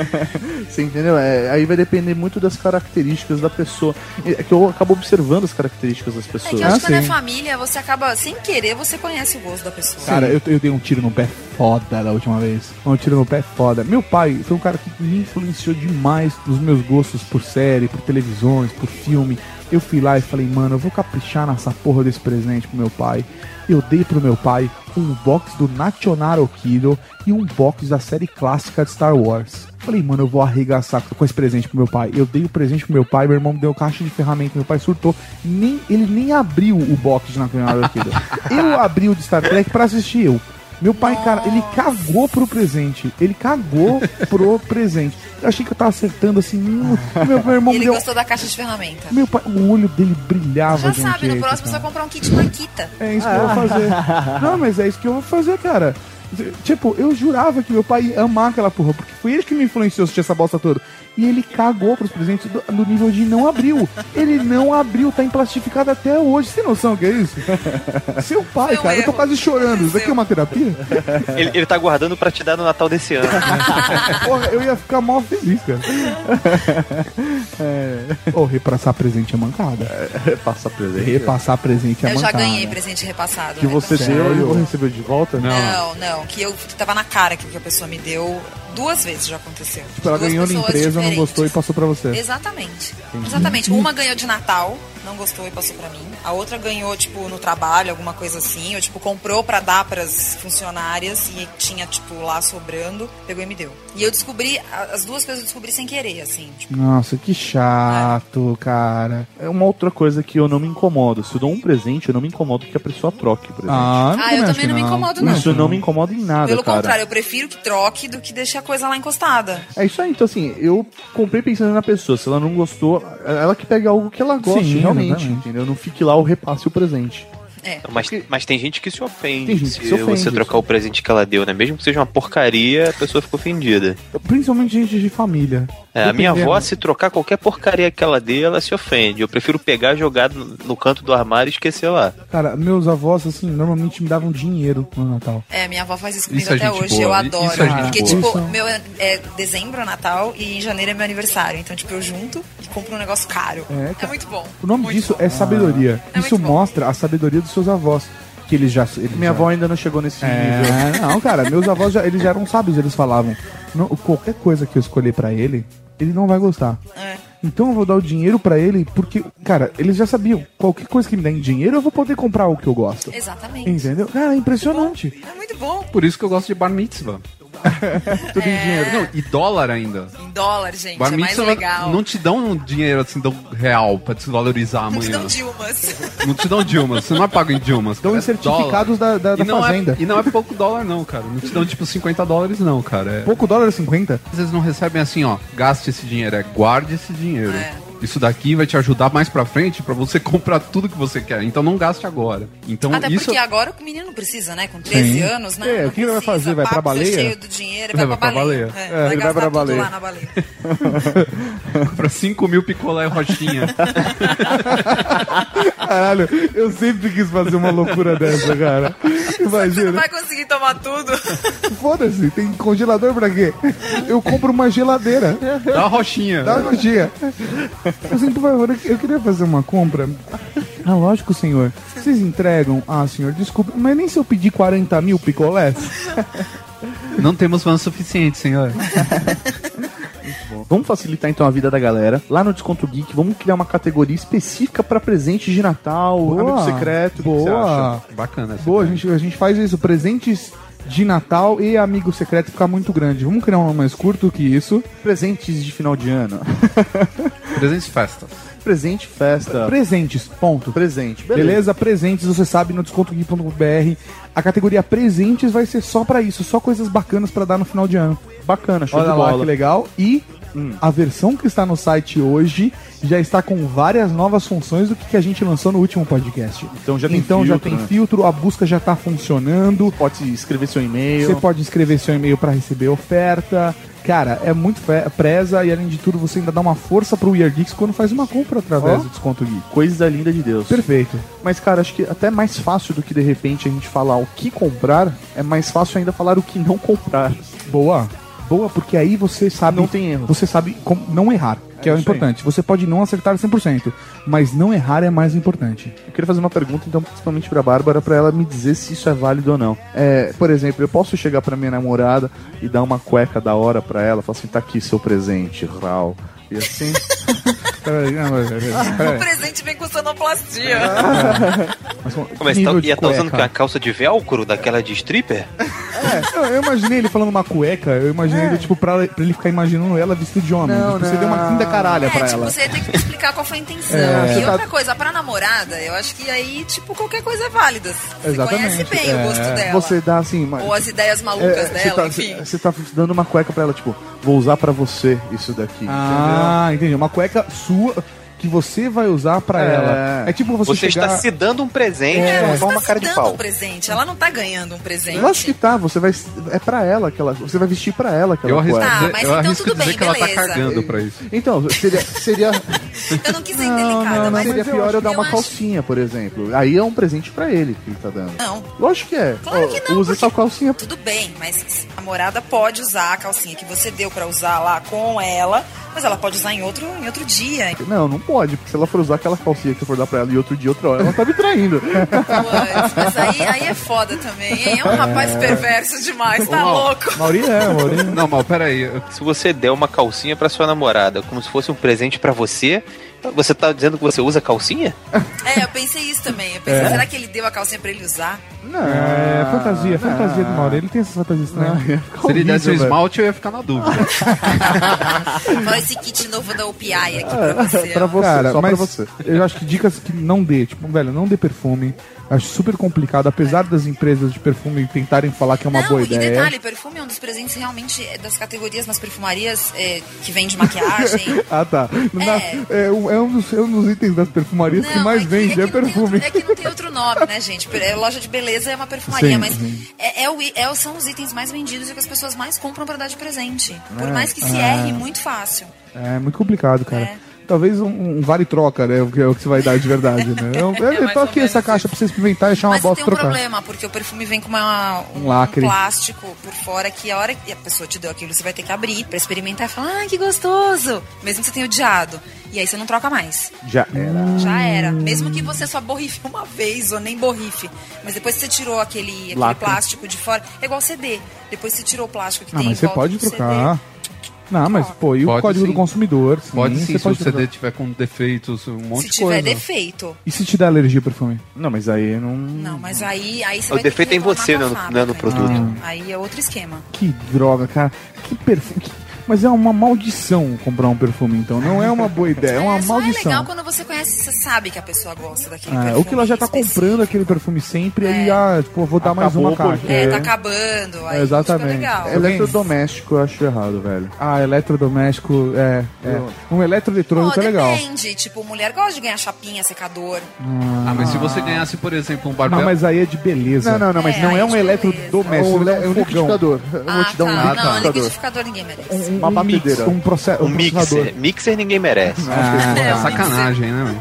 Você entendeu? É, aí vai depender muito das características da pessoa. É que eu acabo observando as características das É pessoas. que ah, eu acho que quando é família, você acaba, sem querer, você conhece o gosto da pessoa. Cara, eu, eu dei um tiro no pé foda da última vez. Um tiro no pé foda. Meu pai foi um cara que me influenciou demais nos meus gostos por série, por televisões, por filme. Eu fui lá e falei, mano, eu vou caprichar nessa porra desse presente pro meu pai. Eu dei pro meu pai um box do Nationaro Kido e um box da série clássica de Star Wars. Falei, mano, eu vou arregaçar com esse presente pro meu pai. Eu dei o presente pro meu pai, meu irmão me deu caixa de ferramenta, meu pai surtou. Nem, ele nem abriu o box de Nationaro Kido. Eu abri o de Star Trek pra assistir eu. Meu pai, cara, ele cagou pro presente. Ele cagou pro presente. Eu achei que eu tava acertando assim. hum, Meu, meu irmão me Ele deu. gostou da caixa de ferramenta. Meu pai, o olho dele brilhava. Já de um sabe, no jeito, próximo você cara. vai comprar um kit Maquita. É isso que eu vou fazer. Não, mas é isso que eu vou fazer, cara. Tipo, eu jurava que meu pai ia amar aquela porra, porque foi ele que me influenciou a assistir essa bosta toda. E ele cagou pros presentes do, do nível de não abriu. Ele não abriu, tá emplastificado até hoje. Você tem noção do que é isso? Seu um pai, cara, eu tô quase chorando. Isso aqui é uma terapia? Ele, ele tá guardando pra te dar no Natal desse ano. Porra, eu ia ficar mal feliz, cara. É. Ou repassar presente é mancada. Repassar presente. Repassar presente é Eu já mancada. ganhei presente repassado. Que né? você Então, deu e ou recebeu de volta? Não, não, que eu que tava na cara que o que a pessoa me deu duas vezes já aconteceu. Tipo, ela Duas ganhou na pessoas empresa, não diferentes. gostou e passou pra você. Exatamente. Entendi. Exatamente. Uma ganhou de Natal, não gostou e passou pra mim. A outra ganhou, tipo, no trabalho, alguma coisa assim. Ou, tipo, comprou pra dar pras funcionárias e tinha, tipo, lá sobrando. Pegou e me deu. E eu descobri, a- as duas coisas eu descobri sem querer, assim. Tipo, Nossa, que chato, cara. É uma outra coisa que eu não me incomodo. Se eu dou um presente, eu não me incomodo que a pessoa troque o presente. Ah, eu Ah, eu também também acho não me que não. incomodo, não. Isso não me incomoda em nada, pelo cara. contrário, eu prefiro que troque do que deixe a coisa lá encostada. É isso aí, então assim, eu comprei pensando na pessoa. Se ela não gostou, é ela que pega algo que ela goste, Sim, realmente. exatamente. Entendeu? Não fique lá ou repasse o presente. Mas, mas tem gente que se ofende Tem gente se, que se ofende, você trocar o presente que ela deu, né? Mesmo que seja uma porcaria, a pessoa fica ofendida. Principalmente gente de família. É, a minha Dependendo. avó, se trocar qualquer porcaria que ela dê, ela se ofende. Eu prefiro pegar, jogar no, no canto do armário e esquecer lá. Cara, meus avós, assim, normalmente me davam dinheiro no Natal. É, minha avó faz isso comigo Isso é até gente hoje, boa. eu I- adoro. isso é gente porque, boa. tipo, Isso. meu é é dezembro, Natal, e em janeiro é meu aniversário. Então, tipo, eu junto e compro um negócio caro. É, É, muito bom. O nome disso é sabedoria. Isso mostra a sabedoria dos seus avós. Que eles já. Eles Minha já... avó ainda não chegou nesse nível. É, não, cara, meus avós já, eles já eram sábios, eles falavam: "Não, qualquer coisa que eu escolher pra ele, ele não vai gostar. É. Então eu vou dar o dinheiro pra ele, porque, cara, eles já sabiam: qualquer coisa que me der em dinheiro, eu vou poder comprar o que eu gosto. Exatamente. Entendeu? Cara, é impressionante. É muito bom. Por isso que eu gosto de bar mitzvah. Tudo em dinheiro. Não, e dólar ainda. Em dólar, gente, bar é mais mitzvah legal. não te dão um dinheiro assim, dão real pra te valorizar Não te amanhã. dão Dilmas. Não te dão Dilma, você não é pago em Dilmas. Dão em certificados da- da- da fazenda. e não é pouco dólar, não, cara. Não te dão tipo 50 dólares, não, cara. É- Pouco dólar é 50? Às vezes não recebem assim, ó, gaste esse dinheiro, é guarde esse dinheiro. Isso daqui vai te ajudar mais pra frente pra você comprar tudo que você quer. Então não gaste agora. Então Até isso. porque agora o menino não precisa, né? Com 13 Sim. anos, né? É, Não o que ele vai precisa, fazer? Vai pra papo baleia? cheio do dinheiro, vai, Vai pra pra baleia. baleia. É, É, vai ele vai gastar pra tudo baleia. lá na baleia. Compra 5 mil picolé roxinha. Caralho, eu sempre quis fazer uma loucura dessa, cara. Você não Imagina. vai conseguir tomar tudo. Foda-se, tem congelador pra quê? Eu compro uma geladeira. Dá uma roxinha. Dá uma roxinha. Assim, por favor, eu- eu queria fazer uma compra. Ah, lógico, senhor. Vocês entregam? Ah, senhor, desculpa, mas nem se eu pedir 40 mil picolés? Não temos van suficiente, senhor. Vamos facilitar então a vida da galera. Lá no Desconto Geek, vamos criar uma categoria específica pra presentes de Natal, Boa. amigo secreto. o que que você Boa. acha? Bacana. Boa, a gente, a gente faz isso. Presentes de Natal e amigo secreto ficar muito grande. Vamos criar um nome mais curto que isso. Presentes de final de ano. Presentes festas. Presente, festa. Presentes, ponto. Presente, Beleza. beleza. presentes, você sabe, no descontogui.br. A categoria presentes vai ser só pra isso, só coisas bacanas pra dar no final de Hum. ano. Bacana, show Olha de lá bola. que legal. E A versão que está no site hoje já está com várias novas funções do que que a gente lançou no último podcast. Então já tem então já filtro, tem né? filtro, a busca já está funcionando. Pode escrever seu e-mail. Você pode escrever seu e-mail para receber oferta. Cara, é muito fe- preza e além de tudo você ainda dá uma força pro Weird Geeks quando faz uma compra através Ó. do desconto Geek. Coisa linda de Deus. Perfeito. Mas, cara, acho que até mais fácil do que de repente a gente falar o que comprar, é mais fácil ainda falar o que não comprar. Boa. Boa, porque aí você sabe. Não tem erro. Você sabe como não errar, que é, isso o aí. importante. Você pode não acertar 100%, mas não errar é mais importante. Eu queria fazer uma pergunta, então, principalmente pra Bárbara, pra ela me dizer se isso é válido ou não. É, por exemplo, eu posso chegar pra minha namorada e dar uma cueca da hora pra ela, falar assim, tá aqui seu presente, Raul. E assim. Peraí, não, mas- É. O presente vem com sonoplastia. Mas tá, um Nível de ia tá usando cueca. a calça de velcro daquela de stripper? É, eu- eu imaginei ele falando uma cueca, eu É. imaginei ele, tipo, pra, pra ele ficar imaginando ela vestida de homem. Não, Tipo, Você deu uma quinta caralha É, pra tipo, ela. você tem que explicar qual foi a intenção. É. e tá outra coisa, pra namorada, eu acho que aí, tipo, qualquer coisa é válida. Você conhece Exatamente. bem o gosto É. dela. Você dá assim, mas. Ou as ideias malucas É, dela, tipo, Você né? enfim. tá, você tá dando uma cueca pra ela, tipo, vou usar pra você isso daqui. Ah, entendi. Uma cueca sua que você vai usar pra É. ela. É tipo você, Você chegar... está se dando um presente, É, é, você só tá uma cara de dando pau. um presente. Ela não tá ganhando um presente. Eu acho que tá, você vai. É pra ela aquela. Você vai vestir pra ela aquela Eu arrisco cueca. dizer- Ah, mas eu então arrisco tudo dizer bem, que ela tá beleza. cagando pra isso. Então, seria. seria Eu não quis ser Ah, não, indelicada, não, não, mas seria eu pior acho eu dar que uma acho- calcinha, por exemplo. Aí é um presente pra ele que ele tá dando. Não. Lógico que é. Claro Ó, que não, usa porque- essa calcinha. Tudo bem, mas a namorada pode usar a calcinha que você deu pra usar lá com ela, mas ela pode usar em outro, em outro dia. Não, não pode, porque se ela for usar aquela calcinha que eu for dar pra ela e outro dia, outra hora, ela tá me traindo. Mas aí, aí é foda também, hein? É um É. rapaz perverso demais, tá louco? Mauri é, Mauri. Não, mas peraí. Se você der uma calcinha pra sua namorada como se fosse um presente pra você, você tá dizendo que você usa calcinha? É, eu pensei isso também. Eu pensei, É. será que ele deu a calcinha pra ele usar? É, fantasia, fantasia do Mauri. Ele tem essas fantasias estranhas. Se ele desse o Horrível, um esmalte, eu ia ficar na dúvida. Olha esse kit novo da OPI aqui É, pra você. É pra ó. você, Cara, só pra mas você. Eu acho que dicas que não dê, tipo, velho, não dê perfume. Acho super complicado, apesar das empresas de perfume tentarem falar que é uma Não, boa e ideia. detalhe, perfume é um dos presentes realmente é, das categorias nas perfumarias é, que vende maquiagem. ah, tá. Na- é, um, é um dos, é um dos itens das perfumarias que Não, mais vende, é, perfume. É que não tem outro nome, né, gente? Per- é Loja de beleza é uma perfumaria, Sim, mas sim. é, é o i- é o- são os itens mais vendidos e que as pessoas mais compram pra dar de presente. Por É. mais que se Ah. erre, muito fácil. É muito complicado, cara. É. Talvez um, um vale-troca, né? Que é o que você vai dar de verdade, né? Eu, eu, É mais tô ou aqui essa caixa pra você experimentar e achar uma Mas bosta tem e um trocar. problema, porque o perfume vem com uma- um, Um lacre. plástico por fora que a hora que a pessoa te deu aquilo, você vai ter que abrir pra experimentar e falar, ah, que gostoso! Mesmo que você tenha odiado. E aí você não troca mais. Já Hum. era. Já era. Mesmo que você só borrife uma vez ou nem borrife. Mas depois que você tirou aquele, aquele Lacre. plástico de fora, é igual CD. Depois você tirou o plástico que Ah, tem mas em você volta pode do trocar. um Não, mas pô, e o Pode código sim. do consumidor? Sim, pode sim, você se pode o CD trocar. tiver com defeitos, um CD. monte Se de tiver coisa. defeito. E se te dá alergia ao perfume? Não, mas aí não. Não, mas aí, aí você O vai ter defeito que é em você, reclamar não é com no- não é no a produto. Hum. fábrica. Aí é outro esquema. Que droga, cara. Que perfume. que- Mas é uma maldição comprar um perfume, então. Não é uma boa ideia, é uma só é maldição. legal quando você conhece, você sabe que a pessoa gosta daquele É, perfume. É. ou que ela já tá comprando aquele perfume sempre, aí, ah, tipo, eu vou dar mais Acabou uma caixa. porque- É, tá acabando. tipo, É, exatamente. legal. Eletrodoméstico eu acho errado, velho. Ah, eletrodoméstico, é. é. Um Ó, eletroeletrônico é legal. depende. Tipo, mulher gosta de ganhar chapinha, secador. Ah, mas se você ganhasse, por exemplo, um barbel... Não, mas aí é de beleza. Não, não, não, né, mas É, não é aí um de eletrodoméstico. beleza. é um É um fogão. liquidificador. tipo Ah, um um tá. não, liquidificador. liquidificador ninguém merece. Um mix, um É processo. Um mixer. Mixer ninguém merece. Ah, É, um sacanagem, né,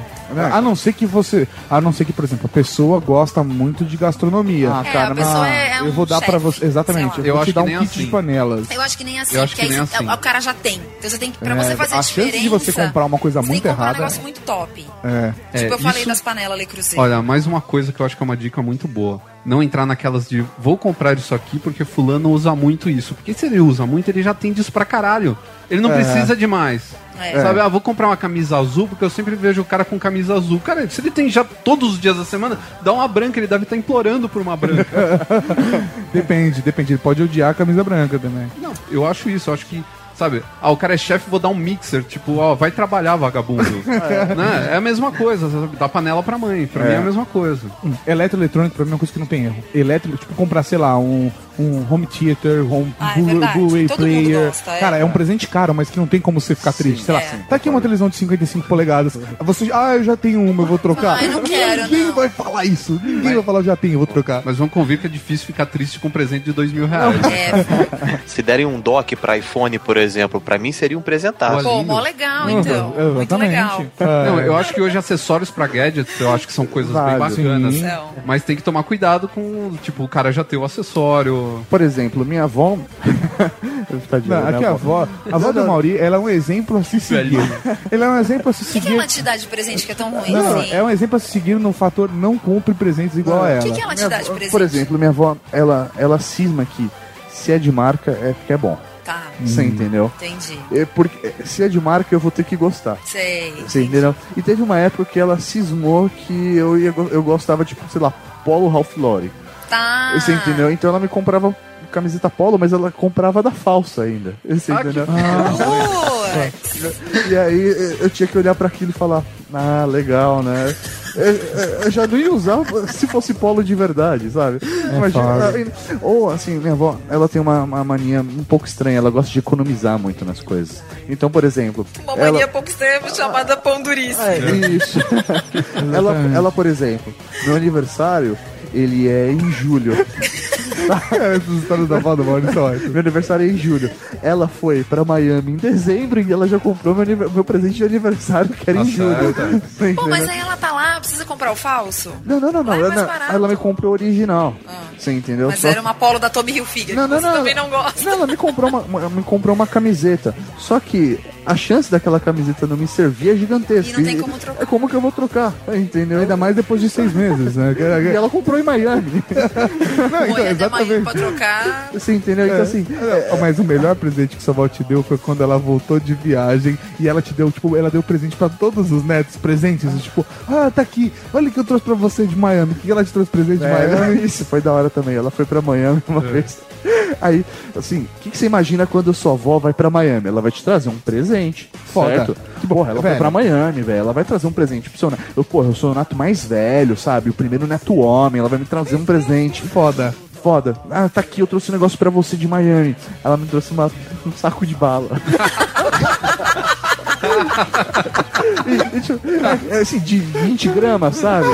A não ser que você. A não ser que, por exemplo, a pessoa gosta muito de gastronomia. Ah, É, cara, a mas- pessoa é- é Eu um vou dar chefe, pra você. Exatamente. sei lá. Eu Eu vou acho te que dar um nem kit de assim. panelas. Eu acho que nem assim, Eu acho porque que aí nem você- assim. o cara já tem. Então você tem que, É, pra você fazer a diferença. chance de você comprar uma coisa você tem muito que comprar errada. um negócio muito top. É. tipo, eu isso- falei das panelas ali cruzeiro. Olha, mais uma coisa que eu acho que é uma dica muito boa. Não entrar naquelas de vou comprar isso aqui porque fulano usa muito isso. Porque se ele usa muito, ele já tem disso pra caralho. Ele não É. precisa de mais. É. Sabe, ah, vou comprar uma camisa azul porque eu sempre vejo o cara com camisa azul. Cara, se ele tem já todos os dias da semana, dá uma branca, ele deve estar implorando por uma branca. Depende, depende. Ele pode odiar a camisa branca também. Não, eu acho isso, eu acho que Sabe? Ah, o cara é chefe, vou dar um mixer. Tipo, ó, vai trabalhar, vagabundo. É. Né? É a mesma coisa, sabe? Dá panela pra mãe. Pra É. mim é a mesma coisa. Eletroeletrônico pra mim é uma coisa que não tem erro. Eletro, tipo, comprar, sei lá, um, um home theater, um Ah, é Blu- verdade. Blu-ray Todo mundo player. gosta, é. Cara, é um presente caro, mas que não tem como você ficar triste. Sei lá, É. tá aqui uma televisão de 55 polegadas. Você, ah, eu já tenho uma, eu vou trocar. Ai, não quero, Ninguém vai falar isso. Ninguém vai falar, eu já tenho, eu vou trocar. Mas vamos convir que é difícil ficar triste com um presente de dois mil reais. é. Se derem um dock pra iPhone, por exemplo, pra mim seria um presentaço. Pô, mó legal, Uhum, então. Muito legal. Não, eu acho que hoje acessórios pra gadgets, eu acho que são coisas bem Vários. bacanas. Sim. Mas tem que tomar cuidado com, tipo, o cara já ter o acessório. Por exemplo, minha avó. Tadinha, Não, né, aqui a avó, a avó do Mauri, ela é um exemplo a se seguir. Ela é um exemplo a se O que, que seguir. ela te dá de presente que é tão ruim Não, assim? é um exemplo a se seguir no fator não compre presentes igual a Ah. O ela. né, que, que ela te dá de presente? Por exemplo, minha avó, ela, ela cisma que se é de marca é porque é bom. Tá. Você entendeu? Entendi. É porque se é de marca eu vou ter que gostar. Sei. Você entendeu? E teve uma época que ela cismou que eu, ia, go- eu gostava, tipo, sei lá, Polo Ralph Lauren. Tá. Você entendeu? Então ela me comprava camiseta Polo, mas ela comprava da falsa ainda. Você entendeu? E aí eh, eu tinha que olhar pra aquilo e falar, ah, legal, né? Eu, eu- eu já não ia usar se fosse polo de verdade, sabe? É foda. aí- ou assim, minha avó, ela tem uma, uma mania um pouco estranha, ela gosta de economizar muito nas coisas. Então, por exemplo. Uma ela- mania pouco extrema chamada pão duríssimo. É, Isso. ela, ela, por exemplo, meu aniversário, ele é em julho. Essas histórias da Valdo Meu aniversário é em julho. Ela foi pra Miami em dezembro e ela já comprou meu, aniver- meu presente de aniversário, que era em julho. Você Pô, mas entendeu? aí ela tá lá, precisa comprar o falso? Não, não, não, não. Vai mais Ela, barato. Ah. ela me comprou original. Você entendeu? Mas Só era uma polo da Tommy Hilfiger. Não, não, você não. também não gosta. Não, ela me comprou uma, uma- me comprou uma camiseta. Só que a chance daquela camiseta não me servir é gigantesca. E não tem como trocar. É como que eu vou trocar? Entendeu? Ainda mais depois de seis meses, né? E ela comprou em Miami. Não, então, um pra trocar. Você entendeu? Então, assim, É, Mas o melhor presente que sua avó te deu foi quando ela voltou de viagem e ela te deu, tipo, ela deu presente pra todos os netos presentes. Tipo, ah, tá aqui, olha o que eu trouxe pra você de Miami. O que ela te trouxe presente de É, Miami? isso foi da hora também. Ela foi pra Miami uma vez. Aí, assim, o que, que você imagina quando sua avó vai pra Miami? Ela vai te trazer um presente. Foda. Certo? Que bom, porra, ela velho. foi pra Miami, velho. Ela vai trazer um presente pro seu neto. Eu, porra, eu sou o neto mais velho, sabe? O primeiro neto homem. Ela vai me trazer um presente. Foda. Foda. Ah, tá aqui, eu trouxe um negócio pra você de Miami. Ela me trouxe uma- um saco de bala. E, e, tipo, é, é, assim, de 20 gramas, sabe?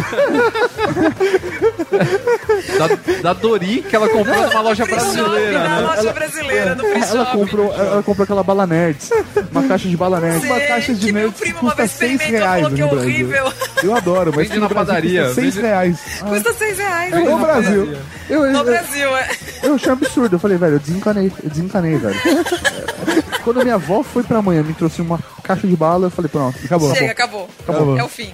Da, da Dori, que ela comprou numa loja brasileira. né? brasileira do free ela shop. comprou, ela comprou aquela bala nerds, uma caixa de bala nerds. Uma caixa de nerds que custa 6 reais no Brasil. é horrível. Eu adoro, mas Vende na padaria, 6 vende- reais. Custa 6 reais. No Brasil. Eu, eu, No Brasil, é. eu achei um absurdo. Eu falei, velho, eu desencanei, eu desencanei, velho. Quando minha avó foi pra manhã, me trouxe uma caixa de bala, eu falei, pronto, acabou. Chega, acabou. Acabou. É o fim.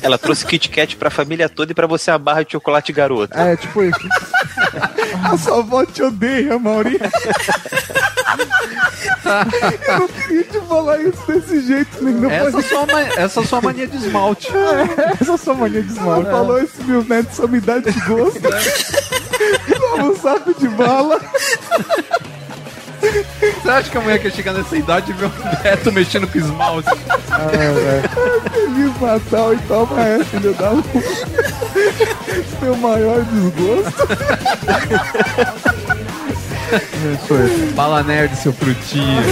Ela trouxe Kit Kat pra família toda e pra você a barra de chocolate garoto. É, tipo isso. A sua avó te odeia, Mauri. eu não queria te falar isso desse jeito, nem né? não Essa foi- sua ma- essa sua mania de esmalte. É, essa sua mania de esmalte. Ela falou esse meu neto só me dá de gosto. Toma um saco de bala. Você acha que a mulher quer chegar nessa idade e ver um neto mexendo com esmalte? Ah, velho. Feliz Natal e toma essa, filho da puta. Seu maior desgosto. Bala nerd, seu frutinho.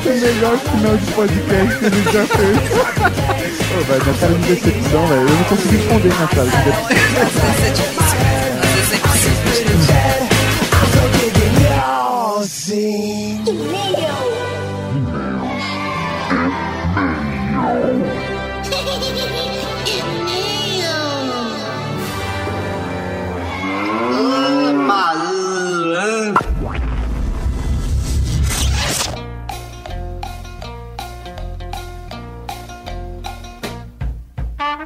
Esse é o melhor final de podcast que a gente já fez. Pô, velho, minha cara de decepção, velho. Eu não consegui esconder minha cara de decepção.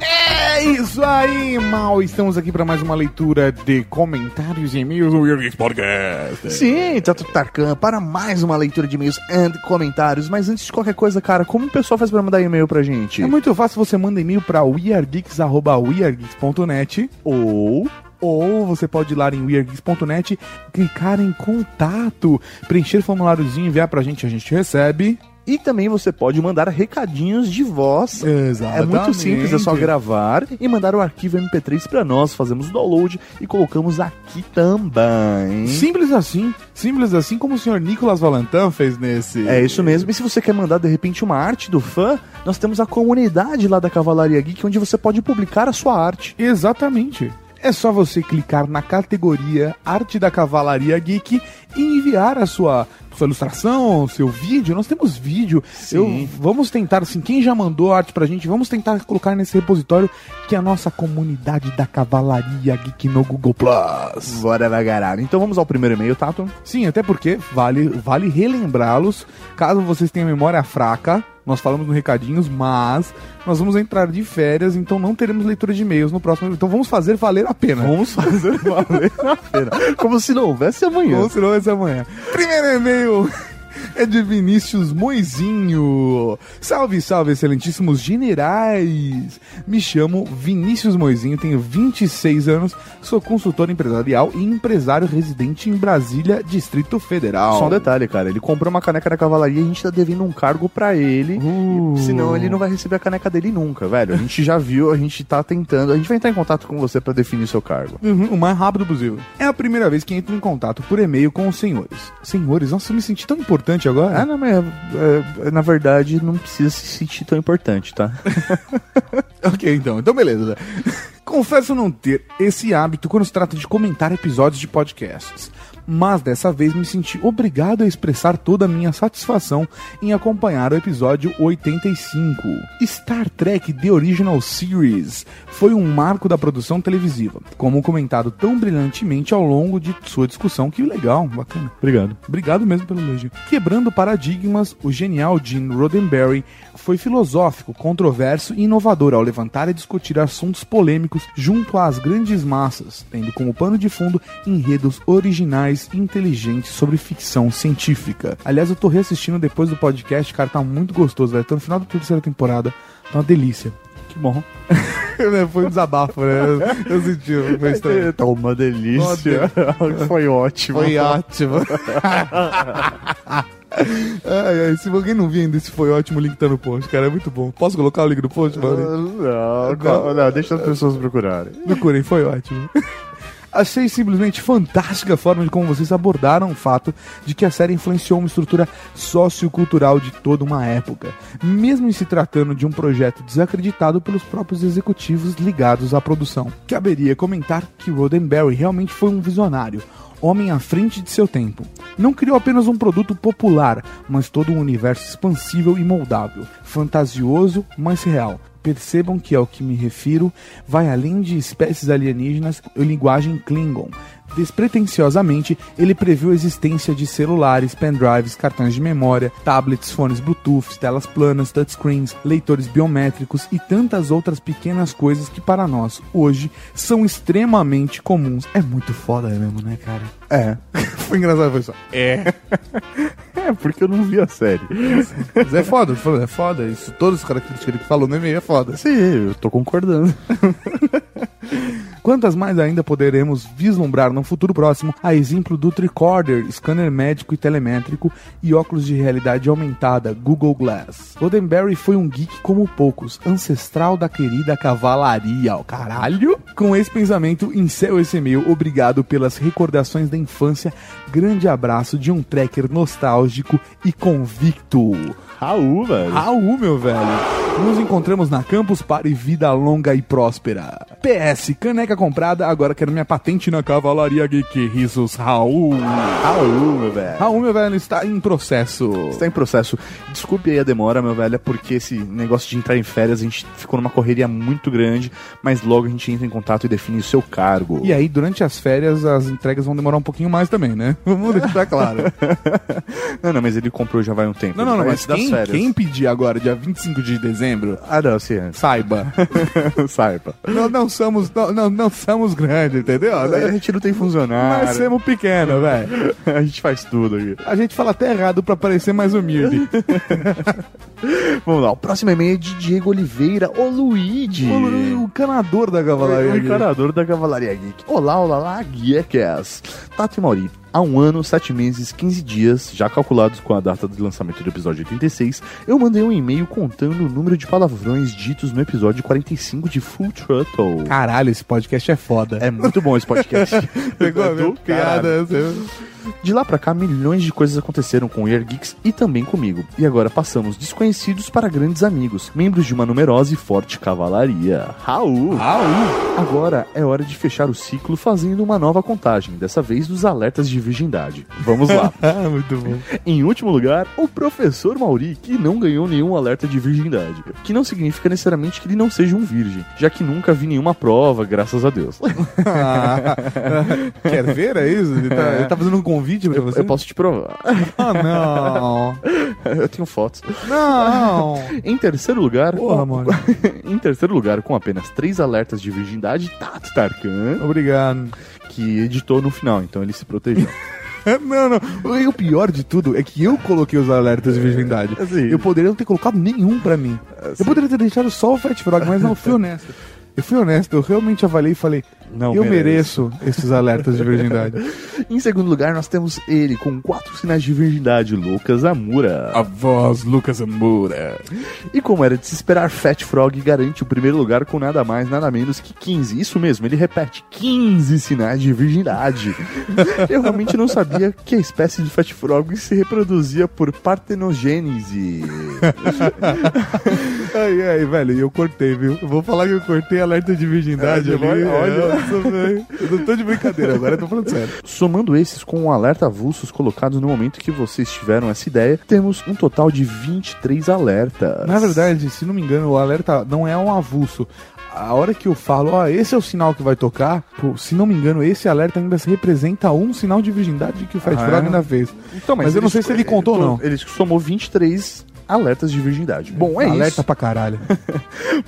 É isso aí, mal. Estamos aqui para mais uma leitura de comentários e e-mails do Weird Geeks Podcast. Sim, Tato Tarkan, para mais uma leitura de e-mails and comentários. Mas antes de qualquer coisa, cara, como o pessoal faz pra mandar e-mail pra gente? É muito fácil, você manda e-mail para weargeeks.weargeeks.net ou Ou você pode ir lá em weirdgeeks.net, clicar em contato, preencher o formuláriozinho, enviar pra gente, a gente recebe. E também você pode mandar recadinhos de voz. Exatamente. É muito simples, é só gravar e mandar o arquivo MP3 pra nós. Fazemos o download e colocamos aqui também. Simples assim. Simples assim como o senhor Nicolas Valentin fez nesse. É isso mesmo. E se você quer mandar de repente uma arte do fã, nós temos a comunidade lá da Cavalaria Geek onde você pode publicar a sua arte. Exatamente. É só você clicar na categoria Arte da Cavalaria Geek e enviar a sua, sua ilustração, seu vídeo. Nós temos vídeo. Eu, vamos tentar, assim, quem já mandou arte pra gente, vamos tentar colocar nesse repositório que é a nossa comunidade da Cavalaria Geek no Google Plus. Bora bagarar. Então vamos ao primeiro e-mail, Tato. Sim, até porque vale, vale relembrá-los. Caso vocês tenham memória fraca, nós falamos no recadinhos, mas nós vamos entrar de férias, então não teremos leitura de e-mails no próximo. Então vamos fazer valer a pena. Vamos fazer valer a pena. Como se não houvesse amanhã. Vamos senão essa manhã. Primeiro e-mail é de Vinícius Moizinho. Salve, salve, excelentíssimos generais. Me chamo Vinícius Moizinho, tenho 26 anos, sou consultor empresarial e empresário residente em Brasília, Distrito Federal. Só um detalhe, cara. Ele comprou uma caneca da cavalaria e a gente tá devendo um cargo pra ele. Uh. e- senão ele não vai receber a caneca dele nunca, velho. A gente já viu, a gente tá tentando. A gente vai entrar em contato com você pra definir seu cargo. Uhum, o mais rápido possível. É a primeira vez que entro em contato por e-mail com os senhores. Senhores, nossa, eu me senti tão importante agora. Ah, não, mas é, é, na verdade não precisa se sentir tão importante, tá? ok, então. Então, beleza. Confesso não ter esse hábito quando se trata de comentar episódios de podcasts. Mas dessa vez me senti obrigado a expressar toda a minha satisfação em acompanhar o episódio 85. Star Trek The Original Series foi um marco da produção televisiva, como comentado tão brilhantemente ao longo de sua discussão. Que legal, bacana. Obrigado. Obrigado mesmo pelo elogio. Quebrando paradigmas, o genial Gene Roddenberry foi filosófico, controverso e inovador ao levantar e discutir assuntos polêmicos junto às grandes massas, tendo como pano de fundo enredos originais e inteligentes sobre ficção científica. Aliás, eu tô reassistindo depois do podcast, cara, tá muito gostoso, velho. Tá no final da terceira temporada, tá uma delícia. Que bom. foi um desabafo, né? Eu, eu senti, foi estranho. Tá uma delícia. Foi ótimo. Foi ótimo. Ai, ai, se alguém não viu ainda, esse foi ótimo, o link tá no post, cara, é muito bom. Posso colocar o link no post, mano? Não, não, não, deixa as pessoas procurarem. Procurem, foi ótimo. Achei simplesmente fantástica a forma de como vocês abordaram o fato de que a série influenciou uma estrutura sociocultural de toda uma época, mesmo em se tratando de um projeto desacreditado pelos próprios executivos ligados à produção. Caberia comentar que Roddenberry realmente foi um visionário, homem à frente de seu tempo. Não criou apenas um produto popular, mas todo um universo expansível e moldável, fantasioso, mas real percebam que ao que me refiro vai além de espécies alienígenas e linguagem Klingon. Despretensiosamente, ele previu a existência de celulares, pendrives, cartões de memória, tablets, fones Bluetooth, telas planas, touchscreens, leitores biométricos e tantas outras pequenas coisas que para nós, hoje, são extremamente comuns. É muito foda mesmo, né, cara? É. foi engraçado, foi só. É. É, porque eu não vi a série. Mas é foda, é foda. Isso, todas as características que ele falou no e-mail é foda. Sim, eu tô concordando. Quantas mais ainda poderemos vislumbrar num futuro próximo, a exemplo do tricorder, scanner médico e telemétrico e óculos de realidade aumentada, Google Glass. Roddenberry foi um geek como poucos, ancestral da querida cavalaria, ó, caralho! Com esse pensamento, encerro esse e-mail, obrigado pelas recordações da infância, grande abraço de um trekker nostálgico e convicto. Raul, velho. Raul, meu velho. Nos encontramos na Campus Party Vida Longa e Próspera. PS, caneca comprada, agora quero minha patente na Cavalaria Geek. Risos, Raul. Raul, meu velho. Raul, meu velho, está em processo. Está tá em processo. Desculpe aí a demora, meu velho, é porque esse negócio de entrar em férias, a gente ficou numa correria muito grande, mas logo a gente entra em contato e define o seu cargo. E aí, durante as férias, as entregas vão demorar um pouquinho mais também, né? Vamos deixar claro. Não, não, mas ele comprou já vai um tempo. Não, não, não, Vai mas antes das quem, férias. quem pedir agora, dia 25 de dezembro, Ah, não, sim. saiba. Saiba. Não, não somos, não, não, não somos grandes, entendeu? A gente não tem funcionário. Nós somos pequenos, velho. É. A gente faz tudo aqui. A gente fala até errado pra parecer mais humilde. Vamos lá, o próximo e-mail é de Diego Oliveira, o Luigi. O Lu- encanador da Cavalaria É O Geek. um encanador da Cavalaria Geek. Olá, olá, lá, Geekas. Tato e Mauri, há um ano, sete meses, 15 dias, já calculados com a data do lançamento do episódio 86, eu mandei um e-mail contando o número de palavrões ditos no episódio 45 de Full Throttle. Caralho, esse podcast é foda. É muito bom esse podcast. É Pegou a minha Do caralho. piada. é você- De lá pra cá, milhões de coisas aconteceram com o Air Geeks e também comigo. E agora passamos desconhecidos para grandes amigos, membros de uma numerosa e forte cavalaria. Raul! Raul! Agora é hora de fechar o ciclo fazendo uma nova contagem, dessa vez dos alertas de virgindade. Vamos lá! Ah, muito bom. Em último lugar, o professor Mauri, que não ganhou nenhum alerta de virgindade. Que não significa necessariamente que ele não seja um virgem, já que nunca vi nenhuma prova, graças a Deus. Quer ver? É isso? Ele tá, ele tá fazendo um convite pra você? Eu posso te provar. Ah, não. Eu tenho fotos. Não. em terceiro lugar. Porra, com... em terceiro lugar, com apenas três alertas de virgindade, Tato Tarkan. Obrigado. Que editou no final, então ele se protegeu. Não, não. E o pior de tudo é que eu coloquei os alertas de virgindade. Eu poderia não ter colocado nenhum pra mim. Eu poderia ter deixado só o Fat Frog, mas não, eu fui honesto. Eu fui honesto, eu realmente avaliei e falei, Não eu mereço. mereço. esses alertas de virgindade. em segundo lugar, nós temos ele com quatro sinais de virgindade, Lucas Amura. A voz, Lucas Amura. E como era de se esperar, Fat Frog garante o primeiro lugar com nada mais, nada menos que 15. Isso mesmo, ele repete: 15 sinais de virgindade. Eu realmente não sabia que a espécie de Fat Frog se reproduzia por partenogênese. Ai, ai, velho, eu cortei, viu? Eu Vou falar que eu cortei alerta de virgindade É, ali. olha, olha. Nossa, velho. Eu não tô de brincadeira agora, eu tô falando sério. Somando esses com o alerta avulsos colocados no momento que vocês tiveram essa ideia, temos um total de 23 alertas. Na verdade, se não me engano, o alerta não é um avulso. A hora que eu falo, ó, esse é o sinal que vai tocar, pô, se não me engano, esse alerta ainda se representa um sinal de virgindade que o Fat Ah, Frog é? ainda fez. Então, mas eu não eles- sei se ele contou ou não. Ele somou 23 alertas de virgindade. Bom, é Alerta isso. pra caralho.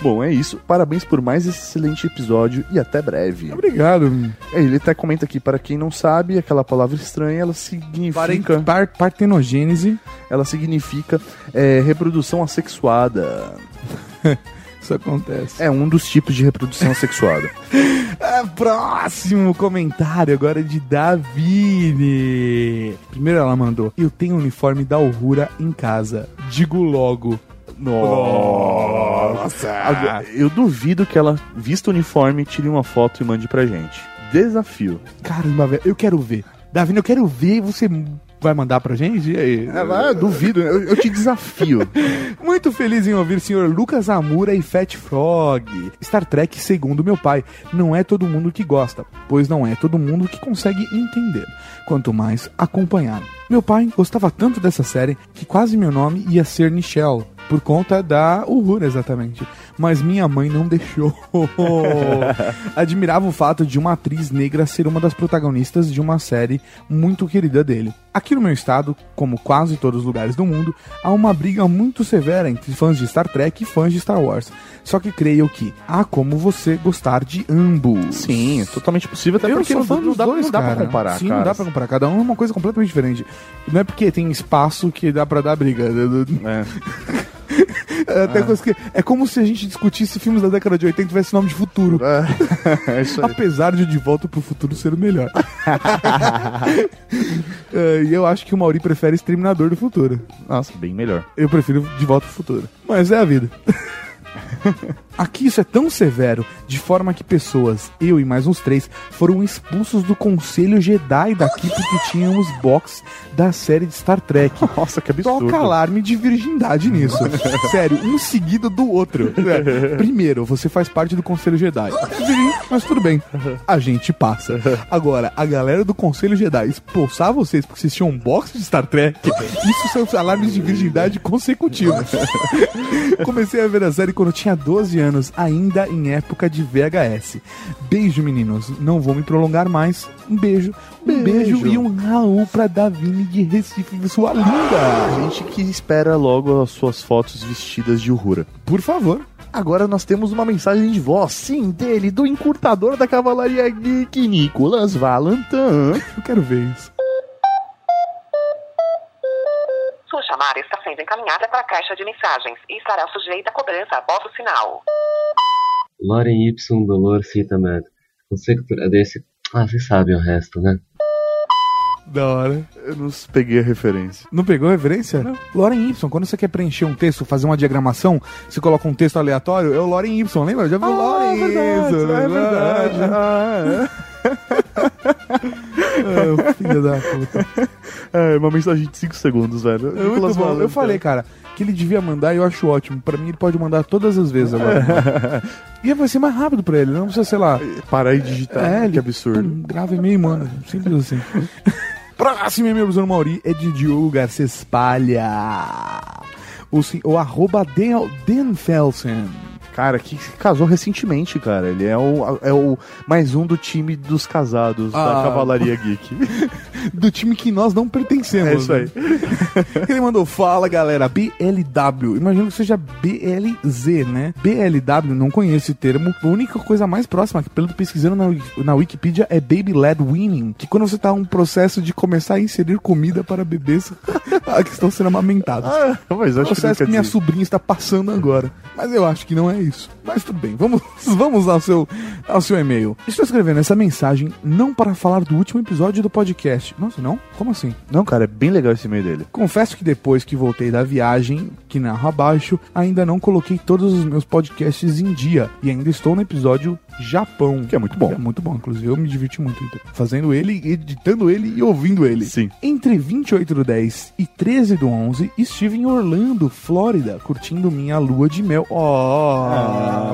Bom, é isso. Parabéns por mais esse excelente episódio e até breve. Obrigado. É, ele até comenta aqui, para quem não sabe, aquela palavra estranha, ela significa... Par partenogênese. Ela significa é, reprodução assexuada. Isso acontece. É um dos tipos de reprodução assexuada. Ah, Próximo comentário agora é de Davine. Primeiro ela mandou: Eu tenho o uniforme da Aurora em casa. Digo logo. Nossa! Agora, Eu duvido que ela vista o uniforme, tire uma foto e mande pra gente. Desafio. Caramba, velho, eu quero ver. Davine, eu quero ver. Você vai mandar pra gente? E aí? Ah, duvido, É, né? eu, te desafio. Muito feliz em ouvir senhor Lucas Amura e Fat Frog. Star Trek, segundo meu pai, não é todo mundo que gosta, pois não é todo mundo que consegue entender, quanto mais acompanhar. Meu pai gostava tanto dessa série que quase meu nome ia ser Nichelle, por conta da Uhura, exatamente. Mas minha mãe não deixou. Admirava o fato de uma atriz negra ser uma das protagonistas de uma série muito querida dele. Aqui no meu estado, como quase todos os lugares do mundo, há uma briga muito severa entre fãs de Star Trek e fãs de Star Wars. Só que creio que há como você gostar de ambos. Sim, é totalmente possível, até Eu porque sou fã não, dos dá, dois, não dá pra cara. comparar, Sim, cara. não dá pra comparar. Cada um é uma coisa completamente diferente. Não é porque tem espaço que dá pra dar briga. É. Até coisa que- é como se a gente discutisse filmes da década de 80 e tivesse nome de futuro. É Apesar de De Volta pro Futuro ser o melhor. É, E eu acho que o Mauri prefere Exterminador do Futuro. Nossa, bem melhor. Eu prefiro De Volta pro Futuro. Mas é a vida. Aqui isso é tão severo, de forma que pessoas, eu e mais uns três, foram expulsos do Conselho Jedi daqui porque tínhamos box da série de Star Trek. Nossa, que absurdo. Toca alarme de virgindade nisso. Sério, um seguido do outro. É, Primeiro, você faz parte do Conselho Jedi. Sim, Mas tudo bem, a gente passa. Agora, a galera do Conselho Jedi expulsar vocês porque vocês tinham um box de Star Trek, isso são alarmes de virgindade consecutivos. Comecei a ver a série quando eu tinha 12 anos, ainda em época de VHS. Beijo, meninos. Não vou me prolongar mais. Um beijo. Um beijo, Beijo. e um Raul pra Davine de Recife, sua linda. A gente que espera logo as suas fotos vestidas de Uhura. Por favor. Agora nós temos uma mensagem de voz, sim, dele, do encurtador da Cavalaria Geek, Nicolas Valentin. Eu quero ver isso. Sua chamada está sendo encaminhada para a caixa de mensagens e estará sujeita a cobrança após o sinal. Lorem ipsum dolor citamet. Consectur adesse. Ah, vocês sabem o resto, né? Da hora. Eu não peguei a referência. Não pegou a referência? Não. Loren Y, quando você quer preencher um texto, fazer uma diagramação, você coloca um texto aleatório, é o Loren Y, lembra? Eu já vi o Loren verdade, Y. Ah, é verdade. Ah, é. Ah, filho da puta. É, uma mensagem de 5 segundos, velho. É muito bom. Eu falei, cara, que ele devia mandar e eu acho ótimo. Pra mim, ele pode mandar todas as vezes agora. e vai ser mais rápido pra ele, não precisa, sei lá. Parar e digitar, É, que absurdo. Grava e-mail, mano. Simples assim. Próximo e-mail, professor Mauri, é de Diogo Garcia Espalha. O, sen- o arroba Dan, Dan Felsen. Cara, que se casou recentemente, cara. Ele é o, é o mais um do time dos casados Ah. da Cavalaria Geek. do time que nós não pertencemos. né? É isso aí. Ele mandou, fala galera, BLW. Imagino que seja BLZ, né? BLW, não conheço esse termo. A única coisa mais próxima que pelo que pesquisando na, Wiki- na Wikipedia é Baby Led Weaning, que quando você tá um processo de começar a inserir comida para bebês que estão sendo amamentados. Ah, mas eu acho que processo que, não quer minha dizer. sobrinha está passando agora. Mas eu acho que não é isso. Mas tudo bem, vamos, vamos ao, seu, ao seu e-mail. Estou escrevendo essa mensagem não para falar do último episódio do podcast. Nossa, não? Como assim? Não, cara, é bem legal esse e-mail dele. Confesso que depois que voltei da viagem, que narro abaixo, ainda não coloquei todos os meus podcasts em dia. E ainda estou no episódio Japão. Que é muito bom. É muito bom, inclusive. Eu me diverti muito então, fazendo ele, editando ele e ouvindo ele. Sim. Entre 28 do 10 e 13 do 11, estive em Orlando, Flórida, curtindo minha lua de mel. Oh,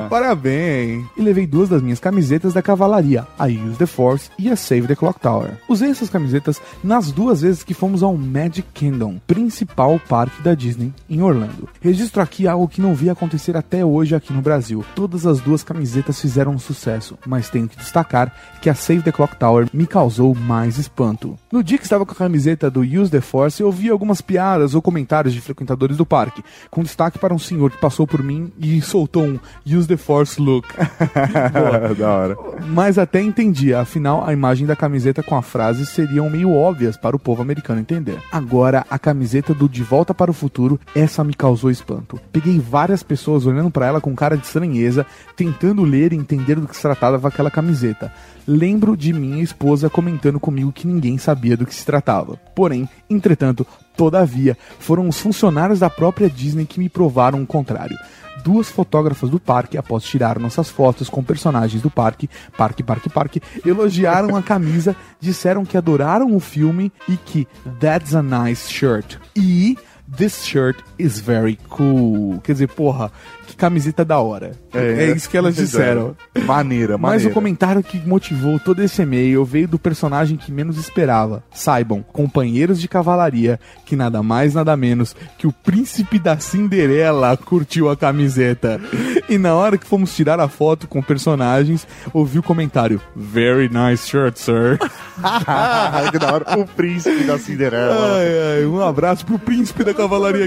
parabéns! E levei duas das minhas camisetas da cavalaria, a Use the Force e a Save the Clock Tower. Usei essas camisetas nas duas vezes que fomos ao Magic Kingdom, principal parque da Disney, em Orlando. Registro aqui algo que não vi acontecer até hoje aqui no Brasil. Todas as duas camisetas fizeram um sucesso, mas tenho que destacar que a Save the Clock Tower me causou mais espanto. No dia que estava com a camiseta do Use the Force, eu ouvi algumas piadas ou comentários de frequentadores do parque, com destaque para um senhor que passou por mim e soltou um Use the Force look. Boa. da hora. Mas até entendi, afinal a imagem da camiseta com a frase seriam meio óbvias para o povo americano entender. Agora, a camiseta do De Volta para o Futuro, essa me causou espanto. Peguei várias pessoas olhando para ela com cara de estranheza, tentando ler e entender do que se tratava aquela camiseta. Lembro de minha esposa comentando comigo que ninguém sabia do que se tratava. Porém, entretanto, todavia, foram os funcionários da própria Disney que me provaram o contrário duas fotógrafas do parque, após tirar nossas fotos com personagens do parque, parque, parque, parque, elogiaram a camisa, disseram que adoraram o filme e que that's a nice shirt. E this shirt is very cool. Quer dizer, porra, que camiseta da hora. É, isso que elas disseram. Maneira, maneira. Mas o comentário que motivou todo esse e-mail veio do personagem que menos esperava. Saibam, companheiros de cavalaria, que nada mais, nada menos que o príncipe da Cinderela curtiu a camiseta. E na hora que fomos tirar a foto com personagens, ouvi o comentário: Very nice shirt, sir. Ah, que da hora. O príncipe da Cinderela. Ai, ai, um abraço pro príncipe da Cavalaria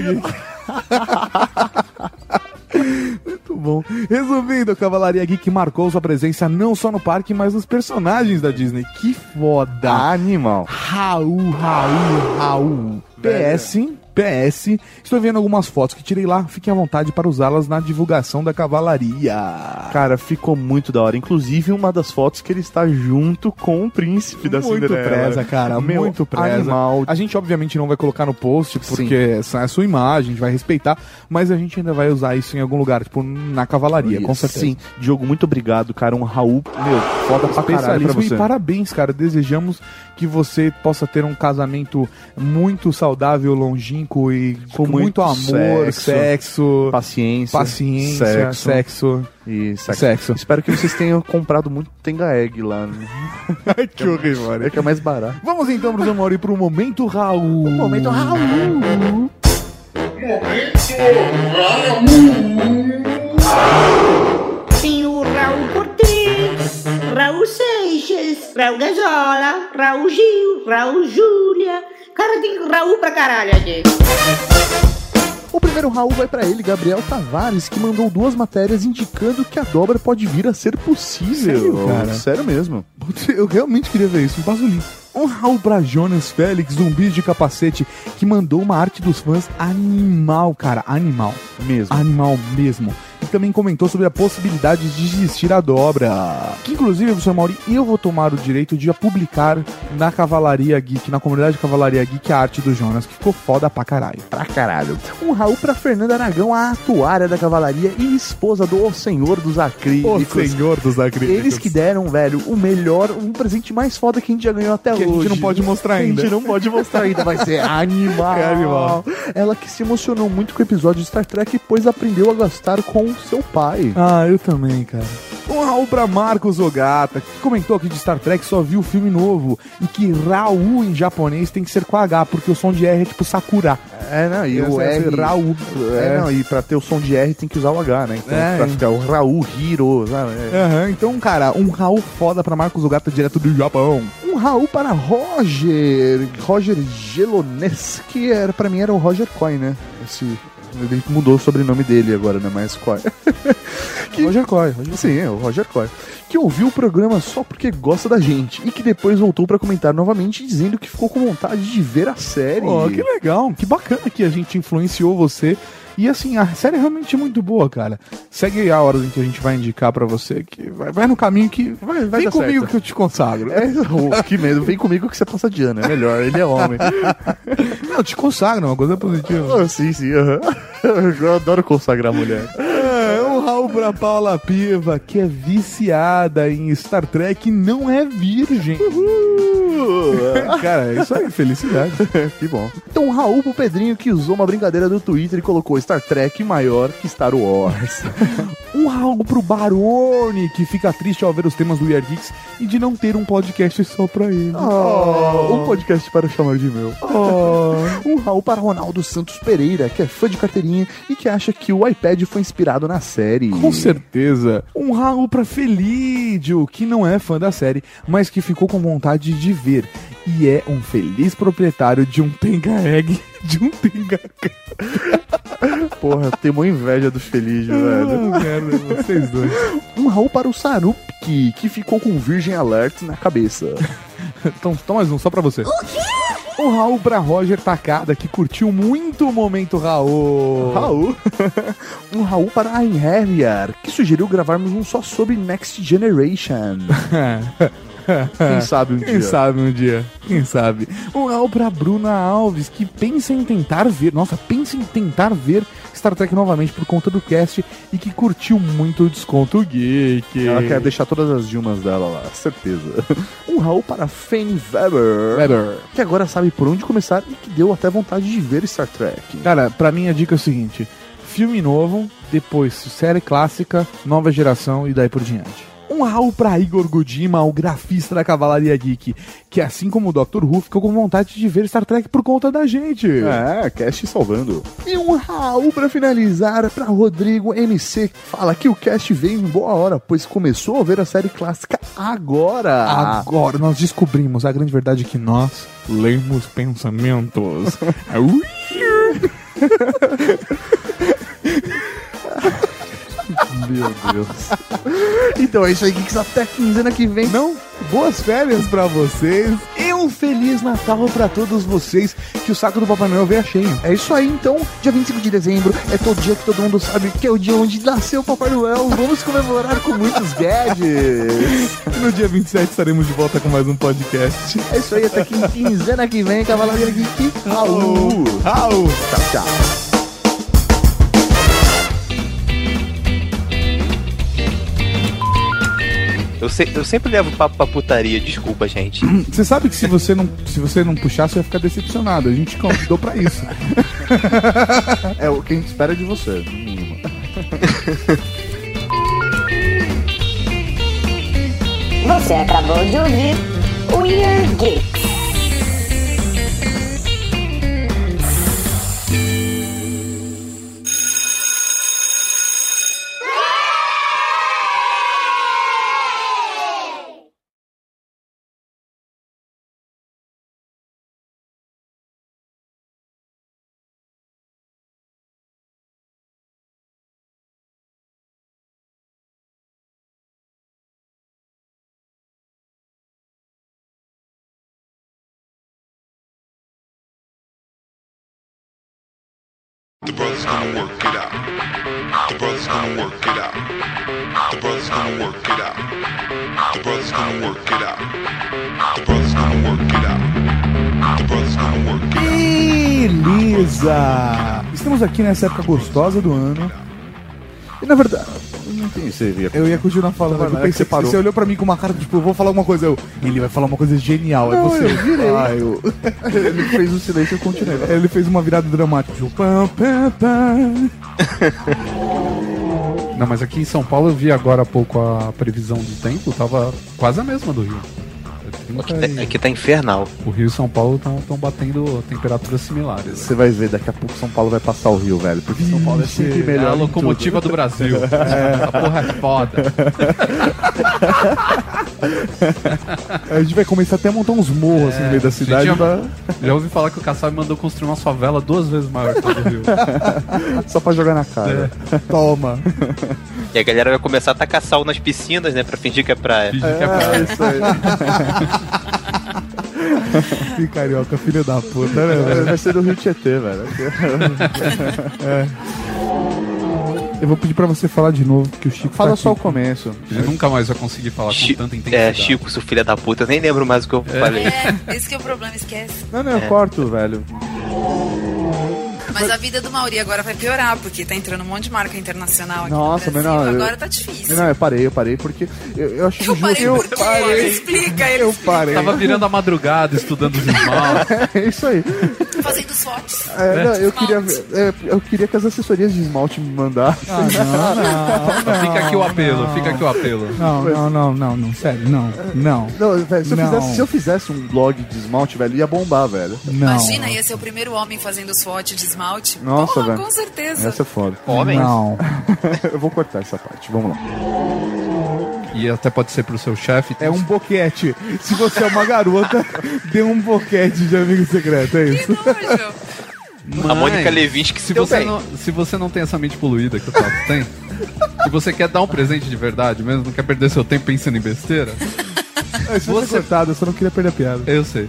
Geek. Muito bom. Resumindo, a Cavalaria Geek marcou sua presença não só no parque, mas nos personagens da Disney. Que foda! Ah. Tá Animal. Raul, Raul, Raul. PS, PS, estou vendo algumas fotos que tirei lá, fiquem à vontade para usá-las na divulgação da cavalaria. Cara, ficou muito da hora. Inclusive, uma das fotos que ele está junto com o príncipe da muito Cinderela. presa, cara. Meu, muito presa. Animal. A gente, obviamente, não vai colocar no post, porque essa é a sua imagem, a gente vai respeitar, mas a gente ainda vai usar isso em algum lugar, tipo, na cavalaria, com certeza. é. Sim. Diogo, muito obrigado, cara. Um Raul, meu, foda pra caralho pra Especialismo você. e parabéns, cara. Desejamos que você possa ter um casamento muito saudável, longínquo e com, muito, amor, sexo, paciência, paciência, sexo. e sexo. Sexo. Espero que vocês tenham comprado muito Tenga Egg lá. né? que horrível, É que é mais barato. Vamos então, Bruno Mauri, pro Momento Raul. momento Raul. Tem o Raul Cortez, Raul Seixas, Raul Gazola, Raul Gil, Raul Júlia. Cara, tem Raul pra caralho aqui. O primeiro Raul vai para ele, Gabriel Tavares, que mandou duas matérias indicando que a dobra pode vir a ser possível. Sério, cara? Sério mesmo. Putz, Eu realmente queria ver isso, me passa o link. Um Raul pra Jonas Félix, zumbi de capacete, que mandou uma arte dos fãs animal, cara, animal. Mesmo. Animal mesmo. E também comentou sobre a possibilidade de existir a dobra. Que inclusive, professor Mauri, eu vou tomar o direito de a publicar na Cavalaria Geek, na comunidade Cavalaria Geek, a arte do Jonas, que ficou foda pra caralho. Pra caralho. Um Raul pra Fernanda Aragão, a atuária da cavalaria e esposa do Senhor dos Acrílicos. O Senhor dos Acrílicos. Eles que deram, velho, o melhor, um presente mais foda que a gente já ganhou até Que a hoje. gente não pode mostrar Que ainda. A gente não pode mostrar ainda, vai ser animal. É animal. Ela que se emocionou muito com o episódio de Star Trek, pois aprendeu a gastar com seu pai. Ah, eu também, cara. Um Raul pra Marcos Ogata, que comentou aqui de Star Trek só viu o filme novo e que Raul em japonês tem que ser com H, porque o som de R é tipo Sakura. É, não, e Essa- o essa é R... Raul. É, É. não, e pra ter o som de R tem que usar o H, né? Então, É. pra ficar o Raul, Hiro, sabe? É. Aham, então, cara, um Raul foda pra Marcos Ogata direto do Japão. Um Raul para Roger. Roger Gelones, que era, pra mim era o Roger Coy, né? Esse. Ele mudou o sobrenome dele agora, né? Mas Coy. Roger Coy. Sim, é, o Roger Coy. Que ouviu o programa só porque gosta da gente. E que depois voltou pra comentar novamente, dizendo que ficou com vontade de ver a série. Pô, que legal, que bacana que a gente influenciou você. E assim, a série é realmente muito boa, cara. Segue aí a ordem que a gente vai indicar pra você, que vai, vai no caminho que. Vai, vai dar Vem comigo certo. que eu te consagro. É, Raul, que medo. Vem comigo que você passa de ano. É melhor, ele é homem. Não, te consagra, uma coisa positiva. Ah, sim, sim. aham. Eu adoro consagrar mulher. É, um Raul pra Paula Piva, que é viciada em Star Trek e não é virgem. Cara, é isso aí, felicidade. Uh, que bom. Então, Raul pro Pedrinho que usou uma brincadeira do Twitter e colocou Star Trek maior que Star Wars. Um algo pro Barone, que fica triste ao ver os temas do Weird Geeks e de não ter um podcast só pra ele. Oh. Um podcast para chamar de meu. um Raul para Ronaldo Santos Pereira, que é fã de carteirinha e que acha que o iPad foi inspirado na série. Com certeza. Um Raul pra Felídio, que não é fã da série, mas que ficou com vontade de ver. E é um feliz proprietário de um Tenga Egg, de um Tenga Porra, tem uma inveja do Feliz, velho. merda, vocês dois. Um Raul para o Sarup, que, que ficou com Virgin Alert na cabeça. Então, então mais um, só pra você. O Um Raul pra Roger Takada, que curtiu muito o momento Raul. Raul. um Raul para a Inherriar, que sugeriu gravarmos um só sobre Next Generation. Quem sabe um Quem dia. sabe um dia. Quem sabe. Um Raul pra Bruna Alves, que pensa em tentar ver, nossa, pensa em tentar ver Star Trek novamente por conta do cast e que curtiu muito o desconto geek. Ela quer deixar todas as Dilmas dela lá, certeza. Um Raul para Fane Weber, Weber. que agora sabe por onde começar e que deu até vontade de ver Star Trek. Cara, pra mim a dica é o seguinte: filme novo, depois série clássica, nova geração e daí por diante. Um Raul pra Igor Godima, o grafista da Cavalaria Geek, que assim como o Dr. Who ficou com vontade de ver Star Trek por conta da gente. É, cast salvando. E um Raul pra finalizar pra Rodrigo MC, que fala que o cast veio em boa hora, pois começou a ver a série clássica agora. Agora nós descobrimos a grande verdade é que nós lemos pensamentos. É, Meu Deus. então é isso aí, Geeks. Até quinzena que vem. Não? Boas férias pra vocês e um Feliz Natal pra todos vocês. Que o saco do Papai Noel venha cheio. É isso aí, então. Dia 25 de dezembro é todo dia que todo mundo sabe que é o dia onde nasceu o Papai Noel. Vamos comemorar com muitos gadgets. E no dia 27 estaremos de volta com mais um podcast. É isso aí, até quin- quinzena que vem, Cavalaria Geek. Raul. Raul. Tchau, tchau. Eu, se- eu sempre levo papo pra putaria, desculpa, gente. Uhum. Você sabe que se você não, se você não puxar, você vai ficar decepcionado. A gente convidou pra isso. É o que a gente espera de você, no mínimo. Você acabou de ouvir o Weird Geeks. The brother's gonna work it out. The brother's gonna work it out. The brother's gonna work it out. The brother's gonna work it out. The brother's gonna work it out. The brother's gonna work it out. Beleza! Estamos aqui nessa época gostosa do ano. E na verdade. Não tem isso aí, Eu ia continuar falando, Não, mas eu não, é que pensei, você parou. você olhou pra mim com uma cara, tipo, eu vou falar alguma coisa. Eu, ele vai falar uma coisa genial, é Não, você. eu virei. Ah, eu- Ele fez um silêncio e eu continuei. Ele fez uma virada dramática. tipo, pam, pam, pam. Não, mas aqui em São Paulo eu vi agora há pouco a previsão do tempo, tava quase a mesma do Rio. É Aqui tá, aqui tá infernal. O Rio e São Paulo estão batendo temperaturas similares. Você vai ver, daqui a pouco São Paulo vai passar o Rio, velho. Porque São Paulo é sempre É melhor. a em locomotiva tudo. do Brasil. Essa porra é foda. A gente vai começar até a montar uns morros assim, no meio da É, Gente, cidade. Já, pra- já ouvi falar que o Kassab mandou construir uma favela duas vezes maior que a do Rio. Só pra jogar na cara. Toma. E a galera vai começar a tacar sal nas piscinas, né? Pra fingir que é praia. Fingir que é praia. isso Que carioca, filha da puta, né? velho? Vai ser do Rio Tietê, velho. É. Eu vou pedir pra você falar de novo, porque o Chico. Fala tá só aqui. o começo. Ele nunca mais vai conseguir falar com tanta É, intensidade. Chico, seu filho da puta, eu nem lembro mais o que eu falei. É, esse que é o problema, esquece. Não, não, eu É. corto, velho. Mas a vida do Mauri agora vai piorar, porque tá entrando um monte de marca internacional aqui Nossa, no Brasil. mas não, eu- Agora tá difícil. Não, eu parei, eu parei, porque eu, eu acho que Eu parei eu por quê? Explica, ele Eu parei. Tava virando a madrugada estudando os esmaltes. É isso aí. Fazendo SWOTs. É, não, eu, queria, ver- é, eu queria que as assessorias de esmalte me mandassem. Fica aqui o apelo, fica aqui o apelo. Não, não, não, não, não, sério, não, não. Não, velho, se, eu Não. Fizesse, se eu fizesse um blog de esmalte, velho, ia bombar, velho. Imagina, ia ser o primeiro homem fazendo SWOT de esmalte. Nossa, Porra, velho. com certeza. Essa é foda. Homens? Não. eu vou cortar essa parte, vamos lá. E até pode ser pro seu chefe. É um boquete. Se você é uma garota, dê um boquete de amigo secreto, é isso. A Mônica Levinsky se se deu você bem. não, se você não tem essa mente poluída que o Tato tem, e você quer dar um presente de verdade mesmo, não quer perder seu tempo pensando em besteira, É, Isso você... cortado, eu só não queria perder a piada. eu sei.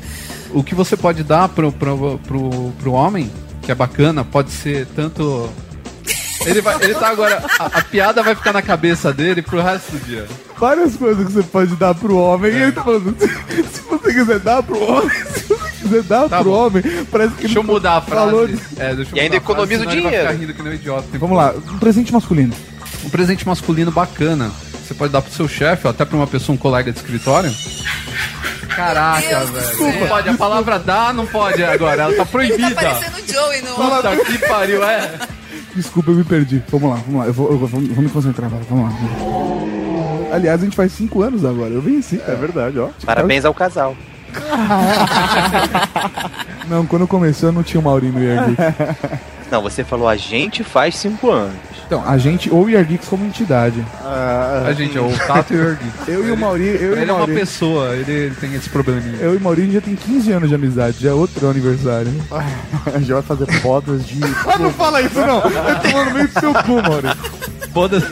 O que você pode dar pro, pro, pro, pro homem, que é bacana, pode ser tanto. Ele, vai, ele tá agora. A, a piada vai ficar na cabeça dele pro resto do dia. Várias coisas que você pode dar pro homem. E ele tá falando, se, se você quiser dar pro homem, se você quiser dar pro homem, parece que Deixa eu ele mudar a frase. falou É, deixa eu E ainda mudar a frase, economiza o senão ele vai dinheiro. ficar rindo que nem um idiota o tempo Vamos lá, um presente masculino. um presente masculino bacana. Você pode dar pro seu chefe, ou até pra uma pessoa, um colega de escritório. Caraca, velho. Não pode, a palavra dá não pode agora, ela tá um proibida. Parecendo o Joey no... Puta que pariu, é. Desculpa, eu me perdi. Vamos lá, vamos lá. Eu vou, eu vou- vamos- vamos me concentrar agora. Vamos lá. Aliás, a gente faz cinco anos agora. Eu venci. É verdade, ó. Parabéns ao casal. Não, quando começou eu não tinha o Maurino e o Yair Geeks. Não, você falou a gente faz cinco anos. Então, a gente ou o Yair Geeks como entidade. A gente é o Tato e o Ergui. Eu e o Mauri, eu e o Ele é uma Mauri. pessoa, ele, ele tem esse probleminha. Eu e o Maurinho já tem 15 anos de amizade, já é outro aniversário. já vai fazer fotos de. Ah, não fala isso não! Eu tô falando meio do seu cu, Maurinho. Bodas,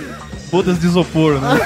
bodas de isopor, né?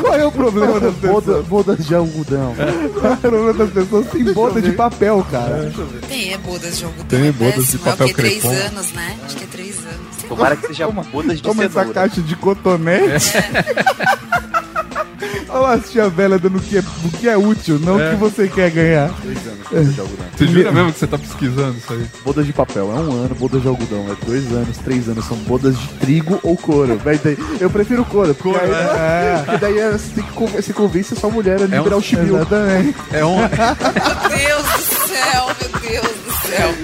Qual é o problema das pessoas? Boda- Bodas de algodão. Qual é o problema das pessoas? Tem boda de papel, cara. Tem é bodas de jogo. Tem é bodas de péssimo, papel É o quê? Três crepom. anos, né? Acho que é três anos. sei lá. Tomara que seja bodas de Toma essa cenoura. caixa de cotonete. É. Olha lá a tia velha dando o que é, o que é útil, não o que você quer ganhar. Você jura mesmo que você tá pesquisando isso aí? Bodas de papel é um ano, bodas de algodão é dois anos, três anos, são bodas de trigo ou couro. Vai daí- Eu prefiro couro, porque Couro, aí, é. é, porque daí é, você tem que con- você convence a sua mulher a liberar um- o chibio. É Exatamente. É um. Meu Deus do céu, meu Deus do céu.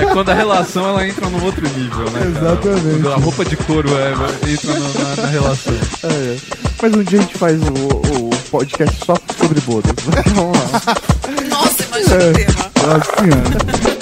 É quando a relação ela entra num outro nível, né? cara? Exatamente. Quando a roupa de couro é, entra no- na- na relação. É. Mas um dia a gente faz o, o podcast só sobre bodas. Vamos lá. É. Nossa, imagina o tema. Nossa senhora.